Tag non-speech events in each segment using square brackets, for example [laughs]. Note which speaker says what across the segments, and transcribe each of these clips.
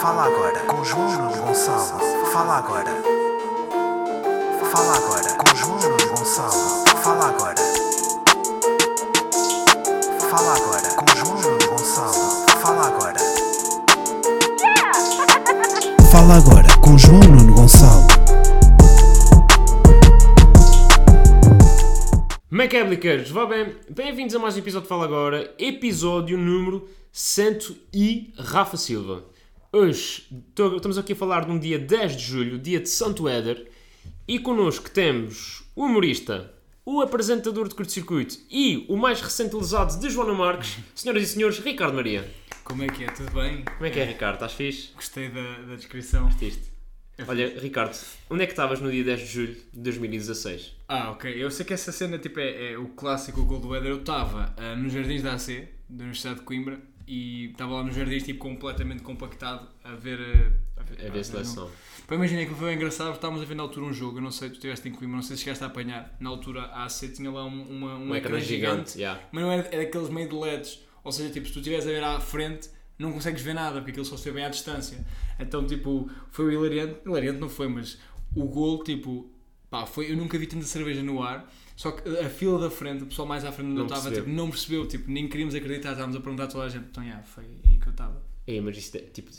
Speaker 1: Fala agora com João Nuno Gonçalo. Fala agora. Fala agora com João Nuno Gonçalo. Fala agora. Fala agora com João Nuno Gonçalo. Fala agora. Fala agora com João Nuno Gonçalo.
Speaker 2: Macabliqueiros, vá bem? Bem-vindos a mais um episódio de Fala Agora, episódio número Santo e Rafa Silva. Hoje to- estamos aqui a falar de um dia 10 de julho, dia de Santo Éder, e connosco temos o humorista, o apresentador de curto-circuito e o mais recente lesado de Joana Marques, senhoras e senhores, Ricardo Maria.
Speaker 3: Como é que é? Tudo bem?
Speaker 2: Como é que é, Ricardo? Estás fixe?
Speaker 3: Gostei da, da descrição.
Speaker 2: Viste? Olha, Ricardo, onde é que estavas no dia 10 de julho de 2016?
Speaker 3: Ah, ok. Eu sei que essa cena tipo, é, é o clássico Gol do Éder. Eu estava ah, nos jardins da AC, da Universidade de Coimbra, e estava lá nos jardins tipo, completamente compactado a ver. ah, a ver,
Speaker 2: A ver
Speaker 3: ah,
Speaker 2: a
Speaker 3: não-
Speaker 2: seleção.
Speaker 3: Pá, imagina que foi engraçado, estávamos a ver na altura um jogo, eu não sei, tu estiveste em Coimbra, não sei se chegaste a apanhar. Na altura a AC tinha lá um, uma- um ecrã, gigante,
Speaker 2: yeah.
Speaker 3: mas não era, era aqueles meio de LEDs. Ou seja, tipo, se tu estiveres a ver à frente, não consegues ver nada, porque aquilo só se vê bem à distância. Então, tipo, foi o hilariante, hilariante não foi, mas o gol, tipo, pá, foi, eu nunca vi tanta cerveja no ar. Só que a fila da frente, o pessoal mais à frente onde
Speaker 2: Não
Speaker 3: eu estava,
Speaker 2: percebeu.
Speaker 3: tipo, não percebeu, tipo, nem queríamos acreditar, estávamos a perguntar a toda a gente. Então, yeah, foi aí que eu estava.
Speaker 2: É, mas isso de- tipo,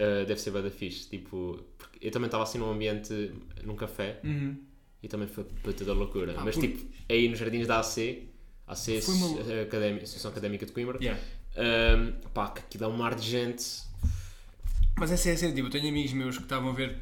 Speaker 2: eh, deve ser bada fixe. Tipo, porque eu também estava assim num ambiente, num café,
Speaker 3: Uhum.
Speaker 2: e também foi puta da loucura. mas
Speaker 3: porque-
Speaker 2: tipo, aí nos jardins da AC, AC
Speaker 3: Foi uma-
Speaker 2: eh, Académica, Associação Académica de Coimbra,
Speaker 3: Yeah.
Speaker 2: ehm, pá, que aqui dá um mar de gente.
Speaker 3: Mas essa é a cena, tipo, eu tenho amigos meus que estavam a ver,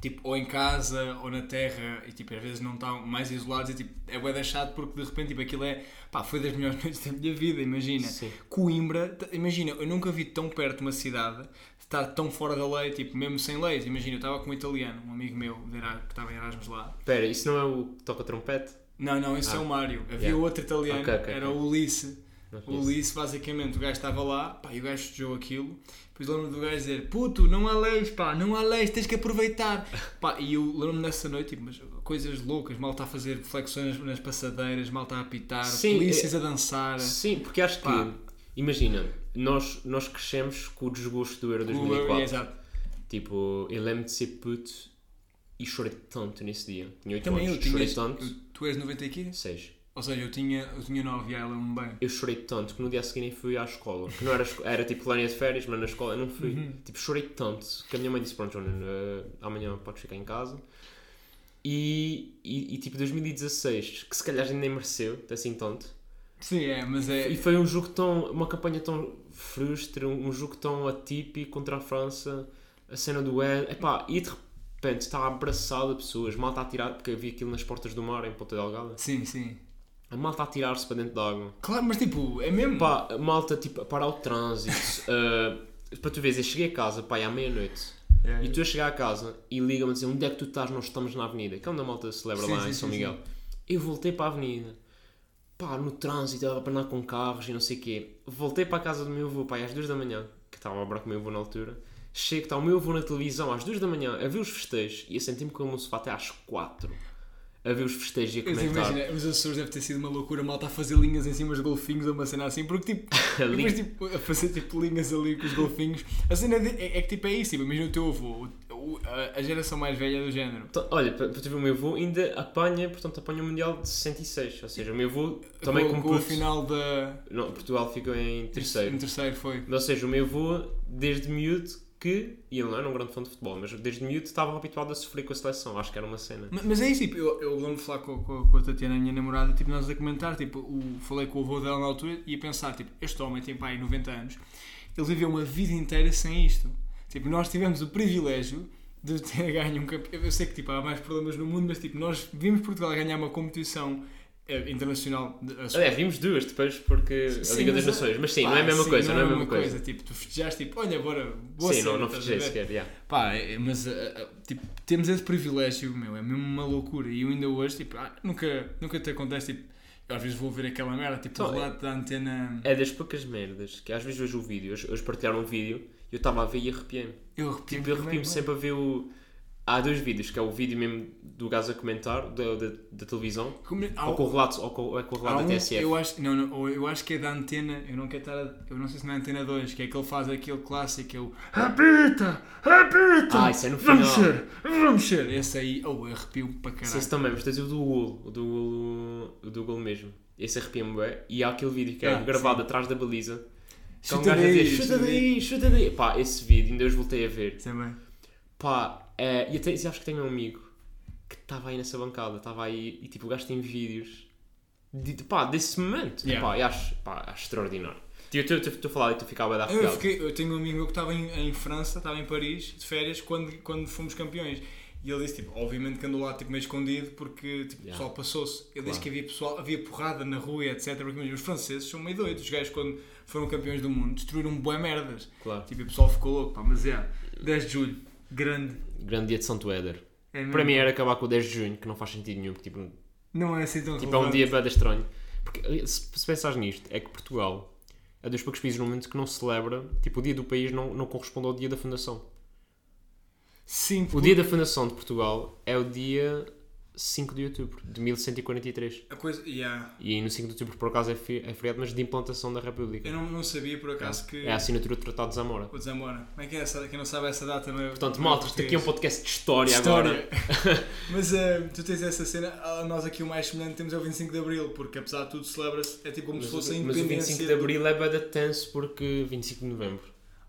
Speaker 3: tipo, ou em casa, ou na terra, e tipo, às vezes não estão mais isolados, e tipo, é bué deixado porque de repente, tipo, aquilo é, pá, foi das melhores [laughs] noites da minha vida, imagina.
Speaker 2: Sim.
Speaker 3: Coimbra, t- imagina, eu nunca vi tão perto uma cidade, estar tão fora da lei, tipo, mesmo sem leis, imagina, eu estava com um italiano, um amigo meu, de Erasmus, que estava em Erasmus lá,
Speaker 2: Espera, isso não é o que toca trompete?
Speaker 3: não, não, esse é o Mário. Havia
Speaker 2: Ah. yeah.
Speaker 3: outro italiano,
Speaker 2: Ok, ok,
Speaker 3: era
Speaker 2: ok.
Speaker 3: o Ulisse. O
Speaker 2: conheço.
Speaker 3: Ulisse, basicamente, o gajo estava lá, pá, e o gajo estudou aquilo. Depois lembro-me do gajo dizer: Puto, não há leis, pá, não há leis, tens
Speaker 2: [laughs]
Speaker 3: que aproveitar. Pá, e eu lembro-me nessa noite, tipo, mas coisas loucas, mal está a fazer flexões nas passadeiras, mal está a apitar,
Speaker 2: Sim, é
Speaker 3: polícias a dançar.
Speaker 2: Sim, porque acho que,
Speaker 3: É. Pá.
Speaker 2: imagina, nós, nós crescemos com o desgosto do Euro
Speaker 3: O-
Speaker 2: 2004.
Speaker 3: Exato.
Speaker 2: Tipo, eu lembro de ser puto e chorei tanto nesse dia. Tinha 8
Speaker 3: Também
Speaker 2: anos,
Speaker 3: eu tinha.
Speaker 2: chorei tanto.
Speaker 3: eu- tu és 90 aqui?
Speaker 2: 6.
Speaker 3: Ou seja, eu tinha, eu tinha 9 e ela um bem.
Speaker 2: Eu chorei tanto que no dia seguinte fui à escola. Que não era, esco- era tipo colónia de férias, mas na escola eu não fui. Tipo, chorei tanto que a minha mãe disse: Pronto, Jonas, eh, amanhã podes ficar em casa. E, e, e, tipo 2016, que se calhar a gente nem mereceu, assim tanto.
Speaker 3: Sim, é, mas é.
Speaker 2: E foi um jogo tão. uma campanha tão frustre, um jogo tão atípico contra a França, a cena do Ed. Epá, e de repente está abraçado a pessoas, malta a tirar, porque havia aquilo nas portas do mar em Ponta Delgada.
Speaker 3: Sim, sim.
Speaker 2: A malta a tirar-se para dentro da água.
Speaker 3: Claro, mas tipo, é mesmo.
Speaker 2: Pá, a malta, tipo, a parar o trânsito. [laughs] eh, para tu veres, eu cheguei a casa, pá, à meia-noite.
Speaker 3: É.
Speaker 2: E tu a chegar a casa e liga-me a dizer onde é que tu estás, nós estamos na avenida. Que é onde a malta celebra
Speaker 3: Sim,
Speaker 2: lá
Speaker 3: sim,
Speaker 2: em São
Speaker 3: sim,
Speaker 2: Miguel. Eu voltei para a avenida. Pá, no trânsito, a abanar com carros e não sei o quê. Voltei para a casa do meu avô, pá, às duas da manhã. Que estava a abrir com o meu avô na altura. Chego, está o meu avô na televisão às duas da manhã a ver os festejos e a sentir-me como um sofá até às quatro. A ver os festejos e a
Speaker 3: Eu sei,
Speaker 2: comentar.
Speaker 3: imagina, os Açores deve ter sido uma loucura, mal está a fazer linhas em cima dos golfinhos ou uma cena assim,
Speaker 2: [laughs]
Speaker 3: porque tipo, depois, tipo, a fazer tipo linhas ali com os golfinhos, a cena de- é, é que tipo é isso, tipo, imagina o teu avô, o- o- a, a geração mais velha do género.
Speaker 2: Então, Olha, para para tu ver, o meu avô ainda apanha, portanto, apanha o Mundial de 66. Ou seja, o meu avô também
Speaker 3: com,
Speaker 2: como
Speaker 3: com o
Speaker 2: puto-
Speaker 3: final então. da.
Speaker 2: Não, Portugal ficou em terceiro.
Speaker 3: No terceiro foi.
Speaker 2: Ou seja, o meu avô, desde miúdo, que. E ele não era um grande fã de futebol, mas desde miúdo estava habituado a sofrer com a seleção. Acho que era uma cena.
Speaker 3: Ma- Mas é isso, tipo, eu, eu lembro de falar com, com, com a Tatiana, a minha namorada, tipo, nós a comentar, tipo, o, falei com o avô dela na altura e a pensar, tipo, este homem tem pai 90 anos, ele viveu uma vida inteira sem isto. Tipo, nós tivemos o privilégio de ter [laughs] ganho um campeonato. Eu sei que, tipo, há mais problemas no mundo, mas, tipo, nós vimos Portugal ganhar uma competição eh, internacional. De, a-
Speaker 2: Aliás, vimos duas depois, porque a
Speaker 3: Sim,
Speaker 2: Liga das
Speaker 3: mas
Speaker 2: Nações. Mas sim,
Speaker 3: pá,
Speaker 2: não é a mesma
Speaker 3: sim,
Speaker 2: coisa, não é a
Speaker 3: era
Speaker 2: mesma coisa.
Speaker 3: Tipo, tu festejaste, tipo, olha, bora, boa
Speaker 2: Sim, não,
Speaker 3: cena,
Speaker 2: não
Speaker 3: estás a
Speaker 2: festejei
Speaker 3: ver?
Speaker 2: sequer. yeah.
Speaker 3: Pá, é- mas ah, ah, tipo, temos esse privilégio, meu, é mesmo uma loucura. E eu ainda hoje, tipo, ah, nunca, nunca te acontece, tipo, eu às vezes vou ver aquela merda, tipo,
Speaker 2: Então,
Speaker 3: o relato da antena.
Speaker 2: É das poucas merdas que às vezes vejo o vídeo, eles- eles partilharam um vídeo, eu estava a ver e arrepiei-me.
Speaker 3: Eu arrepio-me
Speaker 2: Tipo, eu arrepio-me
Speaker 3: também,
Speaker 2: sempre a ver o. há dois vídeos, que é o vídeo mesmo do gajo a comentar, da, da, da televisão,
Speaker 3: Como- há- um-
Speaker 2: ou com o relato, ou com, é com o
Speaker 3: há
Speaker 2: relato
Speaker 3: um,
Speaker 2: da TSF.
Speaker 3: eu acho, não, não, ou eu acho que é da antena, eu não quero estar, a- eu não sei se na antena 2, que é que ele faz aquele clássico, é o Apita! Apita!
Speaker 2: Ah, isso é no
Speaker 3: Vamos
Speaker 2: final.
Speaker 3: ser! Vamos ser! Esse aí, oh, eu arrepio para caralho.
Speaker 2: Sim, esse também, mas tens o do golo, o do golo, o do golo mesmo. Esse arrepia-me bem. E há aquele vídeo que é
Speaker 3: Ah,
Speaker 2: gravado atrás da baliza. Que é um
Speaker 3: Chuta
Speaker 2: gajo a dizer,
Speaker 3: daí,
Speaker 2: chuta
Speaker 3: chuta
Speaker 2: daí, chuta daí. Pá, esse vídeo, ainda hoje voltei a ver.
Speaker 3: Também.
Speaker 2: Pá, eh, e até, e acho que tenho um amigo que estava aí nessa bancada, estava aí e tipo, o gajo tem vídeos de, de- pá, desse momento.
Speaker 3: Yeah.
Speaker 2: Pá, e acho, pá, acho extraordinário. Tipo, eu estou a falar e tu ficava a dar
Speaker 3: Eu,
Speaker 2: arrepiado.
Speaker 3: fiquei, eu tenho um amigo meu que estava em, em França, estava em Paris, de férias, quando, quando fomos campeões. E ele disse, tipo, obviamente que andou lá tipo, meio escondido porque tipo,
Speaker 2: Yeah.
Speaker 3: o pessoal passou-se. Ele disse
Speaker 2: Claro.
Speaker 3: que havia pessoal, havia porrada na rua, e etc. Porque imagina, os franceses são meio doidos. Os gajos, quando foram campeões do mundo, destruíram boé merdas.
Speaker 2: Claro.
Speaker 3: Tipo, e o pessoal ficou louco, pá, mas é. 10 de julho, grande.
Speaker 2: Grande dia de Santo Éder.
Speaker 3: É mesmo.
Speaker 2: Para mim era acabar com o 10 de junho, que não faz sentido nenhum, porque tipo,
Speaker 3: Não é assim tão
Speaker 2: Tipo, é um
Speaker 3: relevante.
Speaker 2: dia bem estranho. Porque eh, se, se pensares nisto, é que Portugal é dos poucos países no mundo que não celebra. Tipo, o dia do país não, não corresponde ao dia da fundação.
Speaker 3: Sim,
Speaker 2: O dia da fundação de Portugal é o dia 5 de outubro de 1143.
Speaker 3: A coisa, yeah.
Speaker 2: E aí no 5 de outubro, por acaso, é, fe- é feriado, mas de implantação da República.
Speaker 3: Eu não, não sabia por acaso que.
Speaker 2: É a assinatura do Tratado de Zamora.
Speaker 3: O Zamora. Como é que é essa? Quem não sabe essa data não é.
Speaker 2: Portanto,
Speaker 3: não é
Speaker 2: malta, isto aqui é um
Speaker 3: português.
Speaker 2: podcast de história,
Speaker 3: História.
Speaker 2: agora.
Speaker 3: [laughs] Mas eh, tu tens essa cena, ah, nós aqui o mais semelhante temos é o 25 de Abril, porque apesar de tudo celebra-se, é tipo como
Speaker 2: Mas,
Speaker 3: se fosse a
Speaker 2: o- mas o
Speaker 3: independência.
Speaker 2: 25 de
Speaker 3: do-
Speaker 2: abril é bem da tenso porque 25 de novembro.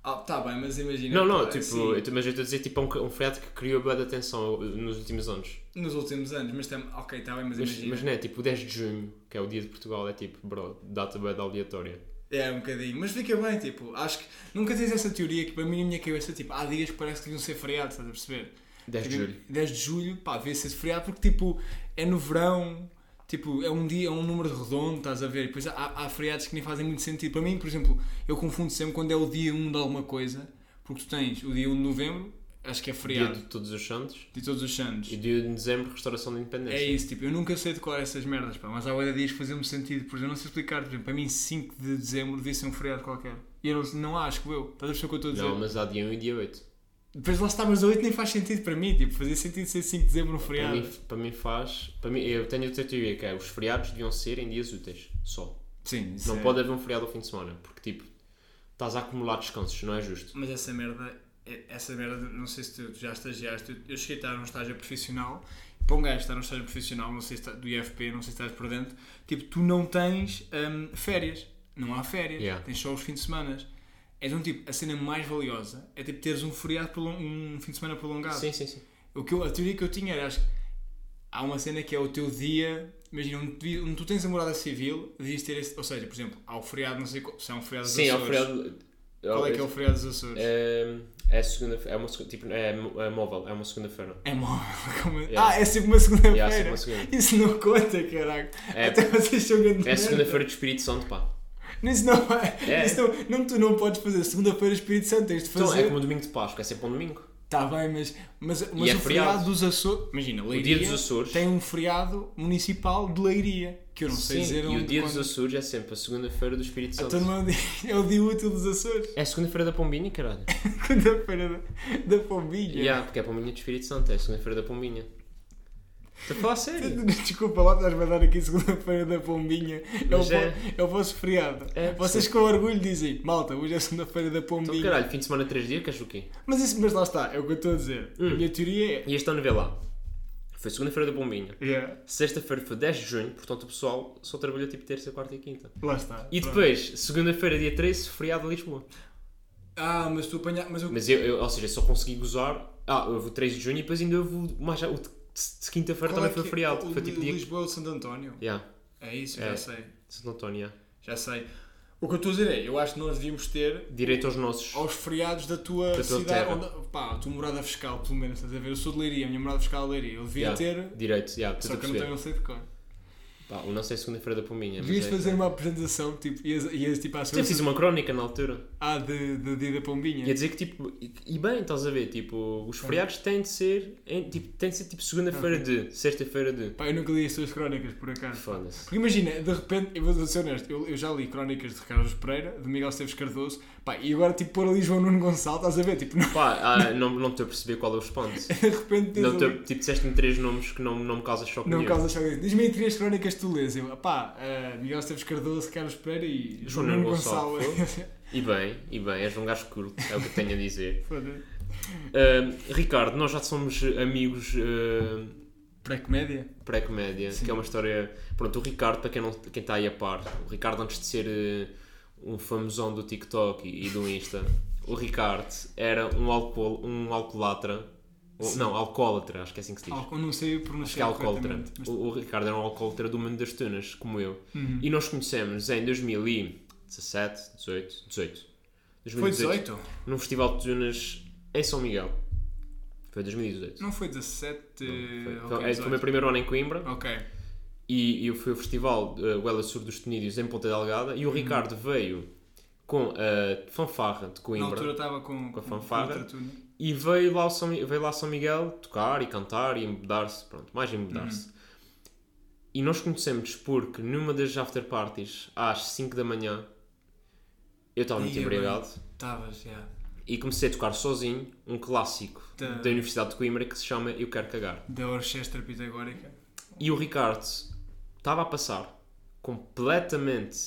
Speaker 3: Ah, tá bem, mas imagina.
Speaker 2: Não, não,
Speaker 3: pá,
Speaker 2: tipo,
Speaker 3: assim,
Speaker 2: eu, mas eu estou a dizer, tipo, é um, um feriado que criou bem da tensão eh, nos últimos anos.
Speaker 3: nos últimos anos, mas tam... ok, tá bem, mas,
Speaker 2: Mas,
Speaker 3: imagina.
Speaker 2: mas não é tipo o 10 de junho, que é o dia de Portugal, é tipo, bro, data bad aleatória.
Speaker 3: É um bocadinho, mas fica bem, tipo, acho que nunca tens essa teoria que para mim na minha cabeça, tipo, há dias que parece que deviam ser feriados, estás a perceber?
Speaker 2: 10 de
Speaker 3: Tipo,
Speaker 2: julho.
Speaker 3: 10 de julho, pá, devia ser feriado porque, tipo, é no verão, tipo, é um dia, é um número redondo, estás a ver? E depois há, há feriados que nem fazem muito sentido. Para mim, por exemplo, eu confundo sempre quando é o dia 1 de alguma coisa, porque tu tens o dia 1 de novembro, acho que é
Speaker 2: Dia
Speaker 3: feriado,
Speaker 2: de todos os santos.
Speaker 3: de todos os santos.
Speaker 2: E dia de dezembro, restauração da independência.
Speaker 3: É isso, tipo, eu nunca sei decorar essas merdas, pá, mas há bué de dias que faziam-me sentido, por exemplo, eu não sei explicar, por exemplo, para mim 5 de dezembro devia ser um feriado qualquer. E eu não, não acho que eu, estás a perceber o que eu estou a dizer?
Speaker 2: Não, mas há dia 1 e dia 8.
Speaker 3: Depois lá está, mas o 8 nem faz sentido para mim, tipo, fazia sentido ser 5 de dezembro um
Speaker 2: Para
Speaker 3: feriado.
Speaker 2: mim, para mim faz. Para mim, eu tenho outra teoria que é os feriados deviam ser em dias úteis, só.
Speaker 3: Sim, isso
Speaker 2: Não
Speaker 3: é-
Speaker 2: pode haver um feriado ao fim de semana, porque tipo, estás a acumular descansos, não é justo.
Speaker 3: Mas essa merda, é- essa merda, não sei se tu, tu já estagiaste, eu- eu cheguei a estar num estágio profissional, para um gajo estar num estágio profissional, não sei se está, do IFP, não sei se estás por dentro, tipo, tu não tens hum, férias, não há férias,
Speaker 2: Yeah.
Speaker 3: tens só os fins de semana. És um tipo, a cena mais valiosa é tipo teres um feriado, prolon- um fim de semana prolongado.
Speaker 2: Sim, sim, sim.
Speaker 3: O que eu- a teoria que eu tinha era, acho que há uma cena que é o teu dia, imagina, onde, devi- onde tu tens a morada civil, devias ter esse, ou seja, por exemplo, há o feriado, não sei qual, se é um feriado dos
Speaker 2: Sim, é o
Speaker 3: Açores.
Speaker 2: feriado.
Speaker 3: Qual é que é o feriado dos Açores?
Speaker 2: É, é segunda é uma segunda- tipo, é, mó- é móvel, é uma segunda-feira.
Speaker 3: É móvel. [laughs] Como...
Speaker 2: Yeah.
Speaker 3: Ah, é sempre uma segunda-feira.
Speaker 2: Yeah, sempre uma segunda.
Speaker 3: Isso não conta, caraca.
Speaker 2: É-
Speaker 3: Até vocês são grande
Speaker 2: É
Speaker 3: merda.
Speaker 2: segunda-feira de Espírito Santo, pá.
Speaker 3: Isso não é.
Speaker 2: É.
Speaker 3: Isso não, não, tu não podes fazer. Segunda-feira, Espírito Santo, tens de
Speaker 2: Então, é
Speaker 3: fazer.
Speaker 2: como o domingo de Páscoa, é sempre um domingo.
Speaker 3: Está bem, mas, mas, mas
Speaker 2: é
Speaker 3: o feriado,
Speaker 2: feriado.
Speaker 3: dos Açores. Imagina, Leiria
Speaker 2: dos Açores.
Speaker 3: tem um feriado municipal de Leiria. Que eu não sei
Speaker 2: Sim,
Speaker 3: dizer
Speaker 2: e
Speaker 3: onde.
Speaker 2: o dia
Speaker 3: quando-
Speaker 2: dos Açores é sempre a segunda-feira do Espírito Santo.
Speaker 3: Então não é o dia- [laughs] é o dia útil dos Açores. [laughs]
Speaker 2: É a segunda-feira da Pombinha, caralho.
Speaker 3: Segunda-feira da, da Pombinha.
Speaker 2: yeah, porque é a Pombinha do Espírito Santo, é a segunda-feira da Pombinha. Estou
Speaker 3: Então
Speaker 2: a falar a sério.
Speaker 3: [laughs] Desculpa lá, estás-me a dar aqui segunda-feira da pombinha. É o,
Speaker 2: Mas
Speaker 3: vo-
Speaker 2: é.
Speaker 3: é o vosso feriado.
Speaker 2: É,
Speaker 3: Vocês com orgulho dizem, malta, hoje é segunda-feira da
Speaker 2: Então,
Speaker 3: pombinha.
Speaker 2: caralho, fim de semana de três dias, queres o quê?
Speaker 3: mas, isso, mas lá está, é o que eu estou a dizer.
Speaker 2: Hum.
Speaker 3: A minha teoria é.
Speaker 2: E este ano vê lá. Foi segunda-feira da Pombinha.
Speaker 3: Yeah,
Speaker 2: Sexta-feira foi 10 de junho, portanto o pessoal só trabalhou tipo terça, quarta e quinta.
Speaker 3: lá está.
Speaker 2: E
Speaker 3: Pronto.
Speaker 2: depois, segunda-feira, dia 13, feriado em Lisboa.
Speaker 3: Ah, mas tu apanhar. Mas eu.
Speaker 2: Mas eu, eu- ou seja, só consegui gozar. Ah, eu vou 3 de junho e depois ainda houve mais. O de- de quinta-feira
Speaker 3: qual
Speaker 2: também
Speaker 3: é
Speaker 2: foi
Speaker 3: que é?
Speaker 2: feriado.
Speaker 3: O
Speaker 2: foi
Speaker 3: de
Speaker 2: tipo dia.
Speaker 3: Lisboa ou de Santo António.
Speaker 2: Yeah,
Speaker 3: É isso,
Speaker 2: É.
Speaker 3: já sei.
Speaker 2: Santo António, yeah.
Speaker 3: Já sei. O que eu estou a dizer é, eu acho que nós devíamos ter
Speaker 2: Direito aos nossos.
Speaker 3: aos feriados da tua,
Speaker 2: tua
Speaker 3: cidade.
Speaker 2: terra.
Speaker 3: Onde, pá, a tua morada fiscal, pelo menos, estás a ver? Eu sou de Leiria, a minha morada fiscal é Leiria. Eu devia
Speaker 2: Yeah,
Speaker 3: ter.
Speaker 2: Direito, yeah,
Speaker 3: Só
Speaker 2: estou a
Speaker 3: que eu não
Speaker 2: perceber.
Speaker 3: tenho, um não sei de cor.
Speaker 2: Pá, o nosso é segunda-feira da Pombinha. mas
Speaker 3: Devias
Speaker 2: é-
Speaker 3: fazer uma apresentação, tipo, ias, ias tipo à
Speaker 2: Já
Speaker 3: segurança.
Speaker 2: fiz uma crónica na altura.
Speaker 3: Ah, de, de dia da pombinha.
Speaker 2: Ia dizer que tipo, e- e bem, estás a ver, tipo, os feriados têm de ser, em- tipo, têm de ser tipo
Speaker 3: Uhum.
Speaker 2: segunda-feira de, sexta-feira de.
Speaker 3: Pá, eu nunca li as suas crónicas, por acaso.
Speaker 2: Foda-se.
Speaker 3: Porque imagina, de repente, eu vou ser honesto, eu, eu já li crónicas de Carlos Pereira, de Miguel Esteves Cardoso, pá, e agora tipo pôr ali João Nuno Gonçalo, estás a ver? Tipo, [laughs] não-
Speaker 2: Pá, ah, não, não estou a perceber qual é o responde.
Speaker 3: de repente tens
Speaker 2: Não estou,
Speaker 3: ali,
Speaker 2: tipo, disseste-me três nomes que não, não me causa choque
Speaker 3: é não
Speaker 2: nenhum.
Speaker 3: causa choque. Diz-me aí três crónicas que tu lês. Eu, pá, ah, Miguel Esteves Cardoso, Carlos Pereira e
Speaker 2: João
Speaker 3: João
Speaker 2: Nuno
Speaker 3: Nuno
Speaker 2: Gonçalo.
Speaker 3: Gonçalo.
Speaker 2: E bem, e bem, és um gajo curto, é o que eu tenho a dizer.
Speaker 3: [laughs]
Speaker 2: [laughs]
Speaker 3: Foda-se.
Speaker 2: Ah, Ricardo, nós já somos amigos ah,
Speaker 3: Pré-comédia?
Speaker 2: pré-comédia, que é uma história. Pronto, o Ricardo, para quem, não, quem está aí a par, o Ricardo, antes de ser eh, um famosão do TikTok e, e do Insta, o Ricardo era um, alcool, um alcoolatra. Ou- não, alcoólatra, acho que é assim que se diz.
Speaker 3: Alco- não sei
Speaker 2: Acho que é
Speaker 3: pronunciar
Speaker 2: alcoólatra.
Speaker 3: corretamente,
Speaker 2: O, o Ricardo era um alcoólatra do mundo das tunas, como eu.
Speaker 3: Uhum.
Speaker 2: E nós conhecemos em 2017, 18, 18.
Speaker 3: mas- Foi 18?
Speaker 2: Num festival de tunas em São Miguel. Foi 2018.
Speaker 3: Não foi 17?
Speaker 2: Foi,
Speaker 3: Hum,
Speaker 2: foi,
Speaker 3: ok,
Speaker 2: foi o meu
Speaker 3: 18.
Speaker 2: primeiro ano em Coimbra
Speaker 3: Ok.
Speaker 2: e eu fui ao festival uh, Goela Sur dos Tunídeos em Ponta Delgada
Speaker 3: Uhum.
Speaker 2: e o Ricardo veio com a fanfarra de
Speaker 3: Na
Speaker 2: Coimbra
Speaker 3: altura estava com,
Speaker 2: a fanfarra.
Speaker 3: outra tuna.
Speaker 2: e veio lá, ao São, veio lá a São Miguel tocar e cantar e embedar-se, pronto, mais
Speaker 3: Uhum.
Speaker 2: embedar-se. E nós conhecemos porque numa das after parties, às 5 da manhã, eu estava muito
Speaker 3: Ia é bem.
Speaker 2: embriagado
Speaker 3: Estavas, já.
Speaker 2: e comecei a tocar sozinho um clássico
Speaker 3: Da-
Speaker 2: da Universidade de Coimbra que se chama Eu Quero Cagar.
Speaker 3: Da orquestra pitagórica.
Speaker 2: E o Ricardo estava a passar completamente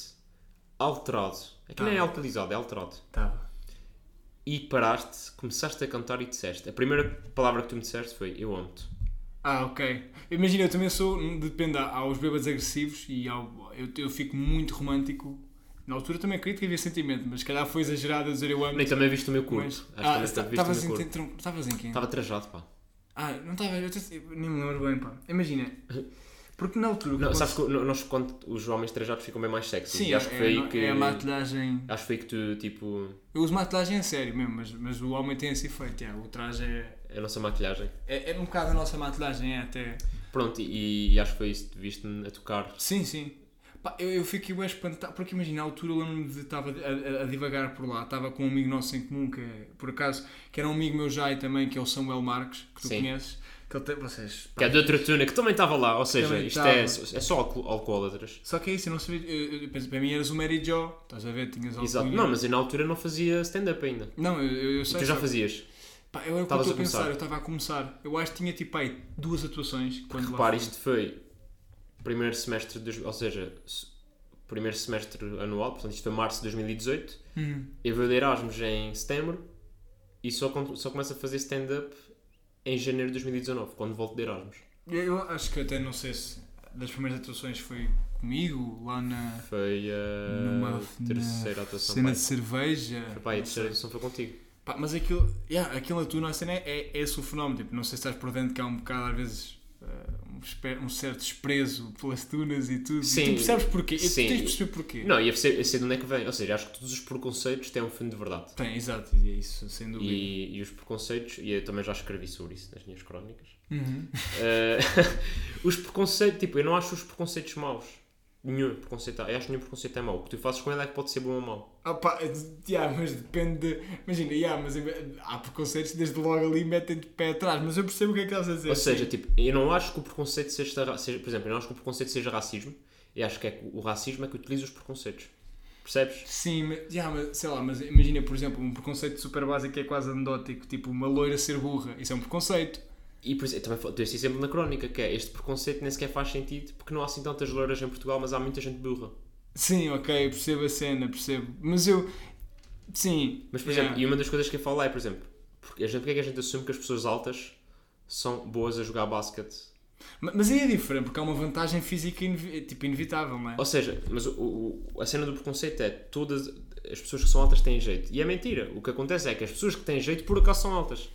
Speaker 2: alterado. Aqui não é
Speaker 3: Tava.
Speaker 2: alcoolizado, é alterado.
Speaker 3: Estava.
Speaker 2: E paraste, começaste a cantar e disseste. A primeira palavra que tu me disseste foi Eu amo-te.
Speaker 3: Ah, ok. Imagina, eu também sou. um, Depende, há, há os bêbados agressivos e ao, eu, eu fico muito romântico. Na altura também acredito que havia sentimento, mas se calhar foi exagerado a dizer eu amo.
Speaker 2: Nem também viste o meu corpo.
Speaker 3: Mas...
Speaker 2: Acho
Speaker 3: Ah,
Speaker 2: que também
Speaker 3: está-
Speaker 2: viste o
Speaker 3: estavas
Speaker 2: meu
Speaker 3: em,
Speaker 2: corpo.
Speaker 3: tronco- estavas em quem?
Speaker 2: Estava trajado, pá.
Speaker 3: Ah, não estava. Eu, até- eu nem me lembro bem, pá.
Speaker 2: [laughs]
Speaker 3: Imagina. Porque na altura. o que
Speaker 2: Não, sabes
Speaker 3: acontece-
Speaker 2: que no- nós, quando os homens trajados ficam bem mais sexy.
Speaker 3: Sim,
Speaker 2: acho
Speaker 3: é-
Speaker 2: que
Speaker 3: é,
Speaker 2: foi aí
Speaker 3: não-
Speaker 2: que.
Speaker 3: é a matelagem.
Speaker 2: Acho que foi aí que tu, tipo.
Speaker 3: Eu uso matelagem a sério mesmo, mas, mas o homem tem esse efeito. é, o traje é,
Speaker 2: A nossa maquilhagem.
Speaker 3: é. É um bocado a nossa matelagem, é até.
Speaker 2: Pronto, e, e acho que foi isso. Viste-me a tocar.
Speaker 3: Sim, sim. Pá, eu, eu fiquei bem espantado, porque imagina, na altura eu lembro-me de estava a, a- a divagar por lá, estava com um amigo nosso em comum, que é, por acaso, que era um amigo meu já e também, que é o Samuel Marques, que tu
Speaker 2: Sim.
Speaker 3: conheces, que ele tem, vocês... pá,
Speaker 2: Que é de outra tuna que também estava lá. Ou seja,
Speaker 3: Também
Speaker 2: isto é, é
Speaker 3: estava.
Speaker 2: só alco- alcoólatras.
Speaker 3: Só que é isso, eu não sabia, eu, eu, penso, para mim eras o Mary Jo, estás a ver, tinhas algo
Speaker 2: Exato. Não, mas eu na altura não fazia stand-up ainda.
Speaker 3: Não, eu, eu, eu
Speaker 2: E
Speaker 3: sei,
Speaker 2: tu já
Speaker 3: só-
Speaker 2: fazias.
Speaker 3: pá, eu era o que eu
Speaker 2: Estavas a
Speaker 3: estou a
Speaker 2: começar.
Speaker 3: pensar, eu estava a começar, eu acho que tinha tipo aí duas atuações, quando lá
Speaker 2: Repara,
Speaker 3: fui.
Speaker 2: isto foi primeiro semestre, de, ou seja, se- primeiro semestre anual, portanto isto foi março de 2018.
Speaker 3: Hum.
Speaker 2: Eu vou de Erasmus em setembro e só, com- só começo a fazer stand-up em janeiro de 2019, quando volto de Erasmus.
Speaker 3: Eu, eu acho que até não sei se das primeiras atuações foi comigo, lá na...
Speaker 2: Foi a
Speaker 3: Numa
Speaker 2: Ah, terceira é
Speaker 3: na
Speaker 2: atuação.
Speaker 3: cena
Speaker 2: pai.
Speaker 3: de cerveja.
Speaker 2: Foi, pai, a terceira atuação foi contigo.
Speaker 3: Pá, mas aquilo, yeah, aquilo na tua cena é, é esse o fenómeno. Tipo, não sei se estás por dentro que há um bocado, às vezes, eh, um, espe- um certo desprezo pelas tunas e tudo.
Speaker 2: Sim.
Speaker 3: E tu percebes porquê? E tu
Speaker 2: Sim.
Speaker 3: tens de perceber porquê.
Speaker 2: Não, e eu sei, eu sei de onde é que vem. Ou seja, acho que todos os preconceitos têm um fundo de verdade.
Speaker 3: Tem, exato, e é isso, sem dúvida.
Speaker 2: E, e os preconceitos, e eu também já escrevi sobre isso nas minhas crónicas.
Speaker 3: Uhum.
Speaker 2: Eh, [laughs] os preconceitos, tipo, eu não acho os preconceitos maus. Nenhum preconceito, eu acho que nenhum preconceito é mau. O que tu fazes com ele é que pode ser bom ou mau.
Speaker 3: Ah, pá, eh, yeah, mas depende. de- Imagina, yeah, mas em- há preconceitos que desde logo ali metem-te pé atrás. Mas eu percebo o que é que estás a dizer.
Speaker 2: Ou seja, tipo, eu não acho que o preconceito seja, ra- seja- por exemplo, eu não acho que o preconceito seja racismo. Eu acho que é que o racismo é que utiliza os preconceitos. Percebes?
Speaker 3: Sim, mas, já, mas, sei lá, mas imagina, por exemplo, um preconceito super básico que é quase anedótico, tipo uma loira ser burra. Isso é um preconceito.
Speaker 2: E por isso, eu também falo- dou esse exemplo na crónica, que é este preconceito nem sequer faz sentido porque não há assim tantas loiras em Portugal, mas há muita gente burra.
Speaker 3: Sim, ok, eu percebo a cena, percebo. Mas eu. Sim.
Speaker 2: Mas, por
Speaker 3: yeah.
Speaker 2: exemplo, e uma das coisas que eu falo lá é, por exemplo, porque, a gente, porque é que a gente assume que as pessoas altas são boas a jogar basquete
Speaker 3: Ma- Mas aí é diferente, porque há uma vantagem física inevi- tipo, inevitável, não é?
Speaker 2: Ou seja, mas o- o- a cena do preconceito é todas as pessoas que são altas têm jeito. E é mentira. O que acontece é que as pessoas que têm jeito por acaso são altas.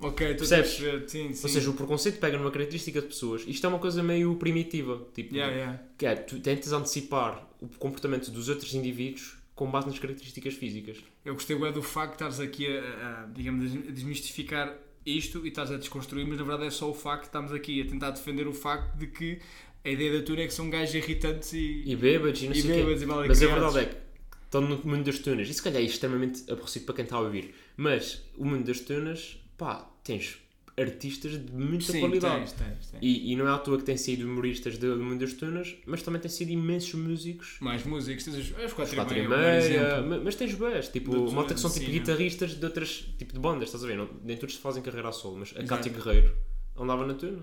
Speaker 3: Ok, tu
Speaker 2: Percebes?
Speaker 3: percebes? Sim, sim.
Speaker 2: Ou seja, o preconceito pega numa característica de pessoas. Isto é uma coisa meio primitiva. Tipo,
Speaker 3: Yeah, yeah.
Speaker 2: que é, tu tentas antecipar o comportamento dos outros indivíduos com base nas características físicas.
Speaker 3: Eu gostei bué do facto de estares aqui a, a- a, digamos, a desmistificar isto e estás a desconstruir, mas na verdade é só o facto de estamos aqui a tentar defender o facto de que a ideia da Tuna é que são gajos irritantes e.
Speaker 2: E bêbados e não
Speaker 3: E
Speaker 2: sei o quê.
Speaker 3: bêbados e mal
Speaker 2: Mas a
Speaker 3: criados.
Speaker 2: verdade é que Estão no mundo das tunas. E se calhar é extremamente aborrecido para quem está a ouvir. Mas o mundo das tunas, pá, tens artistas de muita
Speaker 3: Sim,
Speaker 2: qualidade.
Speaker 3: tens, tens, tens.
Speaker 2: E, e não é à toa que têm sido humoristas do do mundo das tunas, mas também têm sido imensos músicos.
Speaker 3: Mais músicos, tens os- os 4
Speaker 2: Quatro
Speaker 3: e
Speaker 2: e
Speaker 3: meia, por
Speaker 2: meia,
Speaker 3: Tipo, um exemplo.
Speaker 2: ma- mas tens boas, tipo,
Speaker 3: Do-
Speaker 2: malta que são tipo
Speaker 3: sim,
Speaker 2: guitarristas de outras, tipo de bandas, estás a ver? Não, nem todos fazem carreira a solo, mas a
Speaker 3: Exato.
Speaker 2: Cátia Guerreiro andava na tuna.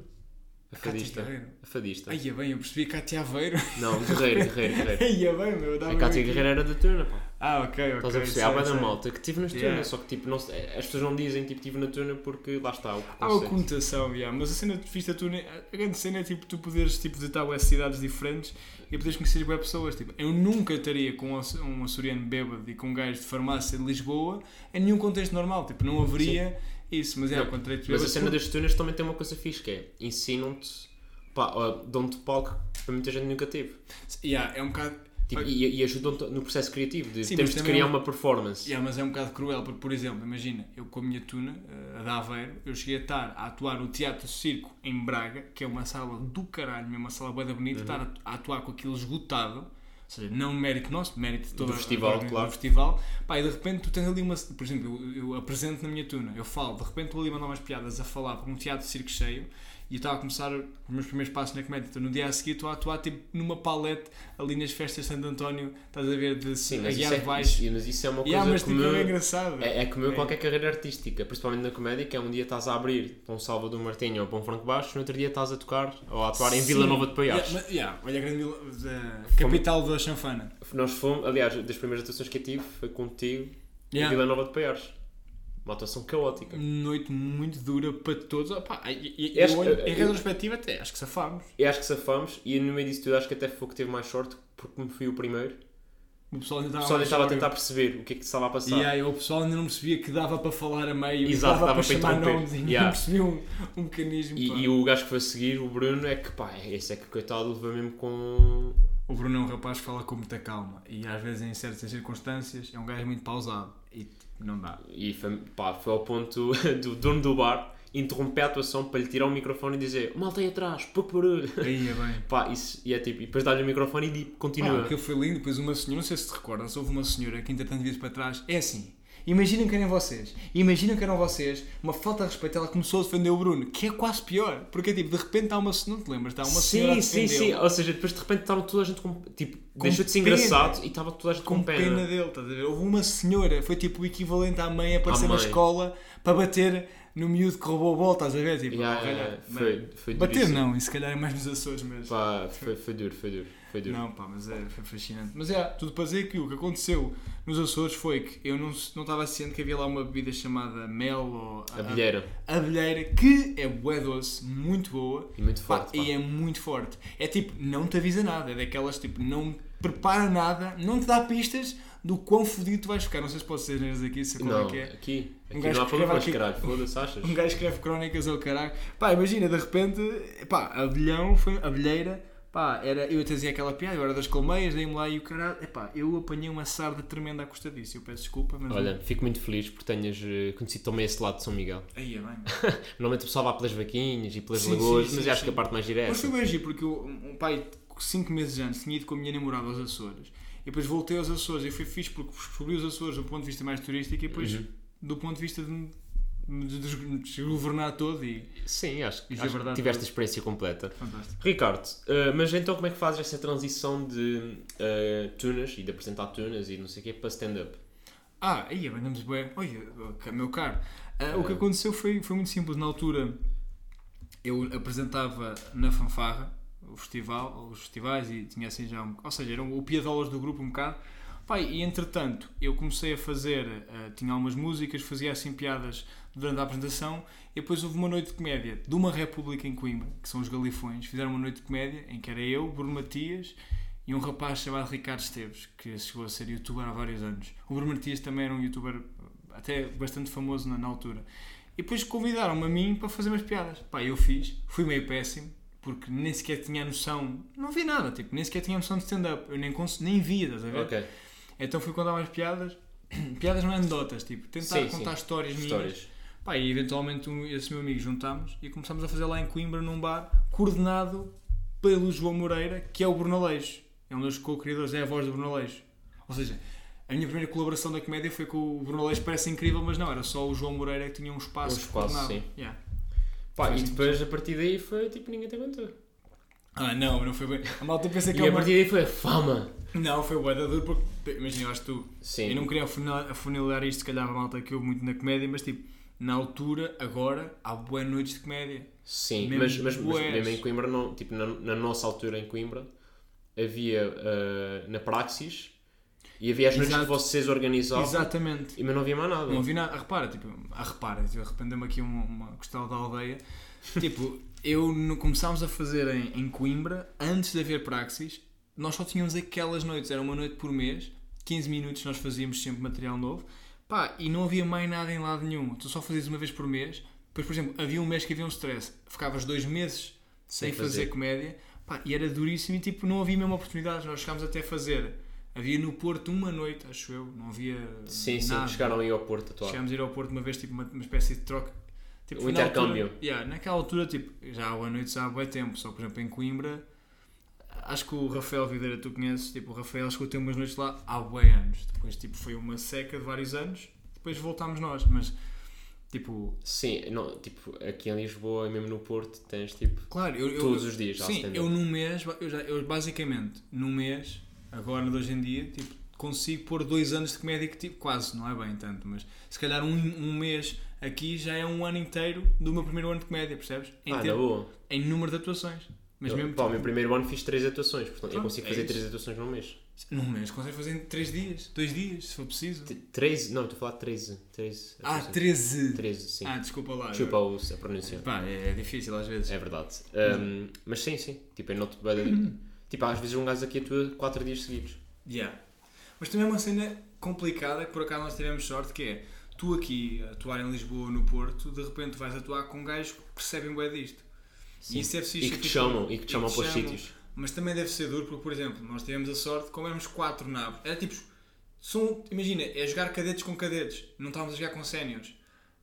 Speaker 2: A
Speaker 3: Cátia
Speaker 2: fadista.
Speaker 3: Guerreiro?
Speaker 2: A fadista.
Speaker 3: Ai, é bem, eu percebi Cátia Aveiro.
Speaker 2: Não, Guerreiro, Guerreiro, Guerreiro.
Speaker 3: [laughs] Ai, é bem, meu. dava
Speaker 2: A Cátia
Speaker 3: bem aqui.
Speaker 2: Guerreiro era da tuna, pá.
Speaker 3: Ah, ok, ok.
Speaker 2: Estás a perceber?
Speaker 3: sei,
Speaker 2: Há bué da
Speaker 3: sei.
Speaker 2: malta que tive na tuna,
Speaker 3: Yeah.
Speaker 2: só que tipo, não, se- as pessoas não dizem tipo, tive na tuna porque lá está o
Speaker 3: Há uma
Speaker 2: preconceito.
Speaker 3: conotação, yeah, mas a cena de vista tu, a grande cena é tipo tu poderes tipo, visitar web cidades diferentes e poderes conhecer web pessoas. Tipo, eu nunca estaria com um aço- um açoriano bêbado e com um gajo de farmácia de Lisboa em nenhum contexto normal, tipo, não haveria isso, mas é
Speaker 2: Não,
Speaker 3: ao contrário, tu
Speaker 2: Mas a
Speaker 3: bebas
Speaker 2: cena
Speaker 3: por-
Speaker 2: das tunas também tem uma coisa fixe que é ensinam-te, pá, ó, dão-te palco que para muita gente nunca teve.
Speaker 3: Yeah, é um bocado.
Speaker 2: Tipo,
Speaker 3: Ah.
Speaker 2: e, e ajudam-te no processo criativo de
Speaker 3: Sim,
Speaker 2: temos
Speaker 3: mas
Speaker 2: de
Speaker 3: também
Speaker 2: criar
Speaker 3: é um-
Speaker 2: uma performance.
Speaker 3: Yeah, mas é um bocado cruel, porque, por exemplo, imagina, eu com a minha tuna, eh, a da Aveiro, eu cheguei a estar a atuar no Teatro Circo em Braga, que é uma sala do caralho, mesmo uma sala bué da
Speaker 2: Uhum.
Speaker 3: bonita, estar a, a atuar com aquilo esgotado, ou seja, não mérito nosso, mérito de todo
Speaker 2: Do festival, claro.
Speaker 3: do festival, pá, e de repente tu tens ali uma, por exemplo, eu, eu apresento na minha tuna, eu falo, de repente estou ali a mandar umas piadas a falar para um Teatro Circo cheio, e eu estava a começar os meus primeiros passos na comédia, então no dia a seguir estou a atuar tipo numa palete ali nas festas de Santo António, estás a ver, de
Speaker 2: Sim, mas
Speaker 3: Aguiar
Speaker 2: isso,
Speaker 3: de
Speaker 2: é,
Speaker 3: Baixo.
Speaker 2: isso, mas isso é uma coisa
Speaker 3: Yeah, mas tipo,
Speaker 2: comum.
Speaker 3: é engraçado.
Speaker 2: É, é comum a
Speaker 3: É.
Speaker 2: qualquer carreira artística, principalmente na comédia, que é um dia estás a abrir para um Salvador Martinho ou para um Franco Baixo, no outro dia estás a tocar ou a atuar em Vila
Speaker 3: Sim.
Speaker 2: Nova de Paiares.
Speaker 3: Yeah, mas- yeah, olha a grande Vila- da- capital da chanfana.
Speaker 2: Nós fomos, aliás, das primeiras atuações que eu tive foi contigo em
Speaker 3: Yeah.
Speaker 2: Vila Nova de Paiares. Uma atuação caótica.
Speaker 3: Noite muito dura para todos. Opá, e- e-
Speaker 2: Eu acho
Speaker 3: eu
Speaker 2: que-
Speaker 3: olho- em
Speaker 2: eu-
Speaker 3: retrospectiva até, acho que safámos.
Speaker 2: E acho que safamos, e no meio disso tudo acho que até foi o que teve mais sorte, porque me fui o primeiro.
Speaker 3: O pessoal ainda
Speaker 2: O pessoal
Speaker 3: estava, mais
Speaker 2: estava a
Speaker 3: sóbrio.
Speaker 2: tentar perceber o que é que se estava a passar.
Speaker 3: Ah, Yeah, o pessoal ainda não percebia que dava para falar a meio. e
Speaker 2: Exato,
Speaker 3: dava
Speaker 2: dava
Speaker 3: para
Speaker 2: para
Speaker 3: chamar
Speaker 2: interromper.
Speaker 3: nomes. e Não
Speaker 2: Yeah.
Speaker 3: percebia um, um mecanismo. pá.
Speaker 2: E, e o gajo que foi a seguir, o Bruno, é que pá, esse é que coitado leva mesmo com.
Speaker 3: O Bruno é um rapaz que fala com muita calma. E às vezes, em certas circunstâncias, é um gajo muito pausado. E tipo, não dá.
Speaker 2: E foi, pá, foi ao ponto [laughs] do dono do bar interromper a atuação para lhe tirar o microfone e dizer malta aí atrás, pouco barulho.
Speaker 3: Aí é bem.
Speaker 2: [laughs] Pá, isso, e é tipo, e depois dá-lhe o microfone e di-
Speaker 3: Ah,
Speaker 2: continua.
Speaker 3: aquilo foi lindo, depois uma senhora, não sei se te recordas, houve uma senhora que entretanto vira para trás, é assim, imaginem que eram vocês, imaginem que eram vocês, uma falta de respeito, ela começou a defender o Bruno, que é quase pior, porque é tipo, de repente há uma senhora, não te lembras, está uma senhora a
Speaker 2: sim, sim, sim.
Speaker 3: defendê-lo,
Speaker 2: Ou seja, depois de repente estava toda a gente com. Tipo,
Speaker 3: Com
Speaker 2: deixou de ser
Speaker 3: pena.
Speaker 2: engraçado e estava toda a gente com,
Speaker 3: com
Speaker 2: pena.
Speaker 3: pena. dele, estás a ver? Houve uma senhora, foi tipo o equivalente à mãe a aparecer na
Speaker 2: mãe.
Speaker 3: escola para bater no miúdo que roubou a bola, estás a ver? Tipo,
Speaker 2: Yeah,
Speaker 3: olha,
Speaker 2: yeah,
Speaker 3: mãe.
Speaker 2: foi, foi
Speaker 3: Bater
Speaker 2: duríssimo.
Speaker 3: não, e se calhar é mais nos Açores mesmo.
Speaker 2: Pá, foi, foi duro, foi duro, foi duro.
Speaker 3: Não, pá, mas é, foi fascinante. Mas é, tudo para dizer que o que aconteceu nos Açores foi que eu não, não estava ciente que havia lá uma bebida chamada mel ou
Speaker 2: A bilheira.
Speaker 3: Ah, abelheira, que é bué doce, muito boa.
Speaker 2: E muito
Speaker 3: Pá,
Speaker 2: forte. pá.
Speaker 3: e é muito forte. É tipo, não te avisa nada, é daquelas tipo, não prepara nada, não te dá pistas do quão fodido tu vais ficar. Não sei se posso ser generoso aqui, se como
Speaker 2: Não,
Speaker 3: é que é.
Speaker 2: aqui, aqui
Speaker 3: Um gajo
Speaker 2: não há
Speaker 3: que
Speaker 2: problemas,
Speaker 3: escreve
Speaker 2: caralho. Foda-se, achas?
Speaker 3: Um gajo escreve crónicas ou caralho. Pá, imagina, de repente, pá, abelhão, foi abelheira, pá, era, eu até dizia aquela piada, eu era das colmeias, dei-me lá e o caralho, epá, eu apanhei uma sarda tremenda à custa disso, eu peço desculpa, mas...
Speaker 2: Olha, fico muito feliz por tenhas eh, conhecido também esse lado de São Miguel.
Speaker 3: Aí é bem.
Speaker 2: Normalmente o pessoal vai pelas vaquinhas e pelas
Speaker 3: Sim,
Speaker 2: lagoas,
Speaker 3: sim,
Speaker 2: mas
Speaker 3: sim,
Speaker 2: eu acho
Speaker 3: sim.
Speaker 2: que a parte mais direta.
Speaker 3: Mas foi bem giro, porque eu, um pai, 5 meses antes, tinha ido com a minha namorada aos Açores, e depois voltei aos Açores, e foi fixe porque descobri os Açores do ponto de vista mais turístico, e depois do ponto de vista de me de- de- de desgovernar todo, e...
Speaker 2: Sim, acho, que-
Speaker 3: Isso é
Speaker 2: acho que
Speaker 3: verdade.
Speaker 2: tiveste a experiência completa.
Speaker 3: Fantástico.
Speaker 2: Ricardo, eh, mas então como é que fazes essa transição de eh, tunas e de apresentar tunas e não sei o quê para stand-up?
Speaker 3: Ah, aí andamos bem. Olha, ca- meu caro. Ah, o que aconteceu foi, foi muito simples. Na altura, eu apresentava na fanfarra o festival, os festivais e tinha assim já um, Ou seja, eram o piadolas do grupo um bocado. Pai, e entretanto, eu comecei a fazer, ah, tinha algumas músicas, fazia assim piadas durante a apresentação e depois houve uma noite de comédia de uma república em Coimbra, que são os Galifões, fizeram uma noite de comédia em que era eu, Bruno Matias e um rapaz chamado Ricardo Esteves, que chegou a ser youtuber há vários anos. O Bruno Matias também era um youtuber até bastante famoso na, na altura. E depois convidaram-me a mim para fazer umas piadas. Pá, eu fiz, fui meio péssimo, porque nem sequer tinha noção, não vi nada, tipo, nem sequer tinha noção de stand-up, eu nem, cons- nem via, estás a ver?
Speaker 2: Ok,
Speaker 3: Então fui contar umas piadas, [clears throat] piadas não anedotas, tipo, tentar
Speaker 2: Sim,
Speaker 3: contar
Speaker 2: sim.
Speaker 3: histórias minhas.
Speaker 2: histórias.
Speaker 3: Pá, e eventualmente um- esse meu amigo juntámos e começámos a fazer lá em Coimbra num bar coordenado pelo João Moreira, que é o Brunaleixo. É um dos co-criadores, é a voz do Brunaleixo. Ou seja, A minha primeira colaboração da comédia foi com o Bruno Leix, parece incrível, mas não, era só o João Moreira que tinha um espaço.
Speaker 2: Um espaço,
Speaker 3: que ordenava.
Speaker 2: sim.
Speaker 3: Yeah. assim.
Speaker 2: Pá,
Speaker 3: Faz
Speaker 2: e depois a partir daí foi tipo ninguém te aguentou.
Speaker 3: Ah, não, não foi bem. A malta pensa que
Speaker 2: [laughs] E
Speaker 3: é
Speaker 2: a
Speaker 3: uma...
Speaker 2: partir daí foi a fama.
Speaker 3: Não, foi bué da duro porque, imagina, eu acho que tu,
Speaker 2: Sim.
Speaker 3: eu não queria afunilar, afunilar isto, se calhar a malta que houve muito na comédia, mas tipo, na altura, agora, há boas noites de comédia.
Speaker 2: Sim,
Speaker 3: Mesmo
Speaker 2: mas, mas, mas
Speaker 3: bués.
Speaker 2: mesmo em Coimbra, não, tipo, na, na nossa altura em Coimbra, havia ah, na Praxis e havia as noites
Speaker 3: Exato.
Speaker 2: que vocês organizavam,
Speaker 3: Exatamente.
Speaker 2: e mas não havia mais nada.
Speaker 3: Não ouvi nada, repara, tipo, ah, repara, eu arrependo-me aqui uma, uma costela da aldeia. Tipo, eu no, começámos a fazer em, em Coimbra, antes de haver praxis, nós só tínhamos aquelas noites, era uma noite por mês, 15 minutos nós fazíamos sempre material novo, pá, e não havia mais nada em lado nenhum, tu só fazias uma vez por mês, depois, por exemplo, havia um mês que havia um stress, ficavas dois meses sem,
Speaker 2: Sem
Speaker 3: fazer.
Speaker 2: fazer.
Speaker 3: comédia, pá, e era duríssimo e tipo, não havia mesmo oportunidades, nós chegámos até a fazer. Havia no Porto uma noite, acho eu, não havia
Speaker 2: Sim, sim,
Speaker 3: nada.
Speaker 2: chegaram aí ao Porto atual.
Speaker 3: Chegámos a ir ao Porto uma vez, tipo, uma, uma espécie de troca. Tipo,
Speaker 2: Um
Speaker 3: foi na
Speaker 2: intercâmbio.
Speaker 3: Altura, yeah, naquela altura, tipo, já há boa noite, já há bem tempo. Só, por exemplo, em Coimbra, acho que o Rafael Videira, tu conheces, tipo, o Rafael acho que eu tenho umas noites lá há bem anos. Depois, tipo, foi uma seca de vários anos. Depois voltámos nós, mas, tipo,
Speaker 2: Sim, não, tipo, aqui em Lisboa e mesmo no Porto tens tipo.
Speaker 3: Claro, eu, eu-
Speaker 2: Todos
Speaker 3: eu-
Speaker 2: os dias, há
Speaker 3: Sim,
Speaker 2: stand-up.
Speaker 3: eu num mês, eu, já, eu basicamente, num mês, agora de hoje em dia, tipo, consigo pôr dois anos de comédia que tipo, quase, não é bem tanto, mas se calhar um, um mês aqui já é um ano inteiro do meu primeiro ano de comédia, percebes? Em,
Speaker 2: ah, na
Speaker 3: ter-
Speaker 2: boa.
Speaker 3: em número de atuações. Mas
Speaker 2: Eu,
Speaker 3: mesmo
Speaker 2: pá, o meu primeiro ano fiz 3 atuações, portanto eu
Speaker 3: Pronto,
Speaker 2: consigo
Speaker 3: é
Speaker 2: fazer
Speaker 3: isso.
Speaker 2: 3 atuações num mês.
Speaker 3: tipo, num mês consegues fazer em 3 dias, 2 dias, se for preciso.
Speaker 2: 13, não, estou a falar 13. 13
Speaker 3: ah,
Speaker 2: atuações.
Speaker 3: 13!
Speaker 2: 13, sim.
Speaker 3: Ah, desculpa lá.
Speaker 2: Chupa o, a pronunciar.
Speaker 3: Pá, é, é difícil às vezes.
Speaker 2: É verdade. Ahm, mas sim, sim. Tipo, eu noto bem.
Speaker 3: Uhum.
Speaker 2: Tipo, às vezes um gajo aqui atua 4 dias seguidos.
Speaker 3: Yeah. Mas também é uma cena complicada que por acaso nós tivemos sorte que é tu aqui a atuar em Lisboa ou no Porto, de repente vais atuar com gajos que percebem bem disto. E isso é preciso
Speaker 2: E que te
Speaker 3: ficar-
Speaker 2: chamam, e que te chamam para os sítios.
Speaker 3: Mas também deve ser duro porque, por exemplo, nós tivemos a sorte, como éramos quatro nabos, era tipo, são, imagina, é jogar cadetes com cadetes, não estávamos a jogar com séniores.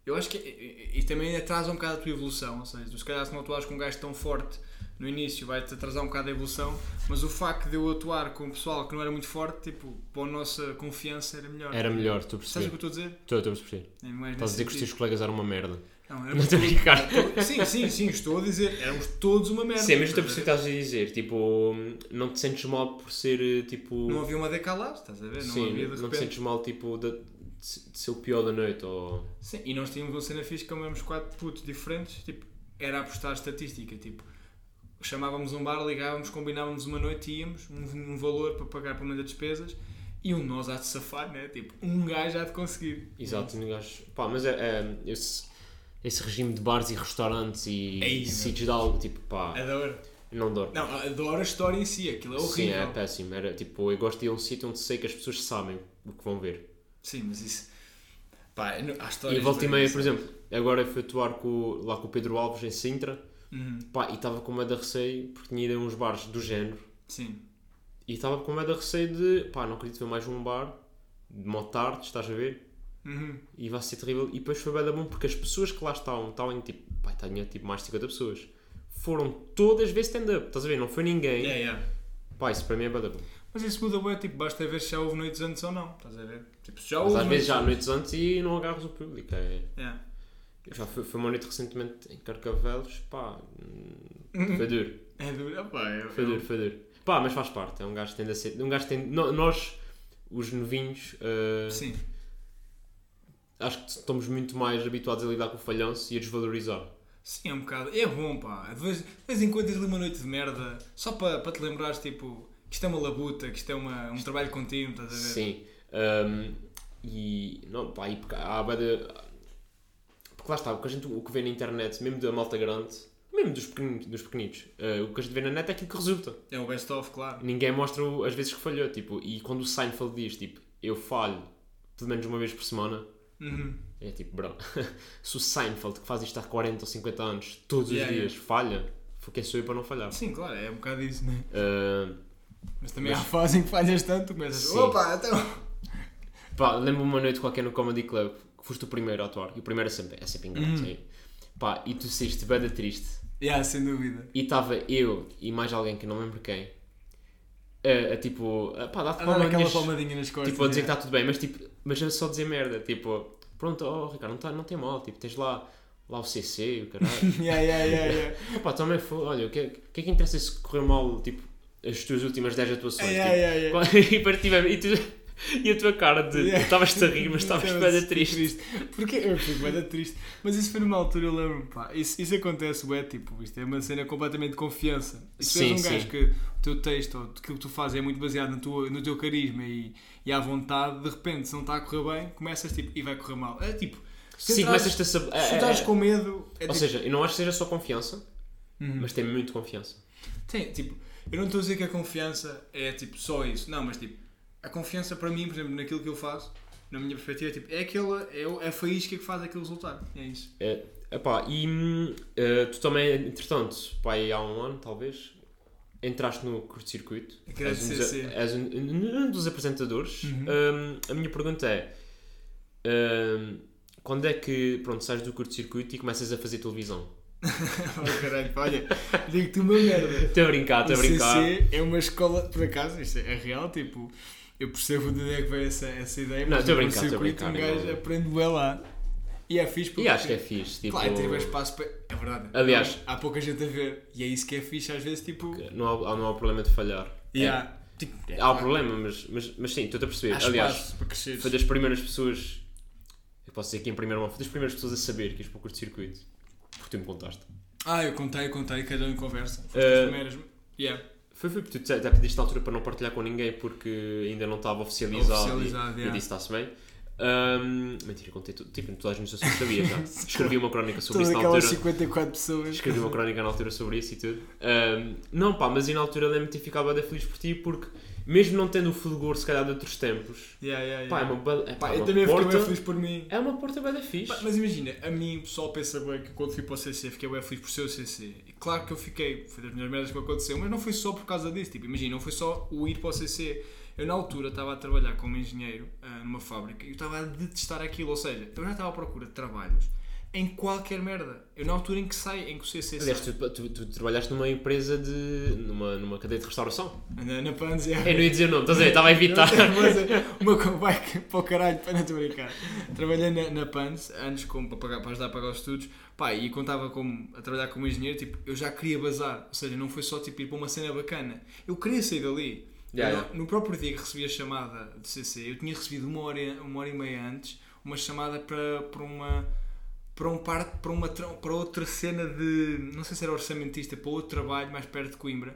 Speaker 3: Eu acho que, e, e- e também atrasa um bocado a tua evolução, ou seja, tu se calhar se não atuares com um gajo tão forte no início vai-te atrasar um bocado a evolução, mas o facto de eu atuar com um pessoal que não era muito forte, tipo, para a nossa confiança era melhor.
Speaker 2: Era melhor, tu
Speaker 3: Sabes o que eu
Speaker 2: percebes?
Speaker 3: estou a dizer?
Speaker 2: Estou, estou a perceber.
Speaker 3: É mais
Speaker 2: Estás a dizer que
Speaker 3: nesse
Speaker 2: os
Speaker 3: sentido.
Speaker 2: teus colegas eram uma merda.
Speaker 3: Não, era
Speaker 2: [laughs] Não estou a brincar.
Speaker 3: Sim, sim, sim, estou a dizer, éramos todos uma merda.
Speaker 2: Sim, mas estou a perceber o que estás a dizer. Tipo, não te sentes mal por ser tipo.
Speaker 3: Não havia uma decalagem, estás a ver? Não
Speaker 2: sim,
Speaker 3: havia de
Speaker 2: não,
Speaker 3: repente.
Speaker 2: te sentes mal tipo de, de- de ser o pior da noite ou.
Speaker 3: Sim, e nós tínhamos uma cena fixe que éramos quatro putos diferentes, tipo, era apostar estatística, tipo, chamávamos um bar, ligávamos, combinávamos uma noite e íamos, um, um valor para pagar para uma das despesas, e um de nós há de safar, né? Tipo, um gajo há de conseguir.
Speaker 2: Exato, um gajo. Pá, mas é, é, esse, esse regime de bares e restaurantes e,
Speaker 3: É
Speaker 2: e
Speaker 3: isso,
Speaker 2: sítios de algo, tipo, pá,
Speaker 3: Adoro.
Speaker 2: não dorme.
Speaker 3: Não, adoro a história em si, aquilo é
Speaker 2: Sim,
Speaker 3: horrível.
Speaker 2: é péssimo. Era tipo, eu gosto de ir a um sítio onde sei que as pessoas sabem o que vão ver.
Speaker 3: Sim, mas isso. Pá, não- há histórias.
Speaker 2: E volta e
Speaker 3: bem
Speaker 2: meia, por exemplo, agora fui atuar com, lá com o Pedro Alves em Sintra,
Speaker 3: Uhum,
Speaker 2: pá, e estava com medo de receio porque tinha ido a uns bares do género
Speaker 3: Sim.
Speaker 2: e estava com medo de receio de, pá, não acredito ver mais um bar de mó tarde, estás a ver?
Speaker 3: Uhum.
Speaker 2: e vai ser terrível. E depois foi bem da bom porque as pessoas que lá estavam, estavam tipo, pá, tinha tipo mais de 50 pessoas, foram todas ver stand-up, estás a ver? Não foi ninguém.
Speaker 3: Yeah, yeah.
Speaker 2: Pá, isso para mim é bem da bom.
Speaker 3: Mas isso muda bem, tipo, basta ver se já houve noites antes ou não, estás a ver? Tipo, se já
Speaker 2: Mas
Speaker 3: houve.
Speaker 2: às vezes já há
Speaker 3: noites
Speaker 2: noites antes e não agarras o público. é.
Speaker 3: antes- Yeah.
Speaker 2: Já foi, foi uma noite recentemente em Carcavelos, pá, hum, foi duro,
Speaker 3: É duro, pá, é
Speaker 2: foi duro, foi duro. Pá, mas faz parte, é um gajo que tende a ser. Um gajo que tende, no- nós, os novinhos, eh,
Speaker 3: Sim.
Speaker 2: acho que estamos muito mais habituados a lidar com o falhanço e a desvalorizar.
Speaker 3: Sim, é um bocado. É bom, pá. De vez, de vez em quando tens ali uma noite de merda, só para para te lembrares, tipo, que isto é uma labuta, que isto é uma, um trabalho contínuo, estás a ver?
Speaker 2: Sim. Ahm, e não, pá, e porque há bué de- Porque lá está, o que, a gente, o que vê na internet, mesmo da malta grande, mesmo dos pequeninos, dos pequenitos, ah, o que a gente vê na net é aquilo que resulta.
Speaker 3: É o best-of, claro.
Speaker 2: Ninguém mostra o- as vezes que falhou, tipo, e quando o Seinfeld diz, tipo, eu falho pelo menos uma vez por semana,
Speaker 3: Uhum.
Speaker 2: é tipo, bro, [laughs] se o Seinfeld, que faz isto há 40 ou 50 anos, todos
Speaker 3: Yeah,
Speaker 2: os dias, falha, quem sou eu para não falhar?
Speaker 3: Sim, claro, é um bocado isso, né?
Speaker 2: Ah,
Speaker 3: Mas também há fase em que falhas tanto, começas.
Speaker 2: Sim.
Speaker 3: Opa, então. [laughs]
Speaker 2: Pá, lembro-me uma noite qualquer no Comedy Club que foste o primeiro a atuar. E o primeiro é sempre, é sempre ingrato.
Speaker 3: Uhum.
Speaker 2: sim. Pá, e tu saíste banda triste.
Speaker 3: Yeah, sem dúvida.
Speaker 2: E estava eu e mais alguém que eu não lembro quem a, a, tipo, a, pá, dá-te
Speaker 3: A dar aquela
Speaker 2: palmadinhas,
Speaker 3: é palmadinha nas costas.
Speaker 2: tipo, a dizer que
Speaker 3: é.
Speaker 2: está tudo bem, mas tipo, mas é só dizer merda, tipo, pronto, oh Ricardo, não, tá, não tem mal, tipo, tens lá, lá o CC, o caralho.
Speaker 3: [laughs] tá- Yeah, yeah, yeah, [laughs] yeah.
Speaker 2: Opa, também foi, olha, o que, é- o que é que interessa se correu mal, tipo, as tuas últimas 10 atuações,
Speaker 3: Yeah,
Speaker 2: tipo,
Speaker 3: yeah, yeah.
Speaker 2: qual- [laughs] e, para ti, mesmo, e, tu- e a tua cara de,
Speaker 3: Yeah.
Speaker 2: estavas-te a rir, mas estavas
Speaker 3: Estava-se
Speaker 2: bem triste.
Speaker 3: Porque eu fico bué da triste. Mas isso foi numa altura, eu lembro-me, pá. Isso, isso acontece, bué, tipo, isto é uma cena completamente de confiança. Se
Speaker 2: Sim,
Speaker 3: és um
Speaker 2: sim.
Speaker 3: gajo que o teu texto ou aquilo que tu fazes é muito baseado no, tua- no teu carisma e, e à vontade, de repente, se não está a correr bem, começas tipo, e vai correr mal. É tipo, se
Speaker 2: Sim,
Speaker 3: entrares-
Speaker 2: começas-te a saber...
Speaker 3: se tu
Speaker 2: é-
Speaker 3: estás
Speaker 2: é-
Speaker 3: com medo, é
Speaker 2: Ou
Speaker 3: tipo,
Speaker 2: seja, eu não acho que seja só confiança,
Speaker 3: Uhum.
Speaker 2: mas tem muito confiança.
Speaker 3: Tem, tipo, eu não estou a dizer que a confiança é tipo só isso, não, mas tipo, a confiança para mim, por exemplo, naquilo que eu faço, na minha perspectiva, é tipo, é aquela, é o- é a faísca que faz aquele resultado, é isso. [laughs]
Speaker 2: É, epá, e hum, eh, tu também, entretanto, pá, aí há um ano talvez, entraste no curto-circuito.
Speaker 3: Grande
Speaker 2: És
Speaker 3: Uhum.
Speaker 2: um dos-
Speaker 3: CC.
Speaker 2: És um, um dos apresentadores. Hum, a minha pergunta é: hum, quando é que pronto, sais do curto-circuito e começas a fazer televisão?
Speaker 3: oh, caralho, pá, olha, digo-te uma merda.
Speaker 2: Estou a brincar, estou a brincar.
Speaker 3: CC é uma escola, por acaso, isto é, é real, tipo, eu percebo de onde é que veio essa, essa ideia,
Speaker 2: Não,
Speaker 3: mas
Speaker 2: estou a
Speaker 3: no
Speaker 2: brincar, estou a
Speaker 3: circuito um
Speaker 2: brincar,
Speaker 3: gajo
Speaker 2: não.
Speaker 3: aprende bem lá. E é fixe porque...
Speaker 2: E acho que é fixe. Tipo,
Speaker 3: Claro, tem bem espaço para... É verdade.
Speaker 2: Aliás-
Speaker 3: Há pouca gente a ver. E é isso que é fixe, às vezes, tipo...
Speaker 2: não, há, não há problema de falhar.
Speaker 3: yeah, tipo,
Speaker 2: É,
Speaker 3: é
Speaker 2: há
Speaker 3: claro.
Speaker 2: problema, mas, mas, mas sim, estou-te a perceber.
Speaker 3: Há
Speaker 2: Aliás,
Speaker 3: espaço para crescer.
Speaker 2: Foi das primeiras pessoas. Eu posso dizer que em primeiro mão, foi das primeiras pessoas a saber que ias para o curto-circuito. Porque tu me contaste.
Speaker 3: Ah, eu contei, eu contei, cada um em conversa. Foi
Speaker 2: Eh,
Speaker 3: das primeiras. Yeah,
Speaker 2: Foi, foi porque tu até pediste na altura para não partilhar com ninguém porque ainda não estava oficializado.
Speaker 3: Oficializado,
Speaker 2: e,
Speaker 3: yeah.
Speaker 2: e disse está-se bem. Ahm, mentira, contei tudo. Tipo, todas as noções que sabia
Speaker 3: [laughs]
Speaker 2: já. Escrevi uma crónica sobre
Speaker 3: Todas
Speaker 2: isso na
Speaker 3: aquelas
Speaker 2: altura.
Speaker 3: 54 pessoas.
Speaker 2: Escrevi uma crónica na altura sobre isso e tudo. Ahm, não, pá, mas eu na altura lembro-me de ter ficado bem feliz por ti porque, mesmo não tendo o fulgor, se calhar, de outros tempos,
Speaker 3: Yeah, yeah, yeah.
Speaker 2: pá, é uma, ba- é, pá, é
Speaker 3: Pá, eu
Speaker 2: uma
Speaker 3: também fiquei
Speaker 2: porta.
Speaker 3: bem feliz por mim.
Speaker 2: É uma porta bem fixe.
Speaker 3: Pá, Mas imagina, a mim o pessoal pensa bem que quando fui para o CC fiquei bem feliz por ser o CC. E claro que eu fiquei, foi das melhores merdas que me aconteceu, mas não foi só por causa disso. Tipo, imagina, não foi só o ir para o CC. Eu na altura estava a trabalhar como engenheiro ah, numa fábrica e eu estava a detestar aquilo. Ou seja, eu já estava à procura de trabalhos em qualquer merda. Eu na altura em que sai, em que o CC sai.
Speaker 2: Aliás, tu, tu- tu trabalhaste numa empresa de. numa, numa cadeia de restauração.
Speaker 3: Na, na Panzer.
Speaker 2: Eu não ia dizer o nome, estás a ver? Estava a evitar.
Speaker 3: Mas, eh, uma co- vai [laughs] que- para o caralho, para não te brincar. Trabalhei na, na PANS, anos como, para, pagar, para ajudar a pagar os estudos, pá, e contava como, a trabalhar como engenheiro, tipo, eu já queria bazar, ou seja, não foi só tipo, ir para uma cena bacana, eu queria sair dali.
Speaker 2: Yeah,
Speaker 3: Eu,
Speaker 2: yeah.
Speaker 3: No próprio dia que recebi a chamada de CC, eu tinha recebido uma hora, e- uma hora e meia antes uma chamada para, para uma. Para, um par, para, uma, tra- para outra cena de. Não sei se era orçamentista, para outro trabalho mais perto de Coimbra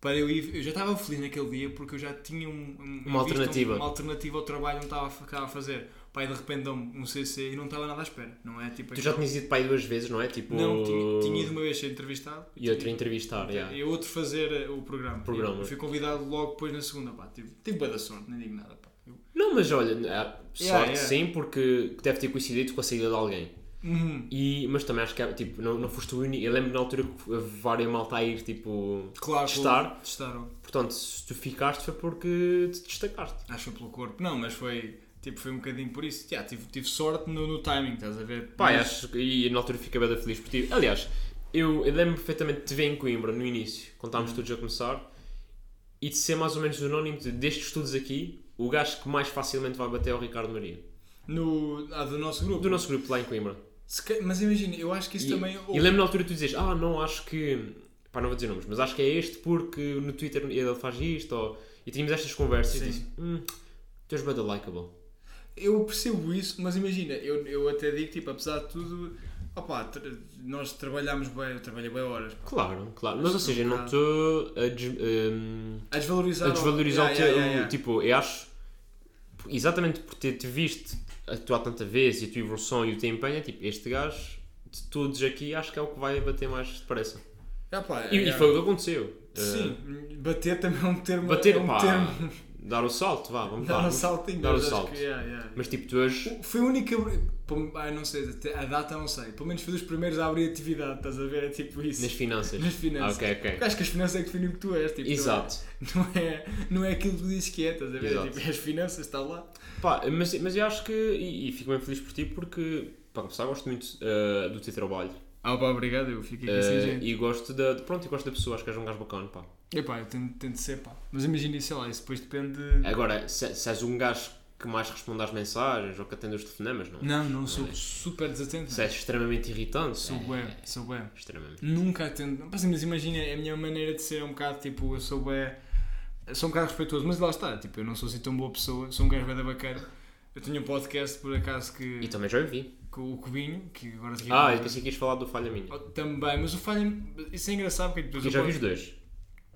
Speaker 3: para eu ir, eu já estava feliz naquele dia porque eu já tinha um- um- um- visto
Speaker 2: alternativa.
Speaker 3: uma alternativa ao trabalho onde estava a, fa- estava a fazer. Pai, de repente dão-me um CC e não estava nada à espera, não é? Tipo,
Speaker 2: Tu já tinhas ido para aí duas vezes, não é? Tipo.
Speaker 3: Não, tinha, tinha ido uma vez ser entrevistado
Speaker 2: E outra entrevistar, já.
Speaker 3: e outro fazer eh, o programa.
Speaker 2: Programa.
Speaker 3: Eu fui convidado logo depois na segunda, pá, tive, tive bué da sorte, nem digo nada, pá. Eu-
Speaker 2: Não, mas olha, é, sorte
Speaker 3: yeah.
Speaker 2: sim, porque deve ter coincidido com a saída de alguém.
Speaker 3: Uhum,
Speaker 2: E, mas também acho que, é, tipo, não, não foste o único. Eu lembro na altura que a vária malta a ir, tipo.
Speaker 3: claro,
Speaker 2: Testar.
Speaker 3: testaram.
Speaker 2: Portanto, se tu ficaste foi porque te destacaste.
Speaker 3: Acho que foi pelo corpo, não, mas foi, tipo, foi um bocadinho por isso. Já, tive, tive sorte no, no timing, estás a ver?
Speaker 2: Pá,
Speaker 3: Mas-
Speaker 2: acho que- e na altura fica bem feliz por ti. Aliás, eu, eu lembro perfeitamente de te ver em Coimbra no início, quando estávamos
Speaker 3: Uhum.
Speaker 2: todos a começar, e de ser mais ou menos anónimo de, destes estudos aqui, o gajo que mais facilmente vai bater é o Ricardo Maria.
Speaker 3: no, ah, do nosso grupo.
Speaker 2: Do nosso grupo lá em Coimbra.
Speaker 3: Se ca- Mas imagina, eu acho que isso
Speaker 2: E,
Speaker 3: também.
Speaker 2: e lembro na altura tu dizes, ah, não, acho que. Pá, não vou dizer nomes, mas acho que é este porque no Twitter ele faz isto, ou... e tínhamos estas conversas, e
Speaker 3: Sim.
Speaker 2: eu disse, hum, tu és bada likeable.
Speaker 3: Eu percebo isso, mas imagina, eu, eu até digo, tipo, apesar de tudo, opá, tra- nós trabalhámos bem, eu trabalhei bem horas.
Speaker 2: Claro, claro. Mas, ou seja, eu não
Speaker 3: Claro.
Speaker 2: estou a. Des... hum,
Speaker 3: A desvalorizar,
Speaker 2: a desvalorizar o
Speaker 3: Então, Yeah,
Speaker 2: teu.
Speaker 3: yeah, yeah, yeah.
Speaker 2: Tipo, eu acho. Exatamente por ter te visto atuar tanta vez e a tua evolução e o teu empenho, é tipo, este gajo, de todos aqui, acho que é o que vai bater mais depressa.
Speaker 3: Ah, pá,
Speaker 2: E, e
Speaker 3: yeah.
Speaker 2: foi o que aconteceu.
Speaker 3: Sim, bater também é um termo.
Speaker 2: Eh, bater,
Speaker 3: é um
Speaker 2: pá,
Speaker 3: termo.
Speaker 2: dar o salto, vá, vamos
Speaker 3: Dar
Speaker 2: lá.
Speaker 3: um saltinho.
Speaker 2: Dar o
Speaker 3: mas acho
Speaker 2: salto.
Speaker 3: que- é, yeah, yeah.
Speaker 2: Mas tipo, tu hoje.
Speaker 3: Foi a única. pelo- Ah, não sei, até a data não sei. Pelo menos foi dos primeiros a abrir atividade, estás a ver? É tipo isso.
Speaker 2: Nas finanças.
Speaker 3: Nas finanças.
Speaker 2: Ah, ok, ok.
Speaker 3: Porque Acho que as finanças é que definem o que tu és, tipo. não é-
Speaker 2: Exato.
Speaker 3: Não é, não é aquilo que tu dizes que é, estás a ver? É
Speaker 2: Exato.
Speaker 3: tipo, é as finanças, está lá.
Speaker 2: Pá, mas, mas eu acho que. E, e fico bem feliz por ti porque. Pá, como sabe, gosto muito eh, do teu trabalho.
Speaker 3: Ah, pá, obrigado, eu fiquei aqui sem
Speaker 2: Eh,
Speaker 3: jeito.
Speaker 2: e gosto da. Pronto, e gosto da pessoa, acho que és um gajo bacana, pá.
Speaker 3: Epá, eu tento, tento ser, pá. Mas imagina, sei lá, isso depois depende. de-
Speaker 2: Agora, se, se és um gajo que mais responde às mensagens ou que atende os telefonemas, não?
Speaker 3: Não, não, sou super desatento. é?
Speaker 2: Se és extremamente irritante,
Speaker 3: Sou
Speaker 2: é,
Speaker 3: bué, sou bué.
Speaker 2: extremamente.
Speaker 3: Nunca atendo. Mas, mas imagina, a minha maneira de ser é um bocado tipo, eu sou bué. Sou um bocado respeitoso, mas lá está, tipo, eu não sou assim tão boa pessoa, sou um gajo bué da bacana. Eu tenho um podcast, por acaso,
Speaker 2: E
Speaker 3: que
Speaker 2: também já ouvi.
Speaker 3: com o Cubinho, que agora aqui
Speaker 2: Ah, eu pensei que ias falar do Falha Minha.
Speaker 3: Também, mas o falha. Isso é engraçado porque depois
Speaker 2: Eu
Speaker 3: o
Speaker 2: já vi os
Speaker 3: podcast-
Speaker 2: dois.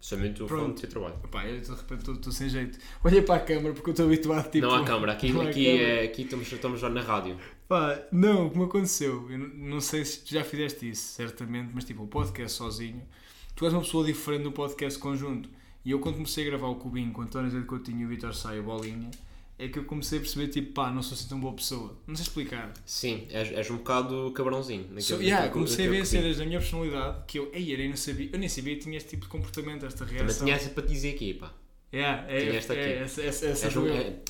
Speaker 2: Somente o
Speaker 3: Pronto.
Speaker 2: fonte e o trabalho.
Speaker 3: Pá, eu de repente estou sem jeito. Olha para a câmara porque eu estou habituado tipo.
Speaker 2: não há câmara, aqui,
Speaker 3: não há
Speaker 2: aqui,
Speaker 3: câmara.
Speaker 2: é, aqui estamos, estamos já na rádio.
Speaker 3: Pá, não, como aconteceu? Eu não- não sei se já fizeste isso, certamente, mas tipo, o podcast sozinho, tu és uma pessoa diferente do podcast conjunto. E eu, quando comecei a gravar o Cubinho com o António Zé de Coutinho e o Vitor Saia Bolinha, é que eu comecei a perceber, tipo, pá, não sou assim tão boa pessoa. Não sei
Speaker 2: É
Speaker 3: explicar.
Speaker 2: Sim, és, és um bocado cabrãozinho. Naquele,
Speaker 3: So, yeah,
Speaker 2: naquele-
Speaker 3: comecei a
Speaker 2: naquele
Speaker 3: ver
Speaker 2: copinho.
Speaker 3: cenas da minha personalidade que eu, ei, eu nem sabia, eu nem sabia que tinha este tipo de comportamento, esta
Speaker 2: Mas
Speaker 3: reação.
Speaker 2: tinha essa para te dizer aqui, pá.
Speaker 3: Yeah, é,
Speaker 2: tinha esta
Speaker 3: é,
Speaker 2: aqui.
Speaker 3: essa, essa, essa
Speaker 2: És um-
Speaker 3: do eu.
Speaker 2: é,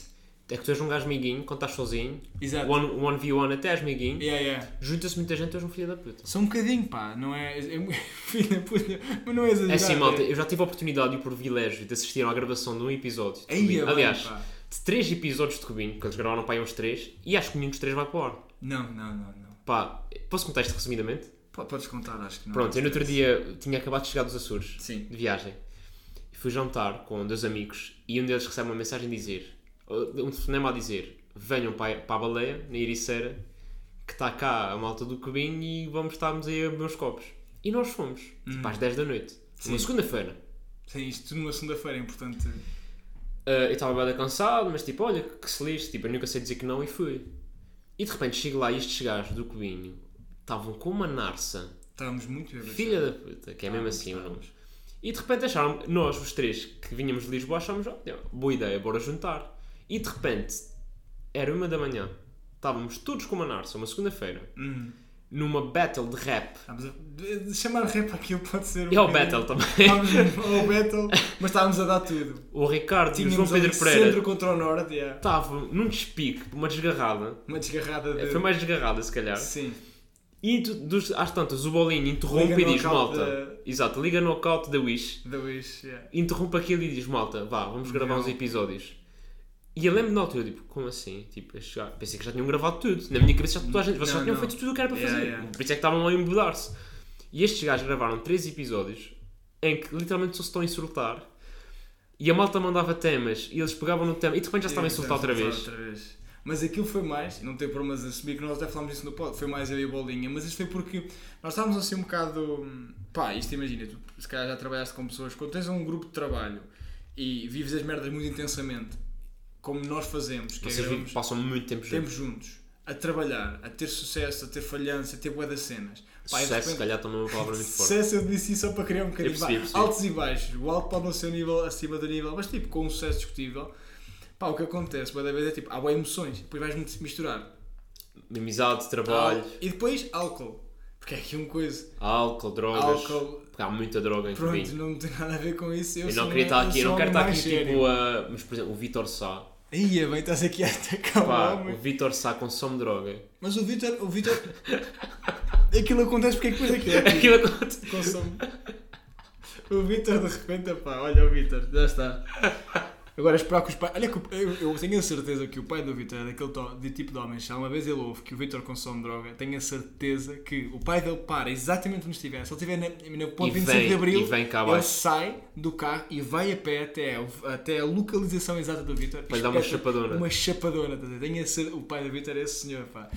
Speaker 2: é que tu és um gajo miguinho, quando estás sozinho,
Speaker 3: Exato.
Speaker 2: one, one v one até és miguinho,
Speaker 3: Yeah, yeah.
Speaker 2: junta-se muita gente, tu és um filho da puta.
Speaker 3: Só um bocadinho, pá, não é. [laughs] é um- filho da puta, mas não é exagerado.
Speaker 2: É assim, malta,
Speaker 3: é-
Speaker 2: eu já tive a oportunidade e o privilégio de assistir à gravação de um episódio. de
Speaker 3: Ei,
Speaker 2: Cubinho.
Speaker 3: é bem,
Speaker 2: Aliás,
Speaker 3: pá.
Speaker 2: de três episódios de Cubinho, que eles gravaram para aí uns três, e acho que nenhum dos três vai para o ar.
Speaker 3: Não, não, não, não.
Speaker 2: Pá, posso contar isto resumidamente?
Speaker 3: P- Podes contar, acho que não. é
Speaker 2: Pronto, eu no outro dia tinha acabado de chegar dos Açores,
Speaker 3: Sim.
Speaker 2: de viagem, e fui jantar com dois amigos e um deles recebe uma mensagem a dizer, um telefonema a dizer, venham para para a baleia, na Ericeira, que está cá a malta do Cubinho e vamos estarmos aí a beber uns copos. E nós fomos, tipo
Speaker 3: Hum.
Speaker 2: às 10 da noite, uma segunda-feira.
Speaker 3: Sim, isto tudo numa segunda-feira é importante.
Speaker 2: Ah, eu estava bem cansado, mas tipo, olha, que se lixe, tipo, eu nunca sei dizer que não e fui. E de repente chego lá e estes gajos do Cubinho estavam com uma narça
Speaker 3: Estávamos muito bêbados.
Speaker 2: Filha da puta, que é
Speaker 3: Ah,
Speaker 2: mesmo assim o nome. E de repente acharam, nós os três que vinhamos de Lisboa, achámos, olha, boa ideia, bora juntar. E de repente, era uma da manhã, estávamos todos com uma narça, uma segunda-feira,
Speaker 3: Hum.
Speaker 2: numa battle de rap.
Speaker 3: Estávamos a... de- de chamar rap aquilo pode ser. um
Speaker 2: E ao
Speaker 3: bocadinho-
Speaker 2: É battle tá? também.
Speaker 3: Estávamos ao battle, mas estávamos a dar tudo.
Speaker 2: [laughs] O Ricardo e o
Speaker 3: Tínhamos
Speaker 2: João
Speaker 3: ali
Speaker 2: Pedro Pereira
Speaker 3: centro contra o norte, yeah.
Speaker 2: estavam num despique, uma desgarrada.
Speaker 3: uma desgarrada de.
Speaker 2: É, Foi mais desgarrada, se calhar.
Speaker 3: Sim.
Speaker 2: E tu- dos, às tantas, o Bolinho interrompe
Speaker 3: Liga
Speaker 2: e diz,
Speaker 3: knockout
Speaker 2: malta... Exato, liga knockout da Wish.
Speaker 3: Da Wish, yeah.
Speaker 2: interrompe aquilo e diz: Malta, vá, vamos gravar
Speaker 3: Não.
Speaker 2: uns episódios. E eu lembro na altura, tipo, como assim? Tipo, eu já- pensei que já tinham gravado tudo. Na minha cabeça já, toda a gente, vocês já
Speaker 3: Não,
Speaker 2: tinham
Speaker 3: não.
Speaker 2: feito tudo o que era para
Speaker 3: Yeah,
Speaker 2: fazer.
Speaker 3: yeah.
Speaker 2: Por isso é que estavam a embudar-se. E estes gajos gravaram três episódios em que literalmente só se estão a insultar. E a malta mandava temas e eles pegavam no tema e de repente já se estavam a insultar outra
Speaker 3: Estávamos a
Speaker 2: vez.
Speaker 3: insultar outra vez. Mas aquilo foi mais, não tenho problemas a assumir que nós até falámos isso no pod, foi mais eu e a bolinha, mas isto foi porque nós estávamos assim um bocado. hum, Pá, isto imagina, tu se calhar já trabalhaste com pessoas, quando tens um grupo de trabalho e vives as merdas muito intensamente, como nós fazemos, que é
Speaker 2: Vocês
Speaker 3: gravamos
Speaker 2: vivem- passam muito tempo
Speaker 3: tempo
Speaker 2: juntos.
Speaker 3: juntos, a trabalhar, a ter sucesso, a ter falhança, a ter bué das cenas. Pá, e de
Speaker 2: Sucesso, se
Speaker 3: repente-
Speaker 2: calhar, também é uma palavra
Speaker 3: [laughs]
Speaker 2: muito forte.
Speaker 3: Sucesso eu disse isso só para criar um bocadinho
Speaker 2: Eu percebi,
Speaker 3: vá,
Speaker 2: eu percebi.
Speaker 3: altos e baixos. O alto pode não ser o nível acima do nível, mas tipo, com um sucesso discutível, pá, o que acontece, bué da vez é tipo, há boas emoções, depois vais muito misturar.
Speaker 2: De Amizade, trabalho,
Speaker 3: Al- E depois álcool, porque é aqui uma coisa.
Speaker 2: álcool, drogas.
Speaker 3: Álcool.
Speaker 2: Porque há muita droga em Coimbra.
Speaker 3: Pronto, não tem nada a ver com isso. Eu,
Speaker 2: Eu
Speaker 3: sou
Speaker 2: não queria
Speaker 3: um-
Speaker 2: estar aqui, eu
Speaker 3: sou
Speaker 2: não quero
Speaker 3: um
Speaker 2: estar
Speaker 3: homem
Speaker 2: aqui
Speaker 3: mais sério.
Speaker 2: tipo a. Mas por exemplo, o Vitor Sá.
Speaker 3: Ia bem, estás aqui a atacar o
Speaker 2: Pá,
Speaker 3: Um homem.
Speaker 2: o Vitor Sá consome droga.
Speaker 3: Mas o Vitor, o Vitor. Aquilo acontece porque é que depois é
Speaker 2: [laughs]
Speaker 3: que é.
Speaker 2: Aquilo acontece.
Speaker 3: consome. O Vitor de repente, pá, olha o Vitor, já está. Agora é esperar que os pais. Olha, que o- eu, eu tenho a certeza que o pai do Vitor é daquele to- de tipo de homem. Se alguma vez ele ouve que o Vitor consome droga, tenho a certeza que o pai dele para exatamente onde estiver. Se ele estiver na, na ponto
Speaker 2: E
Speaker 3: 25
Speaker 2: vem-
Speaker 3: de abril,
Speaker 2: e vem cá
Speaker 3: ele
Speaker 2: abaixo.
Speaker 3: sai do carro e vai a pé até, ao- até a localização exata do Vitor.
Speaker 2: Para lhe dar uma chapadona.
Speaker 3: Uma chapadona, estás a ver? tenho a cer- O pai do Vitor é esse senhor, pá.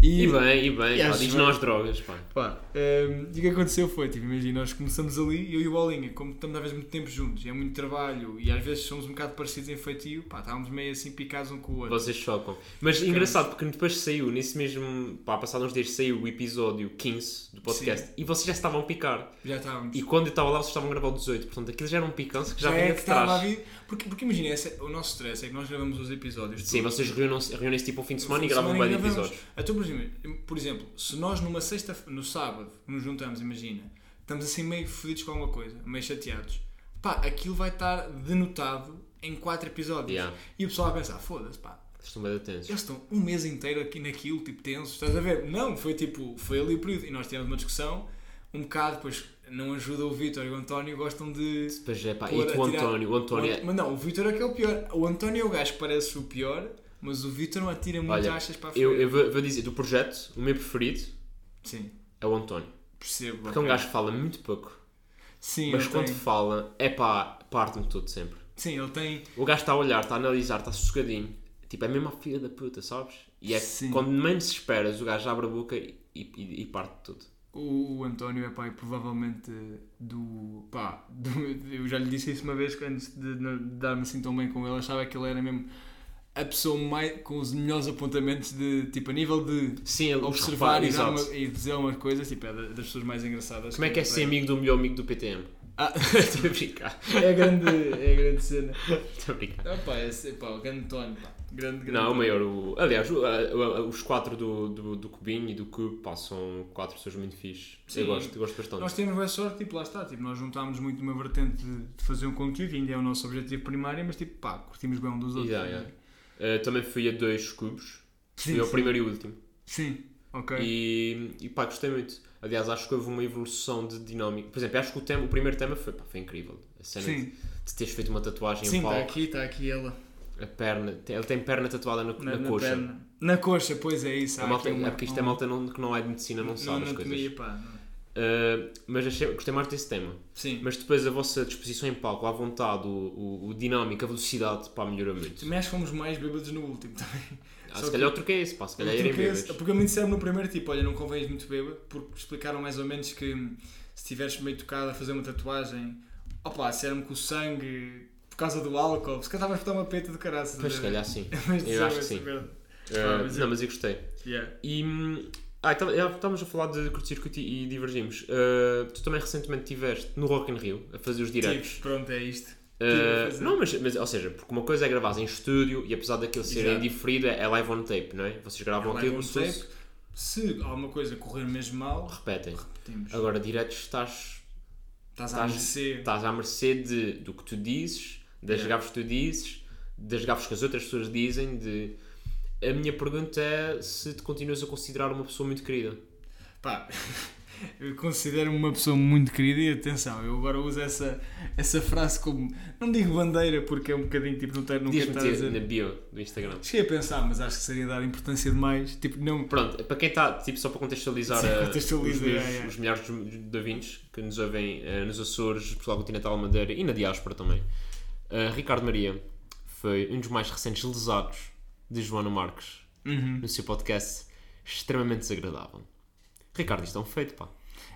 Speaker 2: E bem, e bem,
Speaker 3: E
Speaker 2: pá,
Speaker 3: acho
Speaker 2: diz
Speaker 3: bem.
Speaker 2: não às drogas, pá.
Speaker 3: Pá, hum, e o que aconteceu foi, tipo, imagina, nós começamos ali, eu e o Bolinha, como estamos às vezes muito tempo juntos, e é muito trabalho, e às vezes somos um bocado parecidos em feitio, pá, estávamos meio assim picados um com o outro.
Speaker 2: Vocês chocam. Mas
Speaker 3: é
Speaker 2: engraçado, porque depois saiu, nesse mesmo. Pá, passados uns dias saiu o episódio 15 do podcast e vocês já estavam a picar.
Speaker 3: Já estávamos.
Speaker 2: E quando eu estava lá, vocês estavam a gravar o 18. Portanto, aquilo já era um picanço que já, vinha
Speaker 3: é
Speaker 2: de
Speaker 3: que estava a
Speaker 2: trás.
Speaker 3: vir. Porque, porque imagina, esse- o nosso stress é que nós gravamos os episódios.
Speaker 2: Sim,
Speaker 3: todos.
Speaker 2: vocês reúnem-se reúnem-se tipo um fim de semana e
Speaker 3: Fim de
Speaker 2: gravam um
Speaker 3: semana
Speaker 2: bem de
Speaker 3: gravamos.
Speaker 2: episódios.
Speaker 3: Então, por exemplo, por exemplo, se nós numa sexta, no sábado, nos juntamos, imagina, estamos assim meio fodidos com alguma coisa, meio chateados, pá, aquilo vai estar denotado em quatro episódios.
Speaker 2: Yeah.
Speaker 3: E o pessoal vai pensar, "Ah, foda-se, pá,
Speaker 2: Estão bem atentos.
Speaker 3: Eles estão um mês inteiro aqui naquilo, tipo, tensos, estás a ver? Não, foi tipo, foi ali o período. E nós tivemos uma discussão, um bocado, depois não ajuda o Vitor e o António, gostam de.
Speaker 2: Pois é, pá,
Speaker 3: pôr
Speaker 2: e
Speaker 3: a
Speaker 2: tu, o
Speaker 3: tirar-
Speaker 2: António, o António é-
Speaker 3: Mas não, o Vitor é que é o pior. O António é o gajo que parece o pior, mas o Vitor não atira muitas
Speaker 2: Olha,
Speaker 3: achas para a frente.
Speaker 2: eu, eu vou, vou dizer, do projeto, o meu preferido
Speaker 3: Sim,
Speaker 2: é o António.
Speaker 3: percebo.
Speaker 2: Porque é um gajo que fala muito pouco,
Speaker 3: Sim,
Speaker 2: mas
Speaker 3: ele
Speaker 2: quando
Speaker 3: tem-
Speaker 2: fala, é pá, parte-me todo sempre.
Speaker 3: Sim, ele tem.
Speaker 2: O gajo está a olhar, está a analisar, está sossegadinho. Tipo, é mesmo a filha da puta, sabes? E é
Speaker 3: Sim.
Speaker 2: que quando menos esperas, o gajo abre a boca e, e- e parte tudo.
Speaker 3: O, o António é pai provavelmente do. pá, do- eu já lhe disse isso uma vez que antes de n- de dar-me assim tão bem com ele, achava que ele era mesmo a pessoa mais, com os melhores apontamentos de tipo a nível de
Speaker 2: Sim, ele
Speaker 3: observar
Speaker 2: observar,
Speaker 3: e, dar
Speaker 2: exato.
Speaker 3: uma, e dizer umas coisas, tipo, é da- das pessoas mais engraçadas.
Speaker 2: Como é que é
Speaker 3: eu
Speaker 2: ser
Speaker 3: tenho.
Speaker 2: amigo do melhor amigo do PTM?
Speaker 3: Ah,
Speaker 2: [laughs] Estou a brincar.
Speaker 3: [laughs] é grande, é grande cena.
Speaker 2: Estou a brincar.
Speaker 3: Ah, pá, esse, pá, o grande António, pá. Grande, grande.
Speaker 2: Não, o maior. O, aliás, o- a- a- os quatro do, do, do Cubinho e do Cube pá, são quatro pessoas muito fixes.
Speaker 3: Sim.
Speaker 2: Eu gosto, eu gosto bastante.
Speaker 3: Nós temos boa sorte, tipo, lá está, tipo, nós juntámos muito numa vertente de, de fazer um conteúdo, ainda é o nosso objetivo primário, mas tipo, pá, curtimos bem um dos outros.
Speaker 2: Yeah,
Speaker 3: não é?
Speaker 2: yeah. Uh, também fui a dois cubos.
Speaker 3: Sim,
Speaker 2: fui ao
Speaker 3: sim.
Speaker 2: primeiro e último.
Speaker 3: Sim, ok.
Speaker 2: E, e pá, gostei muito. Aliás, acho que houve uma evolução de dinâmica. Por exemplo, acho que o, tema, o primeiro tema foi, pá, foi incrível. A cena de,
Speaker 3: Sim,
Speaker 2: de teres feito uma tatuagem
Speaker 3: sim,
Speaker 2: em
Speaker 3: está
Speaker 2: palco.
Speaker 3: aqui, está aqui ela.
Speaker 2: A perna, tem- ele tem perna tatuada na,
Speaker 3: Na,
Speaker 2: na
Speaker 3: na
Speaker 2: coxa.
Speaker 3: perna. Na coxa, pois é isso.
Speaker 2: A malta- é porque isto é malta não- que não é de medicina, não, sabe as coisas.
Speaker 3: anatomia, pá. não.
Speaker 2: Uh, mas achei, gostei mais desse tema.
Speaker 3: Sim.
Speaker 2: Mas depois a vossa disposição em palco, à vontade, o, o, o dinâmico, a velocidade, pá, melhorou muito.
Speaker 3: Também acho que fomos mais bêbados no último [laughs] também.
Speaker 2: Ah,
Speaker 3: Só
Speaker 2: se
Speaker 3: que-
Speaker 2: calhar eu troquei esse, pá, se calhar
Speaker 3: Porque
Speaker 2: irem
Speaker 3: esse-
Speaker 2: bêbados.
Speaker 3: Porque me disseram no primeiro tipo, olha, não convém ir muito bêbado, porque explicaram mais ou menos que hum, se estiveres meio tocado a fazer uma tatuagem, opá, disseram-me que o sangue, por causa do álcool, se calhar estavas a botar uma peta do caralho.
Speaker 2: Mas se calhar sim.
Speaker 3: [laughs] Mas disseram
Speaker 2: acho que
Speaker 3: essa
Speaker 2: sim.
Speaker 3: merda.
Speaker 2: Uh,
Speaker 3: mas
Speaker 2: não, mas eu gostei.
Speaker 3: Yeah.
Speaker 2: E. hum, Ah, então, já estávamos a falar de curto-circuito e e divergimos. Uh, tu também recentemente estiveste no Rock in Rio a fazer os diretos.
Speaker 3: Tipo, pronto, é isto. tive a
Speaker 2: Uh,
Speaker 3: fazer.
Speaker 2: não, mas, mas, ou seja, porque uma coisa é gravar em estúdio e apesar daquilo ser
Speaker 3: Exato.
Speaker 2: indiferido, é live on tape, não é? Vocês gravam
Speaker 3: Live
Speaker 2: aquilo como
Speaker 3: on
Speaker 2: se fosse-
Speaker 3: tape. um Se alguma coisa correr mesmo mal,
Speaker 2: repetem.
Speaker 3: repetimos.
Speaker 2: Agora, tá- diretos estás
Speaker 3: Estás a
Speaker 2: Estás-
Speaker 3: mercê.
Speaker 2: estás à mercê de, do que tu dizes, das
Speaker 3: Yeah.
Speaker 2: gafas que tu dizes, das gafas que as outras pessoas dizem. De... A minha pergunta é se te continuas a considerar uma pessoa muito querida.
Speaker 3: é Pá, [laughs] eu considero-me uma pessoa muito querida e atenção, eu agora uso essa, essa frase como. Não digo bandeira porque é um bocadinho tipo, não quero não quero
Speaker 2: Diz-me
Speaker 3: estar a
Speaker 2: te-
Speaker 3: dizer.
Speaker 2: na bio do Instagram.
Speaker 3: Cheguei a pensar, mas acho que seria dar importância demais. Tipo, não.
Speaker 2: Pronto, para quem está, tipo, só para contextualizar,
Speaker 3: Sim,
Speaker 2: eh,
Speaker 3: contextualiza,
Speaker 2: os, meus-
Speaker 3: é, é.
Speaker 2: os milhares de ouvintes que nos ouvem eh, nos Açores, Portugal Continental, Madeira e na diáspora também, eh, Ricardo Maria foi um dos mais recentes lesados de Joana Marques
Speaker 3: Uhum.
Speaker 2: no seu podcast extremamente desagradável. Ricardo, isto é um feito, pá.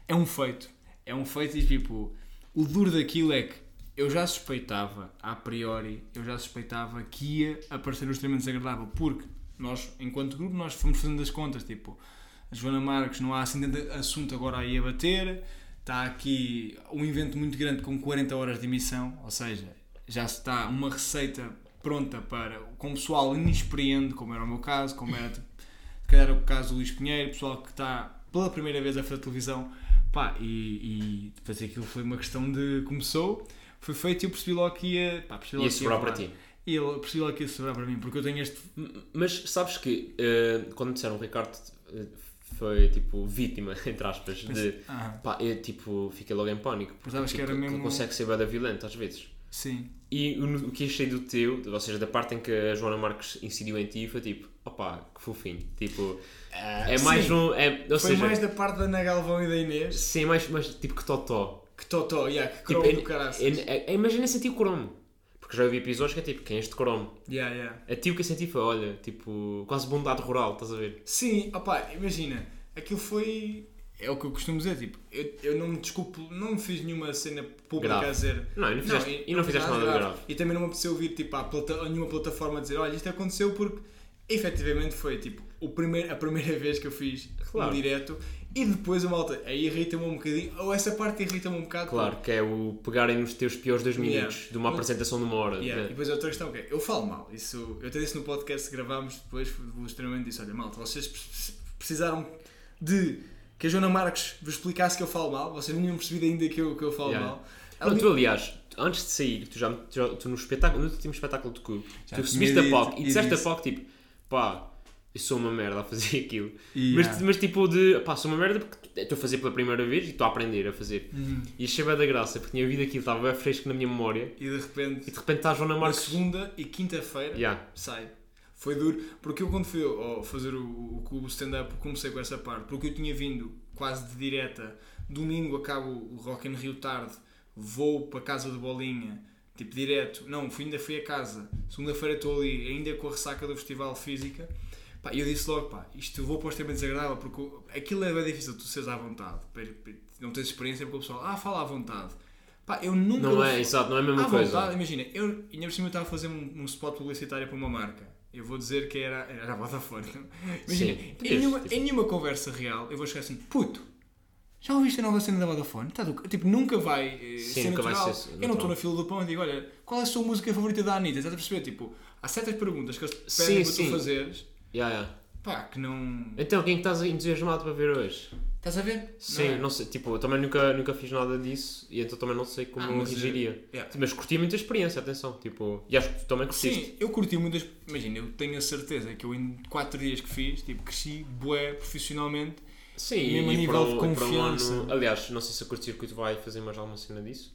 Speaker 3: É um feito. É um feito e tipo. O duro daquilo é que eu já suspeitava, a priori, eu já suspeitava que ia aparecer o extremamente desagradável, porque nós, enquanto grupo, nós fomos fazendo as contas, tipo, a Joana Marques não há assim tanto assunto agora aí a bater, está aqui um evento muito grande com 40 horas de emissão, ou seja, já se está uma receita pronta para, com o pessoal inexperiente, como era o meu caso, como era, tipo, se calhar o caso do Luís Pinheiro, pessoal que está pela primeira vez a fazer televisão, pá, e, e fazer aquilo foi uma questão de, começou, foi feito e eu percebi logo que ia, pá, percebi
Speaker 2: Ia
Speaker 3: logo que
Speaker 2: sobrar para
Speaker 3: rolar.
Speaker 2: ti.
Speaker 3: E eu percebi logo que ia sobrar para mim, porque eu tenho este,
Speaker 2: M- Mas sabes que eh, quando disseram que o Ricardo eh, foi tipo vítima, [laughs] entre aspas, de.
Speaker 3: ah,
Speaker 2: Pá, eu tipo, fiquei logo em pânico. Porque
Speaker 3: Pensavas que
Speaker 2: tipo,
Speaker 3: era mesmo-
Speaker 2: consegue ser bada violento às vezes.
Speaker 3: sim,
Speaker 2: E o, o que achei do teu, ou seja, da parte em que a Joana Marques incidiu em ti, foi tipo, opá, que fofinho. Tipo, é mais
Speaker 3: Ah, sim.
Speaker 2: um. É, ou
Speaker 3: Foi
Speaker 2: seja,
Speaker 3: mais da parte da Ana Galvão e da Inês
Speaker 2: sim, é mais, mais tipo que totó.
Speaker 3: que Totó, yeah, que
Speaker 2: Tipo,
Speaker 3: crow
Speaker 2: é-
Speaker 3: do caralho.
Speaker 2: é- é- é- imagina sentir o cromo. Porque já ouvi episódios que é tipo, quem é este cromo?
Speaker 3: Yeah, yeah.
Speaker 2: A ti o que eu senti foi, olha, tipo, quase bondade rural, estás a ver?
Speaker 3: Sim, opá, imagina, aquilo foi. É o que eu costumo dizer, tipo, eu, eu não me desculpo, não fiz nenhuma cena pública
Speaker 2: Grave.
Speaker 3: a dizer.
Speaker 2: Não, e não fizeste- e não fizeste
Speaker 3: fiz
Speaker 2: nada de
Speaker 3: E também não me apeteceu vir, tipo, à plata, a nenhuma plataforma dizer, olha, isto aconteceu porque efetivamente foi, tipo, o primeiro, a primeira [laughs] vez que eu fiz
Speaker 2: Claro.
Speaker 3: um direto e depois a malta, aí irrita-me um bocadinho, ou essa parte irrita-me um bocado.
Speaker 2: Claro, que é o pegarem nos teus piores dois
Speaker 3: Yeah.
Speaker 2: minutos de uma
Speaker 3: Mas-
Speaker 2: apresentação de uma hora.
Speaker 3: Yeah, E
Speaker 2: né?
Speaker 3: depois outra questão que é, eu falo mal, isso eu até disse no podcast que gravámos depois, o extremamente disse, olha malta, vocês pre- precisaram de que a Joana Marques vos explicasse que eu falo mal, vocês não tinham percebido ainda que eu, que eu falo
Speaker 2: Yeah.
Speaker 3: mal.
Speaker 2: Não, tu, aliás, antes de sair, tu já me- tu, já- tu no espetáculo, no último espetáculo de clube,
Speaker 3: Já
Speaker 2: tu
Speaker 3: tinha
Speaker 2: subiste a
Speaker 3: dito
Speaker 2: POC e
Speaker 3: e
Speaker 2: disseste a
Speaker 3: disse-
Speaker 2: POC tipo, pá, eu sou uma merda a fazer [laughs] aquilo.
Speaker 3: E,
Speaker 2: Mas,
Speaker 3: yeah.
Speaker 2: mas tipo de, pá, sou uma merda porque estou a fazer pela primeira vez e estou a aprender a fazer.
Speaker 3: Uhum.
Speaker 2: E achei bem da graça porque tinha havido aquilo, estava bem fresco na minha memória
Speaker 3: E de repente,
Speaker 2: e de repente está a Joana
Speaker 3: na
Speaker 2: Marques.
Speaker 3: segunda e quinta-feira,
Speaker 2: Yeah.
Speaker 3: sai. Foi duro, porque eu quando fui ao fazer o, o clube stand-up comecei com essa parte, porque eu tinha vindo quase de direta, domingo acabo o Rock in Rio tarde, vou para a casa de bolinha, tipo direto, não, fui, ainda fui a casa, segunda-feira estou ali, ainda com a ressaca do festival física, pá, e eu disse logo, pá, isto vou para o extremamente desagradável, porque o- aquilo é bem difícil, tu seres à vontade, per- per- não tens experiência porque o pessoal, ah, fala à vontade. Pá, eu nunca...
Speaker 2: Não é, exato, não é a mesma
Speaker 3: À
Speaker 2: coisa.
Speaker 3: vontade, imagina, eu ainda por cima eu estava a fazer um, um spot publicitário para uma marca. Eu vou dizer que era, era a Vodafone. [laughs] Imagina,
Speaker 2: Sim,
Speaker 3: em, nenhuma,
Speaker 2: este, tipo.
Speaker 3: em nenhuma conversa real eu vou chegar assim, puto, já ouviste a nova cena da Vodafone? Tá do c-" tipo, nunca vai eh,
Speaker 2: Sim,
Speaker 3: ser
Speaker 2: nunca vai
Speaker 3: natural.
Speaker 2: ser
Speaker 3: Eu não estou
Speaker 2: natural.
Speaker 3: na fila do pão e digo, olha, qual é a sua música favorita da Anitta? Estás a perceber? Tipo, há certas perguntas que eles te
Speaker 2: Sim,
Speaker 3: pedem para
Speaker 2: sim.
Speaker 3: tu fazeres,
Speaker 2: Yeah, yeah.
Speaker 3: pá, que não...
Speaker 2: Então, quem que estás entusiasmado para ver hoje?
Speaker 3: Estás a ver?
Speaker 2: Sim,
Speaker 3: Não
Speaker 2: não,
Speaker 3: é?
Speaker 2: sei, tipo, eu também nunca, nunca fiz nada disso e então também não sei como
Speaker 3: Ah,
Speaker 2: eu
Speaker 3: mas, eh,
Speaker 2: reagiria.
Speaker 3: yeah.
Speaker 2: Mas curti muito a experiência, atenção, tipo, e acho que tu também curtiste.
Speaker 3: Sim, eu curti muitas. Imagina, eu tenho a certeza que eu em 4 dias que fiz, tipo, cresci bué profissionalmente
Speaker 2: Sim,
Speaker 3: Mesmo a
Speaker 2: e
Speaker 3: nível
Speaker 2: para
Speaker 3: de
Speaker 2: o- e para um ano-
Speaker 3: confiança.
Speaker 2: aliás, não sei se a Curto Circuito vai fazer mais alguma cena disso.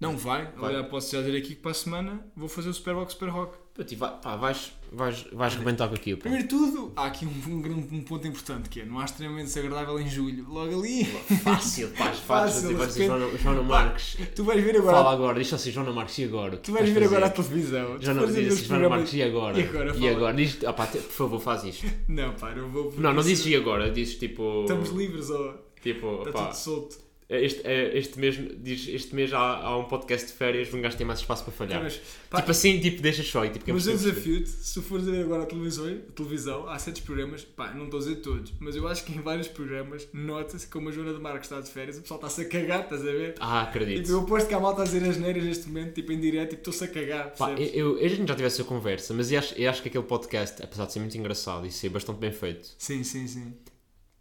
Speaker 3: Não vai.
Speaker 2: Vai.
Speaker 3: Aliás, posso já dizer aqui que para a semana vou fazer o Superbox Super Rock.
Speaker 2: Puto, e tipo, vai, pá, vais, vais, vais rebentar com aquilo. pá.
Speaker 3: Primeiro de tudo, há aqui um, um, grande- um ponto importante que é: não há extremamente desagradável em julho. Logo ali.
Speaker 2: Fácil, pá, fácil.
Speaker 3: [laughs] Fácil,
Speaker 2: tipo, vai
Speaker 3: de
Speaker 2: dizer
Speaker 3: repente-
Speaker 2: Joana, Joana Marques,
Speaker 3: Tu vais ver agora.
Speaker 2: fala agora, diz assim, Joana Marques, e agora? O que
Speaker 3: Tu vais ver
Speaker 2: fazer?
Speaker 3: agora a televisão. tu
Speaker 2: Joana,
Speaker 3: vais ver
Speaker 2: diz
Speaker 3: os
Speaker 2: assim, Joana
Speaker 3: programas-
Speaker 2: Marques, e agora?
Speaker 3: E agora,
Speaker 2: E
Speaker 3: fala.
Speaker 2: agora? Diz, ah, pá, te- por favor, faz isto.
Speaker 3: Não, pá, não
Speaker 2: Não,
Speaker 3: vou.
Speaker 2: não
Speaker 3: porque
Speaker 2: dizes
Speaker 3: isso-
Speaker 2: e agora, dizes tipo.
Speaker 3: Estamos livres, ó.
Speaker 2: Tipo,
Speaker 3: Está
Speaker 2: pá,
Speaker 3: tudo solto.
Speaker 2: este, é- este mês, diz, este mês há, há um podcast de férias, um gajo tem mais espaço para falhar.
Speaker 3: Mas, pá,
Speaker 2: tipo assim, tipo, deixa só. E, tipo, quem
Speaker 3: Mas eu
Speaker 2: percebe, percebe.
Speaker 3: desafio-te, se tu fores a ver agora a televisão, a televisão, há certos programas, pá, não estou a dizer todos, mas eu acho que em vários programas nota-se que como a Joana de Marcos está de férias, o pessoal está-se a cagar, estás a ver?
Speaker 2: Ah,
Speaker 3: Tipo,
Speaker 2: acredito.
Speaker 3: eu aposto que há malta a dizer as neiras neste momento, tipo, em direto, tipo, estou-se a cagar,
Speaker 2: Pá, é-
Speaker 3: percebes?
Speaker 2: eu, eu- a gente já tivesse a conversa, mas eu acho, eu acho que aquele podcast, apesar de ser muito engraçado e ser bastante bem feito,
Speaker 3: Sim, sim, sim.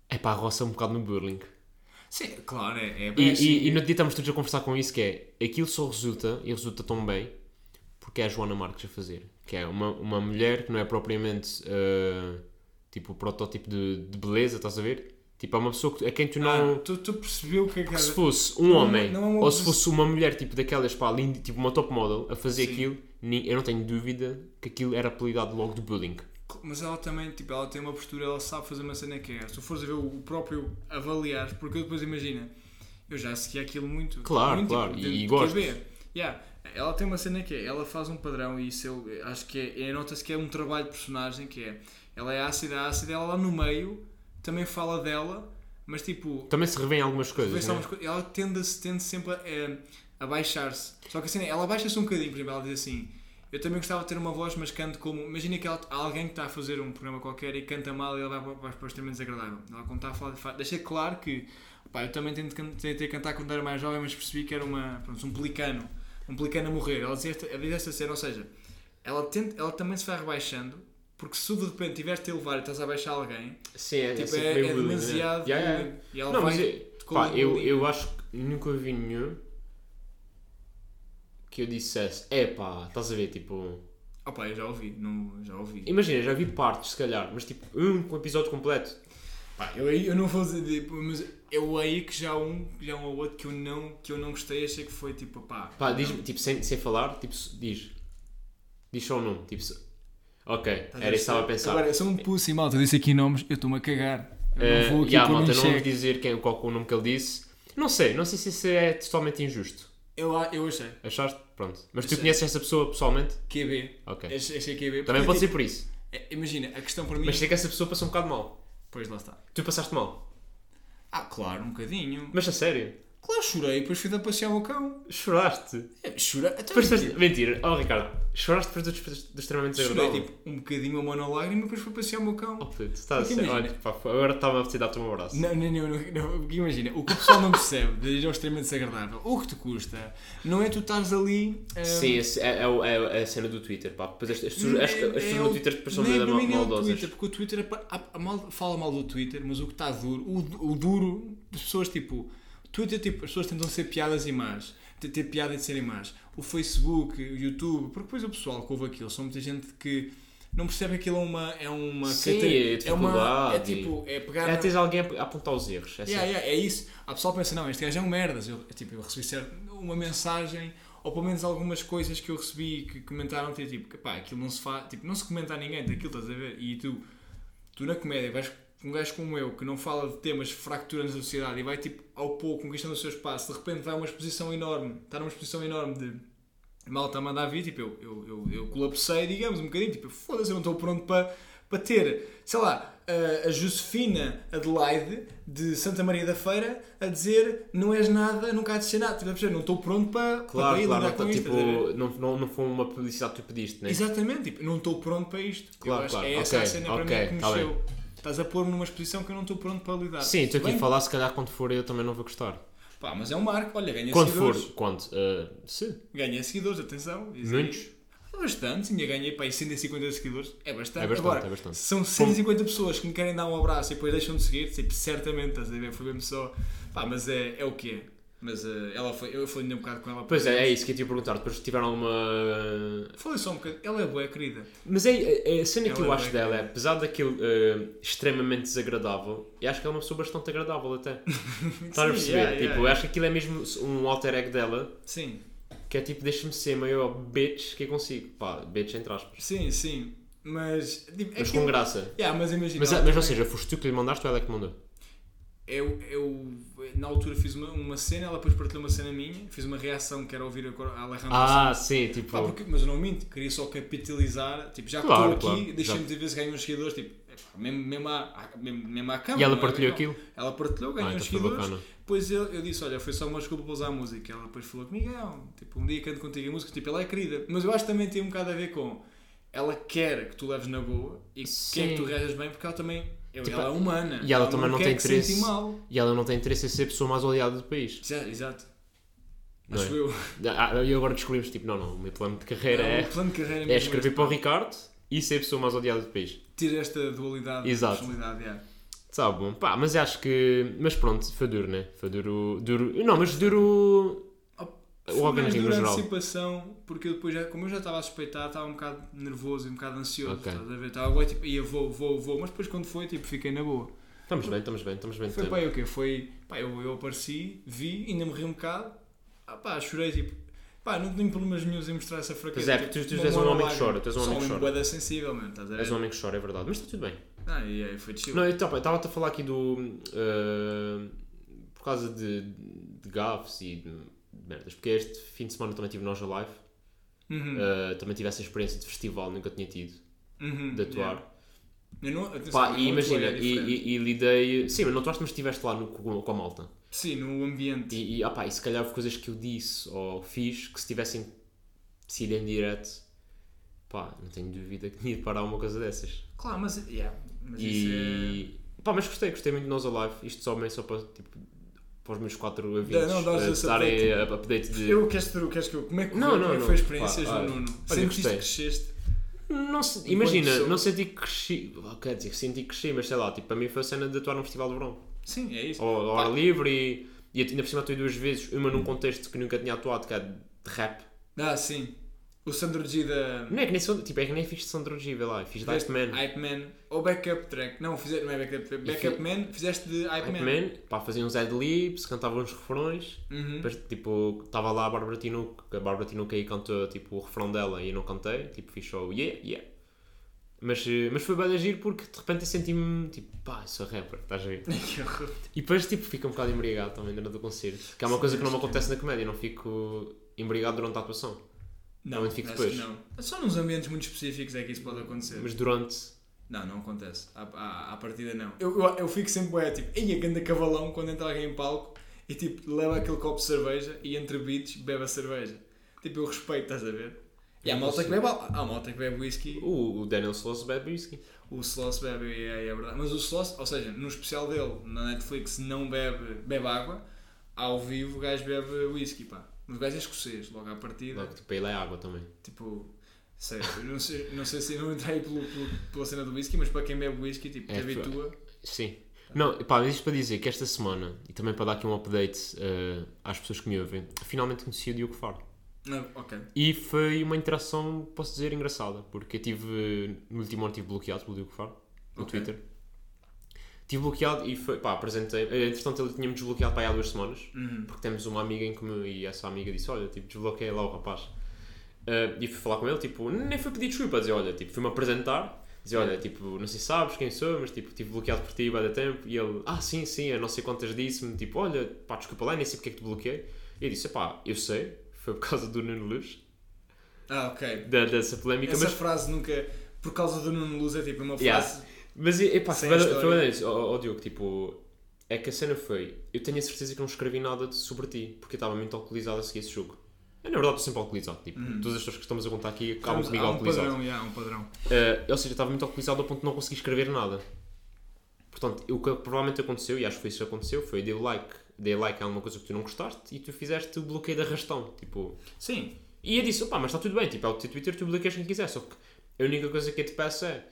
Speaker 2: é pá, roça um bocado no burling.
Speaker 3: Sim, claro, é, é
Speaker 2: E,
Speaker 3: bem
Speaker 2: e,
Speaker 3: assim.
Speaker 2: e no outro dia estamos todos a conversar com isso, que é, aquilo só resulta, e resulta tão bem, porque é a Joana Marques a fazer. Que é uma, uma mulher que não é propriamente, ah, tipo, o protótipo de, de beleza, estás a ver? Tipo, é uma pessoa que, a quem tu não...
Speaker 3: Ah, tu, tu percebeu o que é que
Speaker 2: Porque um se
Speaker 3: era?
Speaker 2: fosse um
Speaker 3: Não é uma-
Speaker 2: homem
Speaker 3: não é uma
Speaker 2: ou se
Speaker 3: posição-
Speaker 2: fosse uma mulher tipo daquelas pá, linda, tipo uma top model a fazer
Speaker 3: Sim.
Speaker 2: aquilo, ni- eu não tenho dúvida que aquilo era apelidado logo de bullying.
Speaker 3: Mas ela também, tipo, ela tem uma postura, ela sabe fazer uma cena que é. Se tu fores a ver o próprio avaliar, porque eu depois imagina, eu já segui aquilo muito.
Speaker 2: Claro,
Speaker 3: muito,
Speaker 2: claro,
Speaker 3: tipo,
Speaker 2: e-
Speaker 3: de-
Speaker 2: e
Speaker 3: de
Speaker 2: gosto.
Speaker 3: ver. Yeah. Ela tem uma cena que é, ela faz um padrão e isso eu acho que é, é nota-se que é um trabalho de personagem que é, ela é ácida, ácida, ela lá no meio também fala dela, mas tipo,
Speaker 2: Também se revêem algumas coisas.
Speaker 3: Pensar
Speaker 2: Né?
Speaker 3: umas coisas- ela tende, a- tende sempre a, eh, a baixar-se. Só que assim, ela baixa-se um bocadinho, por exemplo, ela diz assim: Eu também gostava de ter uma voz, mas canto como. Imagina que ela, há alguém que está a fazer um programa qualquer e canta mal e ela vai, para- vai para o extremamente desagradável. Ela, quando está a falar, fa- deixa claro que pá, eu também tento, can- tentei cantar quando era mais jovem, mas percebi que era uma, pronto, um pelicano, um pelicano a morrer. Ela diz esta, ela diz esta cena, ou seja, ela, tenta, ela também se vai rebaixando, porque se tu de repente tiveres de te elevar e estás a baixar alguém,
Speaker 2: Sim, é,
Speaker 3: tipo,
Speaker 2: sempre
Speaker 3: é,
Speaker 2: meio
Speaker 3: é
Speaker 2: bullying, né?
Speaker 3: demasiado.
Speaker 2: Yeah, yeah, yeah.
Speaker 3: E ela
Speaker 2: Não,
Speaker 3: vai
Speaker 2: mas eu,
Speaker 3: com
Speaker 2: pá,
Speaker 3: o
Speaker 2: eu,
Speaker 3: bullying.
Speaker 2: eu acho que nunca vi nenhum que eu dissesse, é pá, estás a ver, tipo.
Speaker 3: Opa, eu já ouvi, não, já ouvi.
Speaker 2: Imagina, já vi partes se calhar, mas tipo, um episódio completo.
Speaker 3: Pá, eu aí eu não vou dizer, tipo, mas eu aí que já há um, já há um ou outro que eu não, que eu não gostei, achei que foi tipo, pá.
Speaker 2: Pá, diz-me, tipo, sem, sem falar, tipo, diz. Diz só o nome, tipo. se- Ok, era isso que estava a pensar.
Speaker 3: Agora, eu sou um pussy, malta, eu disse aqui nomes, eu estou-me a cagar. Eu
Speaker 2: Eh,
Speaker 3: não vou aqui
Speaker 2: yeah,
Speaker 3: pôr
Speaker 2: malta,
Speaker 3: em
Speaker 2: não vou
Speaker 3: xeque.
Speaker 2: dizer quem, qual o nome que ele disse. Não sei, não sei se isso é totalmente injusto.
Speaker 3: Eu, a- eu achei,
Speaker 2: Achaste? Pronto. Mas tu
Speaker 3: Sei.
Speaker 2: conheces essa pessoa pessoalmente?
Speaker 3: QB.
Speaker 2: Ok.
Speaker 3: Achei, achei QB.
Speaker 2: Também
Speaker 3: Porque,
Speaker 2: pode ser
Speaker 3: tipo,
Speaker 2: por isso.
Speaker 3: é, Imagina, a questão para mim.
Speaker 2: Mas sei que essa pessoa passou um bocado mal.
Speaker 3: Pois lá está.
Speaker 2: Tu passaste mal.
Speaker 3: Ah, claro, um bocadinho.
Speaker 2: Mas a sério?
Speaker 3: Claro, chorei, depois fui dar passear o cão.
Speaker 2: Choraste?
Speaker 3: É, Chorei, até
Speaker 2: Depois estás- Mentira. Oh, Ricardo. Choraste depois do, do extremamente
Speaker 3: Chorei,
Speaker 2: desagradável?
Speaker 3: tipo, um bocadinho a monolágrima, depois fui passear o meu cão.
Speaker 2: Oh, puto, estás a
Speaker 3: Porque
Speaker 2: ser...
Speaker 3: imagina-
Speaker 2: Olha, pá, agora estava a precisar dar-te um abraço.
Speaker 3: Não, não, não, não, não, porque imagina, o que o pessoal não percebe de ir ao extremamente desagradável, o que te custa, não é tu estares ali. hum,
Speaker 2: Sim, esse é, é, o- é- é a cena do Twitter, pá. Depois as, as pessoas,
Speaker 3: é-
Speaker 2: as, as pessoas
Speaker 3: é
Speaker 2: no
Speaker 3: o-
Speaker 2: Twitter depois são
Speaker 3: nem
Speaker 2: meio
Speaker 3: para mim, nem é o
Speaker 2: maldosas.
Speaker 3: Twitter, porque o Twitter é pa- a- a mal- fala mal do Twitter, mas o que está duro, o, du- o duro das pessoas tipo. Twitter, tipo, as pessoas tentam ser piadas e más. Ter, ter piada de serem más. O Facebook, o YouTube, porque depois o pessoal que ouve aquilo, são muita gente que não percebe aquilo é uma. É uma.
Speaker 2: Sim,
Speaker 3: cate-
Speaker 2: é
Speaker 3: é uma. É
Speaker 2: dificuldade.
Speaker 3: tipo, é pegar.
Speaker 2: É,
Speaker 3: na-
Speaker 2: tens alguém a apontar os erros. É
Speaker 3: Yeah,
Speaker 2: certo.
Speaker 3: yeah, é isso. A pessoa pensa, não, este gajo é um merdas. Eu, é tipo, eu recebi certo- uma mensagem, ou pelo menos algumas coisas que eu recebi que comentaram, tipo, tipo, pá, aquilo não se faz, tipo, não se comenta a ninguém daquilo, estás a ver? E tu, tu na comédia, vais com um gajo como eu, que não fala de temas fracturantes da sociedade e vai, tipo, ao pouco conquistando o seu espaço, de repente vai a uma exposição enorme, está numa exposição enorme de malta a mandar vir, tipo, eu, eu, eu, eu colapsei, digamos, um bocadinho, tipo, foda-se, eu não estou pronto para, para ter, sei lá, a, a Josefina Adelaide, de Santa Maria da Feira, a dizer, não és nada, nunca há de ser nada, tipo, a perceber, não estou pronto para, para
Speaker 2: Claro,
Speaker 3: ir
Speaker 2: claro,
Speaker 3: lidar
Speaker 2: não, tá,
Speaker 3: com isto,
Speaker 2: tipo,
Speaker 3: estás a ver?
Speaker 2: não, não, não foi uma publicidade que tu pediste, né?
Speaker 3: Exatamente, tipo, não estou pronto para isto.
Speaker 2: Claro,
Speaker 3: eu acho
Speaker 2: claro,
Speaker 3: que é essa
Speaker 2: ok,
Speaker 3: a cena para
Speaker 2: ok,
Speaker 3: mim que
Speaker 2: tá bem.
Speaker 3: mexeu. Estás a pôr-me numa exposição que eu não estou pronto para lidar.
Speaker 2: Sim, estou aqui
Speaker 3: Bem,
Speaker 2: a falar, se calhar quando for eu também não vou gostar.
Speaker 3: Pá, mas é um marco, olha, ganha
Speaker 2: Quando for,
Speaker 3: seguidores.
Speaker 2: quando? Uh, sim,
Speaker 3: Ganha seguidores, atenção. isso aí.
Speaker 2: muitos.
Speaker 3: É bastante, ainda ganhei para aí 150 seguidores. É bastante.
Speaker 2: É bastante,
Speaker 3: Agora,
Speaker 2: é bastante.
Speaker 3: São 150 pessoas que me querem dar um abraço e depois deixam de seguir, tipo, certamente, estás a ver? Foi mesmo só. Pá, mas é, é o que é. Mas eh, ela foi, eu falei um bocado com ela.
Speaker 2: Pois é, é isso que eu te ia perguntar. Depois tiveram alguma.
Speaker 3: Falei só um bocado. Ela é boa, querida.
Speaker 2: Mas é, é- a cena que
Speaker 3: Ela
Speaker 2: eu
Speaker 3: é
Speaker 2: acho
Speaker 3: bem-
Speaker 2: dela é, apesar daquilo eh, extremamente desagradável, eu acho que ela é uma pessoa bastante agradável
Speaker 3: [laughs]
Speaker 2: até. Estás a
Speaker 3: Sim,
Speaker 2: perceber?
Speaker 3: yeah,
Speaker 2: tipo,
Speaker 3: yeah,
Speaker 2: eu
Speaker 3: yeah.
Speaker 2: acho que aquilo é mesmo um alter ego dela,
Speaker 3: Sim,
Speaker 2: que é tipo, deixa-me ser a maior bitch que eu consigo. Pá, bitch entre aspas.
Speaker 3: sim, sim. Mas. Tipo, é
Speaker 2: Mas
Speaker 3: aquilo-
Speaker 2: com graça.
Speaker 3: Yeah, mas imagina.
Speaker 2: Mas, é,
Speaker 3: ela
Speaker 2: mas ou
Speaker 3: também-
Speaker 2: seja, foste tu que lhe mandaste ou ela é que mandou?
Speaker 3: eu, eu na altura fiz uma, uma cena, ela depois partilhou uma cena minha, fiz uma reação que era ouvir a cor- a Alejandra
Speaker 2: Ah, sim, tipo.
Speaker 3: Pá, porque- mas eu não minto, queria só capitalizar, tipo, já
Speaker 2: Claro,
Speaker 3: que estou
Speaker 2: claro,
Speaker 3: aqui, deixei-me
Speaker 2: já.
Speaker 3: de ver se ganho uns seguidores, tipo, é pá, mesmo, mesmo, à, à- mesmo, mesmo à cama.
Speaker 2: E ela
Speaker 3: não é?
Speaker 2: partilhou
Speaker 3: Não.
Speaker 2: aquilo?
Speaker 3: Ela partilhou, ganhou
Speaker 2: Ah,
Speaker 3: uns
Speaker 2: então foi
Speaker 3: seguidores.
Speaker 2: bacana.
Speaker 3: Depois eu, eu disse, olha, foi só uma desculpa para usar a música. Ela depois falou comigo, não, tipo, um dia canto contigo a música, tipo, ela é querida. Mas eu acho que também tem um bocado a ver com, ela quer que tu leves na boa e quer
Speaker 2: Sim.
Speaker 3: que tu reajas bem, porque ela também, eu-
Speaker 2: Tipo,
Speaker 3: ela é humana.
Speaker 2: E ela, também não
Speaker 3: quer
Speaker 2: tem
Speaker 3: que se
Speaker 2: interesse.
Speaker 3: sentir mal.
Speaker 2: E ela não tem interesse em ser a pessoa mais odiada do país.
Speaker 3: Exato, exato.
Speaker 2: Não
Speaker 3: Acho
Speaker 2: é?
Speaker 3: eu.
Speaker 2: Ah, E agora descobrimos, tipo, não, não, o meu plano de carreira
Speaker 3: Não,
Speaker 2: é,
Speaker 3: [laughs] o plano de carreira
Speaker 2: é
Speaker 3: mesmo
Speaker 2: escrever
Speaker 3: este.
Speaker 2: para o Ricardo e ser a pessoa mais odiada do país.
Speaker 3: Tira esta dualidade
Speaker 2: Exato.
Speaker 3: de personalidade. yeah.
Speaker 2: Tá bom, pá, mas acho que. Mas pronto, foi duro, né? Foi duro. duro... Não, mas duro.
Speaker 3: Oh,
Speaker 2: O
Speaker 3: Foi mais
Speaker 2: organismo no
Speaker 3: dura
Speaker 2: geral.
Speaker 3: antecipação, porque eu depois, já, como eu já estava a suspeitar, estava um bocado nervoso e um bocado ansioso.
Speaker 2: Ok.
Speaker 3: Estás a ver? Estava agora tipo, ia vou, vou, vou, mas depois quando foi, tipo, fiquei na boa.
Speaker 2: Estamos bem, estamos bem, estamos bem. de
Speaker 3: Foi
Speaker 2: tempo.
Speaker 3: pá, eu o quê? Foi, pá, eu, eu apareci, vi, ainda me ri um bocado, ah, pá, chorei, tipo, pá, não tenho problemas nenhums em mostrar essa fraqueza.
Speaker 2: Pois é,
Speaker 3: tipo,
Speaker 2: porque tu- tu
Speaker 3: uma
Speaker 2: és um homem que
Speaker 3: lágrima.
Speaker 2: chora, tu és um
Speaker 3: Sou
Speaker 2: homem que chora.
Speaker 3: bué da sensível, mano, estás a ver?
Speaker 2: És um homem que chora, é verdade. Mas está tudo bem.
Speaker 3: Ah, e aí, foi chill.
Speaker 2: Não, é eu estava-te a falar aqui do. ah, por causa de, de gafes e de merdas. Porque este fim de semana também tive nós a live.
Speaker 3: Uhum,
Speaker 2: Ah, também tive essa experiência de festival, nunca tinha tido,
Speaker 3: uhum,
Speaker 2: de atuar.
Speaker 3: yeah. Eu não- atenção, eu
Speaker 2: Pá,
Speaker 3: não
Speaker 2: e
Speaker 3: atuei,
Speaker 2: imagina,
Speaker 3: é
Speaker 2: e,
Speaker 3: diferente.
Speaker 2: e, e lidei. Sim, mas não tomaste, mas estiveste lá no, com, com a malta.
Speaker 3: Sim, no ambiente.
Speaker 2: E, e, opá, e se calhar houve coisas que eu disse ou fiz que se tivessem sido em direto, pá, não tenho dúvida que tinha de parar uma coisa dessas.
Speaker 3: Claro, mas, yeah, mas isso é...
Speaker 2: E, pá, mas gostei, gostei muito de nós ao live. Isto só mesmo só para, tipo, para os meus quatro ouvintes
Speaker 3: Não, não, dás
Speaker 2: eh,
Speaker 3: esse
Speaker 2: darem a- a update de.
Speaker 3: tipo, Eu queres tu, queres que eu. Como é que,
Speaker 2: Não,
Speaker 3: como é
Speaker 2: não,
Speaker 3: que
Speaker 2: não.
Speaker 3: foi a experiência,
Speaker 2: Pá,
Speaker 3: João
Speaker 2: olha,
Speaker 3: Nuno?
Speaker 2: olha,
Speaker 3: Sentiste
Speaker 2: gostei.
Speaker 3: que cresceste?
Speaker 2: Não se-
Speaker 3: Enquanto
Speaker 2: imagina,
Speaker 3: sou-
Speaker 2: não senti que cresci. ah, Quer dizer, que senti que cresci, mas sei lá, tipo, para mim foi a cena de atuar num festival de verão.
Speaker 3: Sim, é isso.
Speaker 2: Ou ao ar livre e, e ainda por cima atuei duas vezes, uma num contexto que nunca tinha atuado, que é de rap.
Speaker 3: Ah, sim. O Sandro G da.
Speaker 2: Não é que nem, sou- tipo, é que nem fiz de Sandro G, vê lá, fiz de Ice Man.
Speaker 3: Hype Man. Ou Backup Track. Não, fizeste, não é Backup Track. Backup
Speaker 2: fi-
Speaker 3: Man, fizeste de Hype,
Speaker 2: Hype
Speaker 3: Man.
Speaker 2: Man, pá, fazia uns ad-libs, cantava uns refrões.
Speaker 3: Uhum.
Speaker 2: Depois, tipo, estava lá a Bárbara Tinuco, que a Bárbara Tinuco aí cantou, tipo, o refrão dela e eu não cantei, tipo, fiz só o yeah, yeah. Mas, eh, mas foi bem agir porque de repente eu senti-me, tipo, pá, eu sou rapper, estás a ver?
Speaker 3: [laughs] Que horror.
Speaker 2: E depois, tipo, fico um bocado embriagado também durante o concerto, que é uma coisa que não me acontece na comédia, eu não fico embriagado durante a atuação.
Speaker 3: Não,
Speaker 2: Onde fico
Speaker 3: acho
Speaker 2: depois?
Speaker 3: que não. Só nos ambientes muito específicos é que isso pode acontecer.
Speaker 2: Mas durante,
Speaker 3: Não, não acontece. À, à, à partida, não. Eu, eu, eu fico sempre, é tipo, ei, a ganda cavalão quando entra alguém em palco e tipo, leva aquele copo de cerveja e entre beats bebe a cerveja. Tipo, eu respeito, estás a ver? E há
Speaker 2: Eu
Speaker 3: malta que
Speaker 2: consigo.
Speaker 3: bebe, al- há malta que bebe whisky,
Speaker 2: o, o Daniel Sloss bebe whisky.
Speaker 3: o Sloss bebe, e é, é verdade. Mas o Sloss, ou seja, no especial dele, na Netflix, não bebe, bebe água, ao vivo o gajo bebe whisky, pá. Mas o gajo é escocês, logo à partida.
Speaker 2: Logo, tipo, ele é água também.
Speaker 3: Tipo, sei, eu não sei, não sei se não entrei pelo, pelo, pela cena do whisky, mas para quem bebe whisky, tipo,
Speaker 2: É,
Speaker 3: te habitua.
Speaker 2: Sim. Não, pá, isto para dizer que esta semana, e também para dar aqui um update eh, às pessoas que me ouvem, finalmente conheci o Diogo Faro.
Speaker 3: Não, ok.
Speaker 2: E foi uma interação, posso dizer, engraçada, porque eu tive, no último ano, tive bloqueado pelo Diogo Faro, no
Speaker 3: Ok.
Speaker 2: Twitter. Tive bloqueado e foi, pá, apresentei. eh, Entretanto, ele tinha-me desbloqueado para aí há duas semanas,
Speaker 3: Uhum.
Speaker 2: porque temos uma amiga em comum e essa amiga disse: Olha, tipo, desbloqueei lá o rapaz. Eh, e fui falar com ele, tipo, nem foi pedir desculpa, dizer: Olha, tipo, fui-me apresentar, dizer: Olha, tipo, não sei se sabes quem sou, mas tipo, tive bloqueado por ti há tempo. E ele: Ah, sim, sim, a não sei quantas disse-me, tipo, olha, pá, desculpa lá, nem sei porque é que te bloqueei. E eu disse: Pá, eu sei, foi por causa do Nuno Luz
Speaker 3: Ah, ok.
Speaker 2: da- dessa polémica,
Speaker 3: Essa
Speaker 2: mas,
Speaker 3: frase nunca. Por causa do Nuno Luz é tipo uma
Speaker 2: Yeah.
Speaker 3: frase.
Speaker 2: mas epá,
Speaker 3: Sem
Speaker 2: foi,
Speaker 3: a história.
Speaker 2: foi bem isso, ó, ó, Diogo, tipo, é que a cena foi, eu tenho a certeza que não escrevi nada de- sobre ti, porque eu estava muito alcoolizado a seguir esse jogo. Eu, na verdade, estou sempre alcoolizado, tipo, todas as pessoas que estamos a contar aqui acabam comigo
Speaker 3: Hum. Há um
Speaker 2: alcoolizado.
Speaker 3: padrão, yeah, há um padrão.
Speaker 2: Eh, ou seja, eu estava muito alcoolizado ao ponto de não conseguir escrever nada. Portanto, o que provavelmente aconteceu, e acho que foi isso que aconteceu, foi dei like, dei like a alguma coisa que tu não gostaste e tu fizeste o bloqueio de arrastão, tipo...
Speaker 3: Sim.
Speaker 2: E eu disse, opá, mas está tudo bem, tipo, é o teu Twitter, tu bloqueias quem quiser, só que a única coisa que eu te peço é,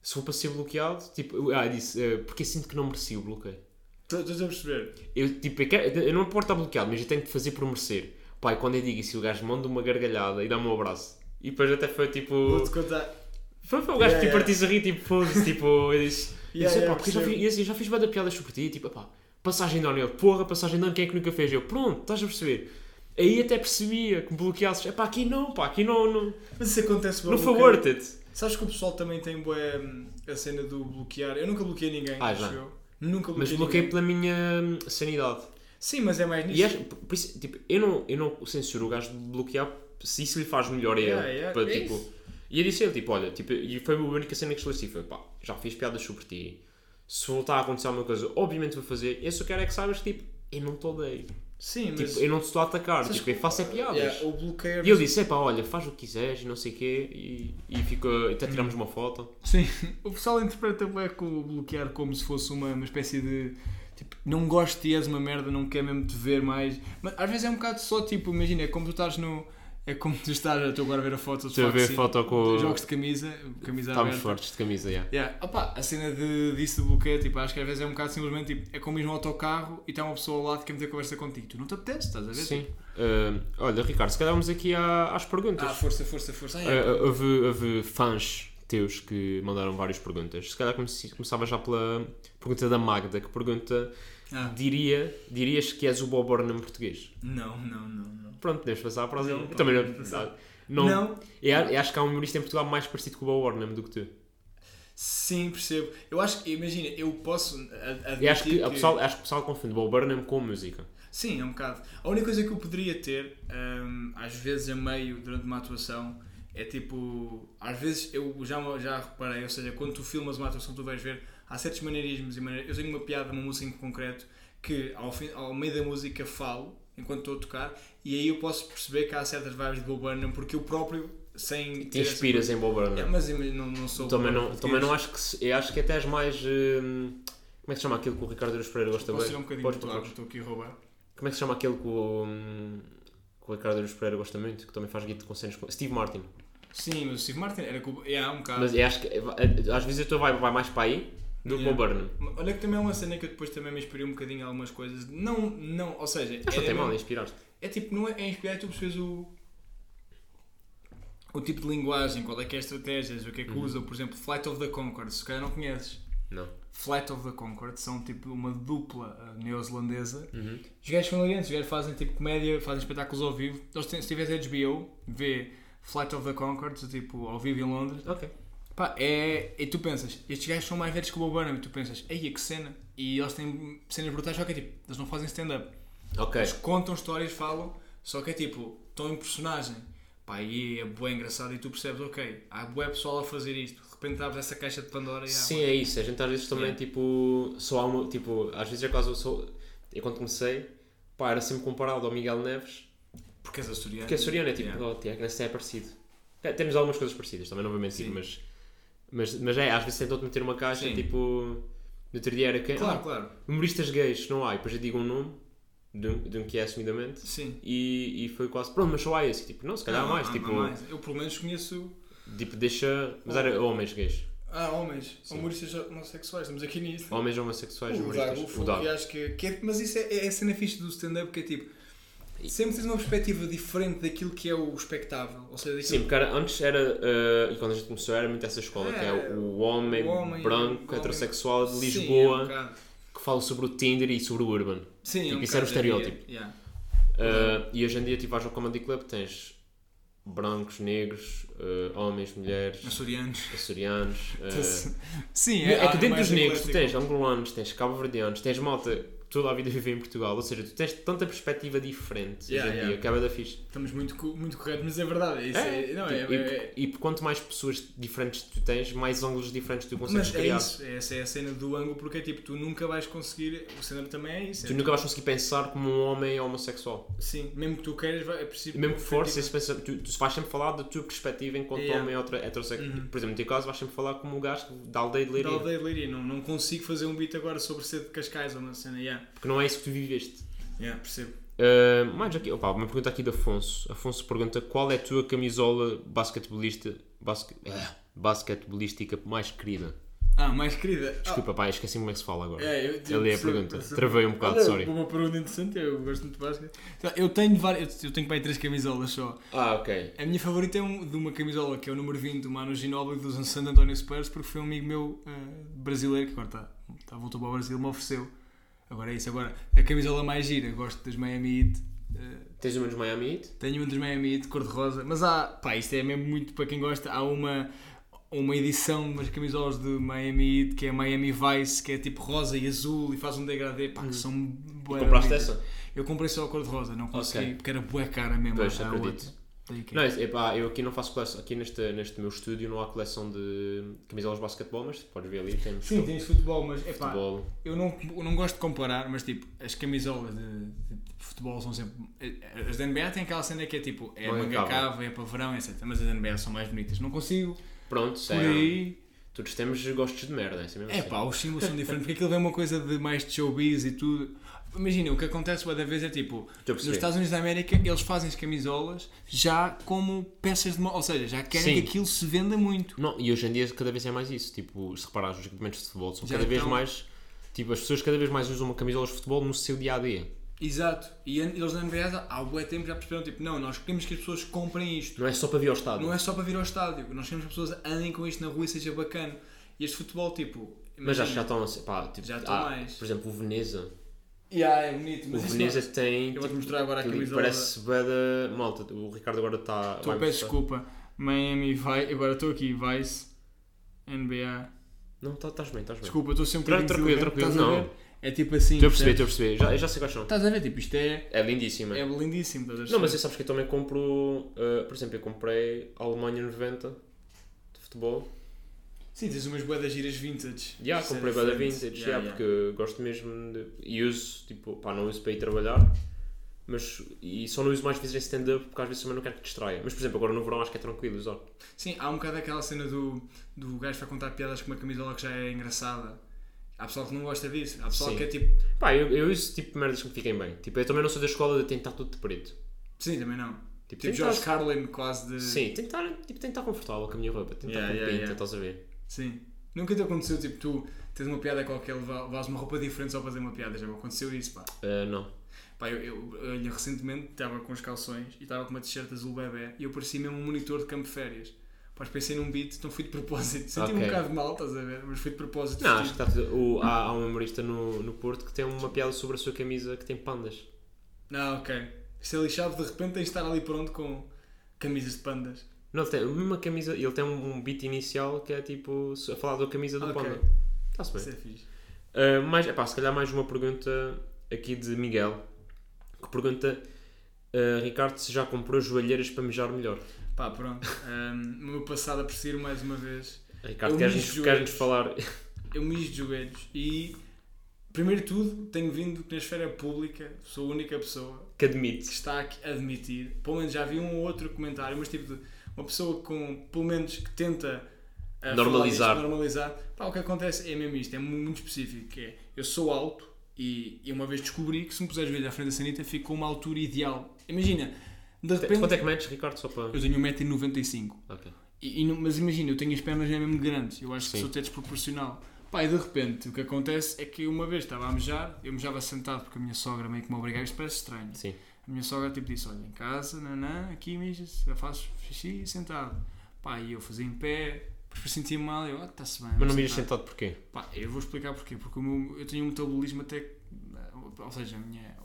Speaker 2: se for para ser bloqueado, tipo, eu- ah, eu disse, eh, porque eu sinto que não mereci o bloqueio.
Speaker 3: Estou estou a perceber.
Speaker 2: Eu, tipo, eu, quero- eu não me importo estar bloqueado, mas eu tenho que fazer por merecer. Pá, e quando eu digo isso, o gajo manda uma gargalhada e dá-me um abraço. E depois até foi tipo...
Speaker 3: Vou-te contar.
Speaker 2: Foi, foi o gajo
Speaker 3: Yeah,
Speaker 2: que tipo,
Speaker 3: yeah.
Speaker 2: partiu-se a rir, tipo, foda-se, tipo, eu disse, eu
Speaker 3: Yeah,
Speaker 2: disse,
Speaker 3: yeah,
Speaker 2: "Pá, porque eu já
Speaker 3: percebo.
Speaker 2: fiz, eu disse, eu já fiz bué da piadas sobre ti, tipo, pá, passagem de ano, eu, porra, passagem de ano, quem é que nunca fez? Eu, pronto, estás a perceber? Aí até percebia que me bloqueasses, é pá, aqui não, pá, aqui não, não,
Speaker 3: Mas isso acontece bué
Speaker 2: não
Speaker 3: um
Speaker 2: favor,
Speaker 3: bocado.
Speaker 2: Tete.
Speaker 3: Sabes que o pessoal também tem bué, hum, a cena do bloquear. Eu nunca bloqueei ninguém.
Speaker 2: Ah,
Speaker 3: acho
Speaker 2: já.
Speaker 3: eu. Nunca bloqueei.
Speaker 2: Mas bloqueei
Speaker 3: ninguém.
Speaker 2: pela minha hum, sanidade.
Speaker 3: Sim, mas é mais nisso.
Speaker 2: E acho, por- por isso, tipo, eu não, eu não censuro o gajo de bloquear se isso lhe faz melhor a ele.
Speaker 3: Yeah, yeah,
Speaker 2: para,
Speaker 3: é
Speaker 2: tipo,
Speaker 3: isso.
Speaker 2: e eu disse a ele, tipo, olha, tipo, e foi a única cena que esclareci, foi pá, já fiz piadas sobre ti, se voltar a acontecer alguma coisa, obviamente vou fazer, eu só quero é que saibas que, tipo, eu não te odeio,
Speaker 3: Sim, mas.
Speaker 2: tipo, eu não te estou a atacar,
Speaker 3: Sabes
Speaker 2: tipo, eu
Speaker 3: que-
Speaker 2: faço é piadas.
Speaker 3: Yeah, o bloqueio.
Speaker 2: E ele disse, epá, olha, faz o que quiseres e não sei o quê, e, e ficou, até tiramos uma foto.
Speaker 3: Sim, o pessoal interpreta bué com o bloquear como se fosse uma, uma espécie de tipo, não gosto de ti, és uma merda, não quero mesmo te ver mais. Mas às vezes é um bocado só tipo, imagina, é como tu estás no. É como tu estás, eu estou agora a ver a foto do
Speaker 2: Estou a ver
Speaker 3: Foxy,
Speaker 2: foto com-
Speaker 3: de Jogos de camisa, camisa
Speaker 2: Estávamos
Speaker 3: aberta.
Speaker 2: fortes de camisa, yeah.
Speaker 3: Yeah. Opa, a cena de, disso de bloqueio, tipo, acho que às vezes é um bocado simplesmente tipo, é como ir num autocarro e está uma pessoa ao lado que quer meter conversa contigo. Tu não te apetece, estás a ver?
Speaker 2: Sim. Ah, olha, Ricardo, se calhar vamos aqui à- às perguntas.
Speaker 3: Ah, força, força, força. Ah, é.
Speaker 2: Uh, houve, houve fãs teus que mandaram várias perguntas. Se calhar comece- começava já pela pergunta da Magda, que pergunta:
Speaker 3: Ah.
Speaker 2: diria, dirias que és o Bob Burnham português?
Speaker 3: Não, não, não, não.
Speaker 2: Pronto, podemos passar à próxima.
Speaker 3: Não,
Speaker 2: Eu também
Speaker 3: podemos
Speaker 2: não.
Speaker 3: passar.
Speaker 2: Não.
Speaker 3: Não.
Speaker 2: Eu, eu acho que há um humorista em Portugal mais parecido com o Bob Burnham do que tu.
Speaker 3: Sim, percebo. Eu acho que, imagina, eu posso ad- admitir
Speaker 2: Eu É, acho que, o pessoal, acho que o pessoal confunde Bob Burnham com música.
Speaker 3: Sim, é um bocado. A única coisa que eu poderia ter, hum, às vezes a meio, durante uma atuação, é tipo. Às vezes eu já, já reparei, ou seja, quando tu filmas uma atuação, tu vais ver, há certos maneirismos e maneiras. Eu tenho uma piada, uma música em concreto, que ao, fim, ao meio da música falo, enquanto estou a tocar, e aí eu posso perceber que há certas vibes de Bob Burnham, porque eu próprio, sem.
Speaker 2: Te
Speaker 3: ter essa-
Speaker 2: inspiras em Bob
Speaker 3: É,
Speaker 2: Burnham.
Speaker 3: mas eu não, não sou.
Speaker 2: Também não,
Speaker 3: português.
Speaker 2: também não é acho que. se- Eu acho que até és mais. hum, como é que se chama aquilo que o Ricardo Eros Pereira gosta
Speaker 3: Posso
Speaker 2: bem?
Speaker 3: tirar um bocadinho
Speaker 2: Podes,
Speaker 3: de claro,
Speaker 2: podes.
Speaker 3: estou aqui a roubar.
Speaker 2: Como é que se chama aquele que o, hum, que o Ricardo Aruz Pereira gosta muito, que também faz guito com cenas com... Steve Martin.
Speaker 3: Sim, mas o Steve Martin era. com- É, há um bocado.
Speaker 2: Mas eu acho que eh, va- eh, às vezes a tua vibe vai mais para aí do que
Speaker 3: Yeah.
Speaker 2: para o Burnham.
Speaker 3: Olha que também é uma cena que eu depois também me inspirei um bocadinho em algumas coisas. Não, não, ou seja,
Speaker 2: Mas não
Speaker 3: era
Speaker 2: tem mal,
Speaker 3: mesmo-
Speaker 2: inspiraste.
Speaker 3: é tipo, não é, é inspirar, tu percebes o, o tipo de linguagem, qual é que é a estratégia, o que é que usam. Por exemplo, Flight of the Concorde, se calhar não conheces.
Speaker 2: Não.
Speaker 3: Flight of the Concorde são tipo uma dupla ah, neozelandesa. Os gajos são hilariantes, os gajos fazem tipo comédia, fazem espetáculos ao vivo. Eles têm- Se tiveres HBO, vê Flight of the Concorde, tipo ao vivo em Londres.
Speaker 2: Ok.
Speaker 3: Pá, é, e tu pensas, estes gajos são mais velhos que o Bob Burnham, e tu pensas, ei, que cena. E eles têm cenas brutais, só que é tipo, eles não fazem stand-up.
Speaker 2: Ok.
Speaker 3: Eles contam histórias, falam, só que é tipo, estão em personagem. Pá, e é bué engraçado e tu percebes, ok, há bué pessoal a fazer isto. De repente abres essa caixa de Pandora e há...
Speaker 2: Sim, é isso. A gente às vezes também,
Speaker 3: Yeah.
Speaker 2: tipo, só há uma, tipo, às vezes é quase eu sou... Eu quando comecei, pá, era sempre comparado ao Miguel Neves,
Speaker 3: Porque és açoriano.
Speaker 2: porque a Soriano é tipo,
Speaker 3: Yeah.
Speaker 2: oh, Tiago, nesse é parecido. É, temos algumas coisas parecidas, também não vou mentir,
Speaker 3: Sim.
Speaker 2: mas... Mas, mas é, às vezes tentam-te meter uma caixa,
Speaker 3: Sim.
Speaker 2: tipo... No outro dia era quem?
Speaker 3: Claro,
Speaker 2: Ah,
Speaker 3: claro.
Speaker 2: Humoristas gays não há, e depois eu digo um nome de um, de um que é assumidamente
Speaker 3: Sim.
Speaker 2: e, e foi quase, pronto, mas só há esse. Tipo, não, se calhar há mais, tipo,
Speaker 3: Eu pelo menos conheço...
Speaker 2: tipo, deixa. Mas era homens gays.
Speaker 3: Ah, homens, humoristas homossexuais, estamos aqui nisso.
Speaker 2: Homens homossexuais
Speaker 3: O Dago,
Speaker 2: humoristas.
Speaker 3: o Dago. acho que, que é- mas isso é, é a cena fixe do stand-up que é tipo, sempre tens uma perspectiva diferente daquilo que é o espectável, ou seja, daquilo
Speaker 2: Sim, porque era- antes era. eh, e quando a gente começou era muito essa escola, que é
Speaker 3: É,
Speaker 2: o homem,
Speaker 3: o homem-
Speaker 2: branco,
Speaker 3: o homem-
Speaker 2: heterossexual de
Speaker 3: Sim, é um
Speaker 2: Lisboa,
Speaker 3: bocado.
Speaker 2: que fala sobre o Tinder e sobre o Urban.
Speaker 3: Sim,
Speaker 2: Tipo,
Speaker 3: é um
Speaker 2: isso era o
Speaker 3: bocado,
Speaker 2: estereótipo.
Speaker 3: yeah, yeah.
Speaker 2: Eh, e hoje em dia, tipo, vais ao Comedy Club, tens brancos, negros, eh, homens, mulheres,
Speaker 3: Açorianos.
Speaker 2: açorianos. eh,
Speaker 3: [laughs] Sim,
Speaker 2: é, que
Speaker 3: ah,
Speaker 2: dentro
Speaker 3: mais
Speaker 2: dos negros tu
Speaker 3: eclético.
Speaker 2: tens angolanos, tens cabo-verdianos, tens malta que toda a vida vive em Portugal, ou seja, tu tens tanta perspectiva diferente
Speaker 3: Yeah,
Speaker 2: hoje em
Speaker 3: yeah.
Speaker 2: dia, acaba da fixe.
Speaker 3: Estamos muito, co- muito corretos, mas é verdade. é Isso é, não, é,
Speaker 2: Tipo,
Speaker 3: é-
Speaker 2: e,
Speaker 3: é-
Speaker 2: e quanto mais pessoas diferentes tu tens, mais ângulos diferentes tu consegues
Speaker 3: mas é
Speaker 2: criar.
Speaker 3: isso, é, essa é a cena do ângulo, porque é tipo, tu nunca vais conseguir. O stand-up também é isso. é tipo,
Speaker 2: Tu nunca vais conseguir pensar como um homem homossexual.
Speaker 3: Sim, mesmo que tu queiras, vai- é preciso.
Speaker 2: E mesmo que forces esse pensamento, tu, tu vais sempre falar da tua perspectiva enquanto
Speaker 3: Yeah.
Speaker 2: homem heter- heterossexual. Por exemplo, no teu caso, vais sempre falar como um gajo que- da aldeia de
Speaker 3: Da
Speaker 2: Leiria.
Speaker 3: aldeia de Leiria, não, não consigo fazer um beat agora sobre ser de Cascais ou uma cena. Yeah,
Speaker 2: Porque não é isso que tu viveste.
Speaker 3: yeah, percebo.
Speaker 2: Ah, mais aqui, opa, uma pergunta aqui de Afonso. Afonso pergunta qual é a tua camisola basquetebolista, basque, ah, basquetebolística mais querida?
Speaker 3: Ah, mais querida.
Speaker 2: Desculpa, pá, esqueci-me como é que se fala agora.
Speaker 3: É, eu-
Speaker 2: Ali
Speaker 3: eu
Speaker 2: é a
Speaker 3: percebo,
Speaker 2: pergunta.
Speaker 3: percebo.
Speaker 2: Travei um bocado,
Speaker 3: Olha,
Speaker 2: sorry.
Speaker 3: Uma pergunta interessante, eu gosto muito de basquete. Então, Eu tenho várias, eu tenho para aí três camisolas só.
Speaker 2: Ah, ok.
Speaker 3: A minha favorita é um- de uma camisola que é o número 20 do Manu Ginóbili dos San Antonio Spurs, porque foi um amigo meu eh, brasileiro que agora está, está- voltou para o Brasil, me ofereceu. Agora é isso, agora a camisola mais gira, gosto das Miami Heat. eh,
Speaker 2: Tens uma dos Miami Heat?
Speaker 3: tenho um dos Miami Heat cor-de-rosa, mas há, pá, isto é mesmo muito para quem gosta. Há uma, uma edição, umas camisolas de Miami Heat que é Miami Vice, que é tipo rosa e azul e faz um degradê, pá, que são bué
Speaker 2: Hum. Compraste
Speaker 3: bonitas.
Speaker 2: essa?
Speaker 3: Eu comprei só a cor-de-rosa, não consegui,
Speaker 2: Ok.
Speaker 3: porque era bué cara mesmo.
Speaker 2: Pois,
Speaker 3: há
Speaker 2: acredito.
Speaker 3: outra. Daí que-
Speaker 2: Não, é- epá, eu aqui não faço coleção. Aqui neste, neste meu estúdio não há coleção de camisolas de basquetebol, mas podes ver ali, temos
Speaker 3: Sim, tens futebol, mas é pá,
Speaker 2: futebol.
Speaker 3: eu não, eu não gosto de comparar, mas tipo, as camisolas de, de- de futebol são sempre. eh, As da NBA têm aquela cena que é tipo, é
Speaker 2: Manga
Speaker 3: manga
Speaker 2: cava.
Speaker 3: cava, é para verão, etc. Mas as da NBA são mais bonitas, não consigo.
Speaker 2: Pronto,
Speaker 3: Por
Speaker 2: é,
Speaker 3: aí.
Speaker 2: todos temos gostos de merda, é assim mesmo
Speaker 3: É
Speaker 2: assim.
Speaker 3: pá, os símbolos são diferentes, porque aquilo vem uma coisa de mais de showbiz e tudo. Imagina, o que acontece cada vez é tipo,
Speaker 2: Estou a
Speaker 3: nos
Speaker 2: perceber.
Speaker 3: Estados Unidos da América eles fazem as camisolas já como peças de moda, ou seja, já querem
Speaker 2: Sim.
Speaker 3: que aquilo se venda muito.
Speaker 2: Não, e hoje em dia cada vez é mais isso. Tipo, se reparares, os equipamentos de futebol são
Speaker 3: Já então-
Speaker 2: cada vez
Speaker 3: estão-
Speaker 2: mais. Tipo, as pessoas cada vez mais usam uma camisola de futebol no seu dia a dia.
Speaker 3: Exato. E an- eles na NBA há bué tempo já perceberam, tipo, não, nós queremos que as pessoas comprem isto.
Speaker 2: Não é só para vir ao estádio.
Speaker 3: Não é só para vir ao estádio, nós queremos que as pessoas andem com isto na rua e seja bacana. E este futebol, tipo.
Speaker 2: Mas
Speaker 3: imagina-
Speaker 2: acho que já estão. a ser- Pá, tipo,
Speaker 3: Já estão
Speaker 2: há-
Speaker 3: mais.
Speaker 2: Por exemplo, o Veneza.
Speaker 3: Yeah, é bonito,
Speaker 2: O
Speaker 3: mas. isso
Speaker 2: Veneza
Speaker 3: não-
Speaker 2: tem.
Speaker 3: Eu vou-te
Speaker 2: tipo,
Speaker 3: mostrar agora a
Speaker 2: aquilo
Speaker 3: camisola.
Speaker 2: Parece bada. Malta, o Ricardo agora tá está.
Speaker 3: Tu
Speaker 2: vai
Speaker 3: peço
Speaker 2: mostrar.
Speaker 3: desculpa, Miami vai. Agora estou aqui, Vice, NBA.
Speaker 2: Não, tá- estás bem, estás bem.
Speaker 3: Desculpa, estou sempre
Speaker 2: Tra-
Speaker 3: a
Speaker 2: tranquilo,
Speaker 3: dizer-
Speaker 2: tranquilo,
Speaker 3: estás a
Speaker 2: não.
Speaker 3: ver? É tipo assim.
Speaker 2: Estou a perceber, estou a
Speaker 3: percebes?
Speaker 2: perceber. Já, eu já sei quais são.
Speaker 3: Estás a ver? Tipo, isto é.
Speaker 2: É lindíssima.
Speaker 3: É lindíssimo, estás a ver?
Speaker 2: Não, mas eu sabes que eu também compro. eh, por exemplo, eu comprei a Alemanha 90 de futebol.
Speaker 3: Sim, tens umas boedas giras vintage.
Speaker 2: Já yeah,
Speaker 3: Isso é
Speaker 2: comprei bada
Speaker 3: diferente.
Speaker 2: vintage,
Speaker 3: Yeah,
Speaker 2: já,
Speaker 3: yeah.
Speaker 2: porque gosto mesmo de. E uso, tipo, pá, não uso para ir trabalhar. Mas, e só não uso mais vezes em stand-up porque às vezes também não quero que distraia. Mas, por exemplo, agora no verão acho que é tranquilo usar.
Speaker 3: Sim, há um bocado aquela cena do, do gajo que vai contar piadas com uma camisola que já é engraçada. Há pessoal que não gosta disso. Há pessoal
Speaker 2: Sim.
Speaker 3: que é tipo.
Speaker 2: Pá, eu, eu uso tipo merdas que me fiquem bem. Tipo, eu também não sou da escola de tentar tudo de preto.
Speaker 3: Sim, também não.
Speaker 2: Tipo,
Speaker 3: Tipo,
Speaker 2: tem
Speaker 3: George
Speaker 2: que
Speaker 3: Carlin, quase de.
Speaker 2: Sim, tentar, tipo, tentar confortável com a minha roupa, tentar
Speaker 3: Yeah,
Speaker 2: com
Speaker 3: yeah,
Speaker 2: pinta,
Speaker 3: yeah.
Speaker 2: estás a ver?
Speaker 3: Sim. Nunca te aconteceu, tipo, tu tens uma piada qualquer, leva- levas uma roupa diferente só para fazer uma piada. Já me aconteceu isso, pá.
Speaker 2: Eh, não.
Speaker 3: Pá, eu, eu, olha, recentemente estava com os calções e estava com uma t-shirt azul bebê e eu parecia mesmo um monitor de campo de férias. Pá, pensei num beat, então fui de propósito. Senti-me
Speaker 2: Ok.
Speaker 3: um bocado mal, estás a ver? Mas fui de propósito.
Speaker 2: Não, acho
Speaker 3: vestido.
Speaker 2: que está tudo. o- há, há um humorista no, no Porto que tem uma piada sobre a sua camisa que tem pandas.
Speaker 3: Não, ok. Se é lixado, de repente tens de estar ali pronto com camisas de pandas.
Speaker 2: Não, ele tem uma camisa. Ele tem um, um beat inicial que é tipo a falar da camisa do
Speaker 3: Ok.
Speaker 2: panda. Está-se bem.
Speaker 3: Isso é fixe.
Speaker 2: Uh, mais, epá, se calhar mais uma pergunta aqui de Miguel que pergunta. uh, Ricardo, se já comprou joalheiras para mijar melhor?
Speaker 3: Pá, pronto. Ahm, o meu passado a perseguir mais uma vez.
Speaker 2: Ricardo,
Speaker 3: Eu
Speaker 2: queres-nos
Speaker 3: mijo
Speaker 2: queres
Speaker 3: joelhos.
Speaker 2: falar? [laughs]
Speaker 3: Eu mijo de joelhos e, primeiro de tudo, tenho vindo que na esfera pública sou a única pessoa
Speaker 2: que
Speaker 3: que
Speaker 2: admite.
Speaker 3: está aqui a admitir, pelo menos já vi um ou outro comentário, mas tipo de uma pessoa com, pelo menos que tenta ah,
Speaker 2: Normalizar.
Speaker 3: falar disto, normalizar. Pá, o que acontece é mesmo isto, é mu- muito específico, que é, eu sou alto e, e uma vez descobri que se me puseres velho à frente da sanita fico com uma altura ideal. Imagina, de repente
Speaker 2: é
Speaker 3: um
Speaker 2: Quanto é que metes, Ricardo? Só para.
Speaker 3: eu tenho 1,95m
Speaker 2: Ok.
Speaker 3: E- e não- mas imagina, eu tenho as pernas já mesmo grandes, eu acho que
Speaker 2: Sim.
Speaker 3: sou até desproporcional. Pá, e de repente o que acontece é que uma vez estava a mejar, eu mejava sentado porque a minha sogra meio que me obrigava, isto parece estranho.
Speaker 2: Sim.
Speaker 3: A minha sogra tipo disse: Olha, em casa, nanã, aqui mijas, eu faço xixi sentado. Pá, e eu fazia em pé, depois sentia mal, eu, ah, está-se bem.
Speaker 2: Mas não
Speaker 3: vou
Speaker 2: me ias sentado porquê?
Speaker 3: Pá, eu vou explicar porquê. Porque o meu- eu tenho um metabolismo até. Ou seja, a minha,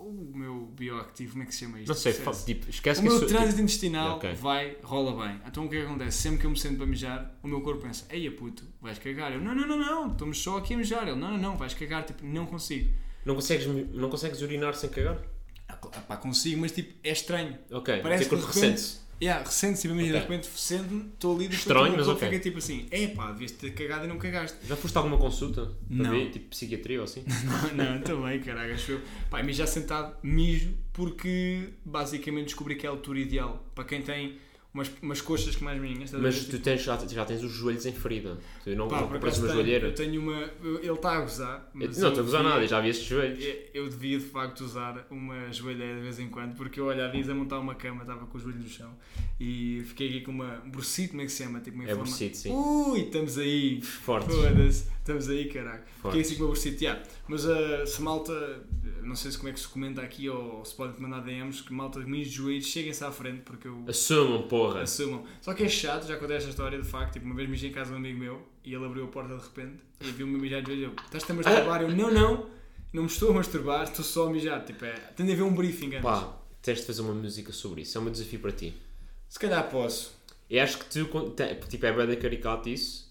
Speaker 3: o meu bioactivo, como é que se chama isto?
Speaker 2: Não sei,
Speaker 3: Esquece.
Speaker 2: fa- tipo, esquece
Speaker 3: O
Speaker 2: que
Speaker 3: meu
Speaker 2: isso-
Speaker 3: trânsito intestinal
Speaker 2: Ok.
Speaker 3: vai, rola bem. Então o que é que acontece? Sempre que eu me sento para mijar, o meu corpo pensa: Ei, puto, vais cagar. Eu: Não, não, não, não, estamos só aqui a mijar. Ele: Não, não, não, vais cagar. Tipo, não consigo.
Speaker 2: Não consegues, não consegues urinar sem cagar?
Speaker 3: Ah, cl- ah, pá, consigo, mas tipo, é estranho.
Speaker 2: Ok,
Speaker 3: Parece
Speaker 2: Parece
Speaker 3: que
Speaker 2: que
Speaker 3: de
Speaker 2: recente.
Speaker 3: repente. Yeah, recente, se imagina,
Speaker 2: Ok.
Speaker 3: de repente sento-me, estou ali, de repente,
Speaker 2: Estranho,
Speaker 3: o meu
Speaker 2: mas
Speaker 3: corpo
Speaker 2: ok.
Speaker 3: fica tipo assim: É pá, devias ter cagado e
Speaker 2: [laughs]
Speaker 3: não cagaste.
Speaker 2: Já foste a alguma consulta?
Speaker 3: Não.
Speaker 2: Para ver, tipo psiquiatria ou assim?
Speaker 3: Não, também, caralho, acho eu. Pá, e mijar sentado, mijo, porque basicamente descobri que é a altura ideal para quem tem umas, umas coxas que mais minhas. estás a ver?
Speaker 2: Mas
Speaker 3: Tipo,
Speaker 2: tu tens, já, já tens os joelhos em ferida. Tu não,
Speaker 3: pá,
Speaker 2: não
Speaker 3: por
Speaker 2: compras
Speaker 3: acaso
Speaker 2: uma
Speaker 3: tenho-
Speaker 2: joelheira.
Speaker 3: Eu tenho uma. eu- Ele está a gozar.
Speaker 2: Eu-
Speaker 3: mas
Speaker 2: Não,
Speaker 3: eu
Speaker 2: estou
Speaker 3: É
Speaker 2: a usar
Speaker 3: devia-
Speaker 2: nada, é- já vi esses joelhos.
Speaker 3: eu- Eu devia de facto usar uma joelheira de vez em quando, porque eu, olha, há dias a montar uma cama, estava com os joelhos no chão e fiquei aqui com uma. Um brucito, como é que se chama? Tipo, uma
Speaker 2: É
Speaker 3: forma-
Speaker 2: bursite, sim.
Speaker 3: Ui, estamos aí.
Speaker 2: Fortes.
Speaker 3: Foda-se, estamos aí, caraca. Fiquei
Speaker 2: Fortes.
Speaker 3: assim com o meu bursite, yeah. Mas ah, se malta, eh, não sei se como é que se comenta aqui ou se podem mandar DMs, que malta de mim de joelhos, cheguem-se à frente porque eu
Speaker 2: Assumam, porra.
Speaker 3: assumam. Só que é chato, já contei esta história de facto, tipo, uma vez mijei em casa de um amigo meu e ele abriu a porta de repente e viu-me a mijar de joelhos e eu, estás-te a masturbar? Eu, não, não, não me estou a masturbar, estou só a mijar. Tipo, é, tem de haver um briefing antes.
Speaker 2: Pá, tens de fazer uma música sobre isso. É um desafio para ti.
Speaker 3: Se calhar posso.
Speaker 2: Eu acho que tu, con- te- tipo, é bem da caricata isso.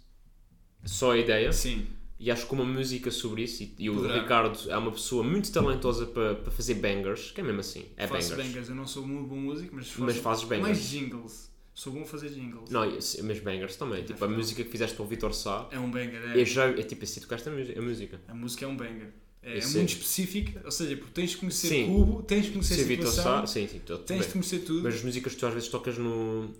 Speaker 2: Só a ideia.
Speaker 3: Sim.
Speaker 2: E acho que uma música sobre isso. E, e o
Speaker 3: Poderá.
Speaker 2: Ricardo é uma pessoa muito talentosa para, para fazer bangers. Que é mesmo assim. É
Speaker 3: faço
Speaker 2: bangers.
Speaker 3: bangers. Eu não sou muito bom músico, mas faço
Speaker 2: Mas fazes bangers.
Speaker 3: mais jingles. Sou bom a fazer jingles.
Speaker 2: Não, e- sim, mas bangers também. Tipo, a música que fizeste com o Vitor Sá.
Speaker 3: É um banger, é.
Speaker 2: Eu já. É tipo assim, tocaste a, mu- a música.
Speaker 3: A música é um banger. É, é
Speaker 2: Isso é.
Speaker 3: muito específica, ou seja, porque tens de conhecer
Speaker 2: Sim.
Speaker 3: cubo, tens de conhecer
Speaker 2: Sim, Vitor Sá.
Speaker 3: situação,
Speaker 2: Sim, sim, tô- tudo
Speaker 3: tens de
Speaker 2: bem.
Speaker 3: conhecer tudo.
Speaker 2: Mas as músicas que tu às vezes tocas no,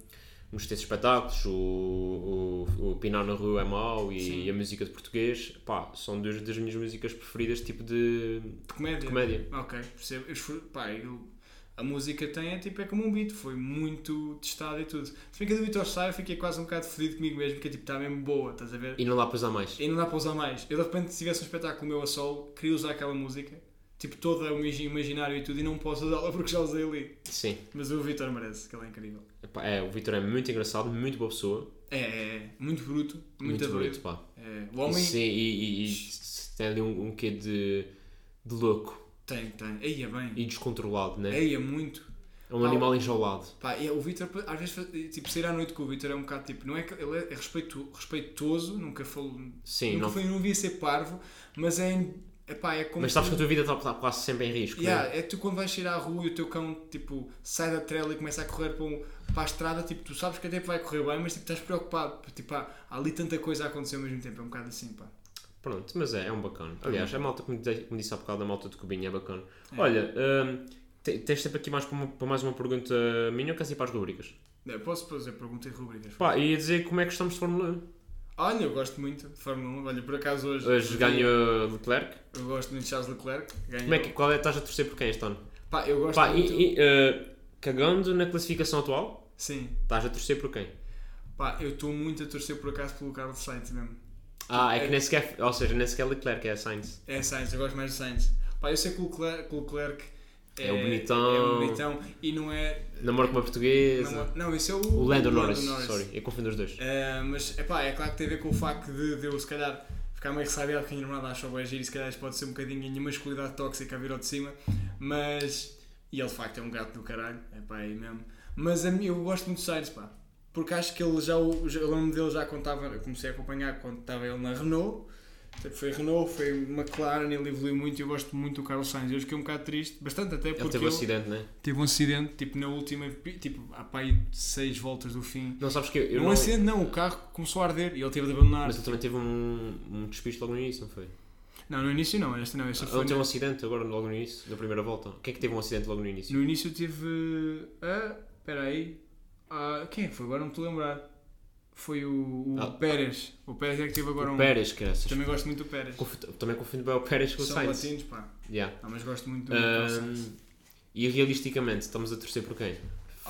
Speaker 2: nos teus espetáculos, o, o, o Pinar na Rua é mau e
Speaker 3: Sim.
Speaker 2: a música de português, pá, são duas das minhas músicas preferidas, tipo de,
Speaker 3: de comédia.
Speaker 2: de comédia.
Speaker 3: Ok, percebo. Eu esfor- pá, eu- a música tem, é tipo, é como um beat, foi muito testado e tudo. Se bem que a do Vitor Sá eu fiquei quase um bocado fodido comigo mesmo, porque tipo, está mesmo boa, estás a ver?
Speaker 2: E não dá para usar mais.
Speaker 3: E não dá para usar mais. Eu de repente, se tivesse um espetáculo meu a solo, queria usar aquela música, tipo, toda o imagi- imaginário e tudo, e não posso usá-la porque já usei ali.
Speaker 2: Sim.
Speaker 3: Mas o Vitor merece, que ele é incrível.
Speaker 2: Epá, é, o Vitor é muito engraçado, muito boa pessoa.
Speaker 3: É, é, é. muito bruto, muito,
Speaker 2: Muito, bonito,
Speaker 3: abrido.
Speaker 2: pá.
Speaker 3: É, o
Speaker 2: E,
Speaker 3: homem
Speaker 2: sim, e, e- e se tem ali um, um quê de, de louco
Speaker 3: Tem, tem. Aí é bem.
Speaker 2: e descontrolado, né?
Speaker 3: Aí é muito.
Speaker 2: É um animal enjaulado.
Speaker 3: Pá, e o Vitor, às vezes, fa- tipo, sair à noite com o Vitor é um bocado tipo, não é que ele é respeito, respeitoso, nunca falou.
Speaker 2: Sim,
Speaker 3: nunca
Speaker 2: não-
Speaker 3: foi, não devia ser parvo, mas é. Epá, é como.
Speaker 2: Mas sabes que a
Speaker 3: tu,
Speaker 2: tua vida está está quase sempre em risco, né?
Speaker 3: Yeah, é tu quando vais sair à rua e o teu cão, tipo, sai da trela e começa a correr para, um- para a estrada, tipo, tu sabes que até vai correr bem, mas tipo, estás preocupado. Tipo, há, há ali tanta coisa a acontecer ao mesmo tempo, é um bocado assim, pá.
Speaker 2: Pronto, mas é, é um
Speaker 3: Uhum.
Speaker 2: bacana. Aliás, a malta que me, de, que me disse há bocado, a malta de Cubinho é bacana. Olha, hum, te- tens tempo aqui mais para, uma- para mais uma pergunta minha ou queres ir para as rubricas?
Speaker 3: É, posso fazer pergunta e rubricas?
Speaker 2: Pá, ia dizer como é que estamos de Fórmula 1.
Speaker 3: Olha, eu gosto muito de Fórmula 1. Olha, por acaso hoje.
Speaker 2: Hoje ganha Leclerc.
Speaker 3: Eu gosto muito de Charles Leclerc. Ganhou.
Speaker 2: Como é que, qual é, estás a torcer por quem este ano?
Speaker 3: Pá, eu Então. gosto
Speaker 2: Pá,
Speaker 3: muito.
Speaker 2: e, e, eh, cagando na classificação atual,
Speaker 3: Sim.
Speaker 2: estás a torcer por quem?
Speaker 3: Pá, eu estou muito a torcer por acaso pelo Carlos Sainz mesmo.
Speaker 2: Ah, é que
Speaker 3: É-
Speaker 2: nem sequer, ou seja, nem sequer Leclerc é a Sainz.
Speaker 3: É Sainz, eu gosto mais de Sainz. Pá, eu sei que o Leclerc, que o Leclerc
Speaker 2: É o bonitão.
Speaker 3: É o bonitão e não é.
Speaker 2: Namoro com uma portuguesa.
Speaker 3: Não, não, esse é o.
Speaker 2: O Lando Norris, sorry, eu confundo os dois.
Speaker 3: Eh, mas é pá, é claro que tem a ver com o facto de, de eu se calhar ficar meio ressabiado que a minha namorada achou bem giro e se calhar isto pode ser um bocadinho a minha masculinidade tóxica a vir ao de cima, mas. E ele de facto é um gato do caralho, é pá, é mesmo. Mas a mim- eu gosto muito do Sainz, pá, porque acho que ele já. o- já- Eu lembro dele já quando estava. Eu comecei a acompanhar quando estava ele na Renault. Portanto, Foi Renault, foi McLaren, ele evoluiu muito e eu gosto muito do Carlos Sainz. Eu fiquei um bocado triste, bastante até
Speaker 2: Ele
Speaker 3: porque
Speaker 2: teve um acidente, né?
Speaker 3: teve um acidente, tipo na última, tipo, há pá aí seis voltas do fim.
Speaker 2: Não sabes que eu, eu
Speaker 3: Não,
Speaker 2: não.
Speaker 3: um acidente, não, o carro começou a arder e ele teve de abandonar.
Speaker 2: Mas ele também teve um, um despiste logo no início, não foi?
Speaker 3: Não, no início não, esta não, esta
Speaker 2: Ele
Speaker 3: foi.
Speaker 2: teve um acidente agora logo no início, na primeira volta. Quem é que teve um acidente logo no início?
Speaker 3: No início eu tive. Ah, espera aí. Ah, quem é que foi? Agora não me estou a lembrar. Foi o, o
Speaker 2: Ah.
Speaker 3: Pérez. O Pérez é que teve agora
Speaker 2: o
Speaker 3: um.
Speaker 2: Pérez, que essas...
Speaker 3: Também gosto muito do Pérez.
Speaker 2: confundo, Também confundo bem o Pérez com o
Speaker 3: São
Speaker 2: Sainz.
Speaker 3: latinos, pá.
Speaker 2: Yeah.
Speaker 3: Não, mas gosto muito do
Speaker 2: Ahm,
Speaker 3: Carlos Sainz.
Speaker 2: e realisticamente, estamos a torcer por quem?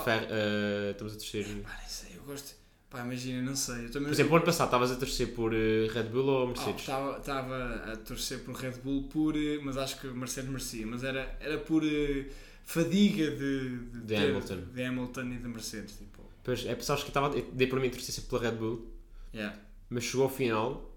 Speaker 2: Fer- ah, estamos a torcer.
Speaker 3: Pá, nem sei, eu gosto. Pá, imagina, não sei. Eu também
Speaker 2: Por exemplo, o ano passado estavas a torcer por eh, Red Bull ou Mercedes?
Speaker 3: tá. Estava Ah, a torcer por Red Bull por. eh, Mas acho que Mercedes merecia. Mas era, era por eh, fadiga de, de,
Speaker 2: De
Speaker 3: ter-
Speaker 2: Hamilton.
Speaker 3: de Hamilton e de Mercedes. Tipo,
Speaker 2: Pois, é, pessoal, acho que estava. eu Dei para mim a torcer sempre pela Red Bull,
Speaker 3: yeah.
Speaker 2: mas chegou ao final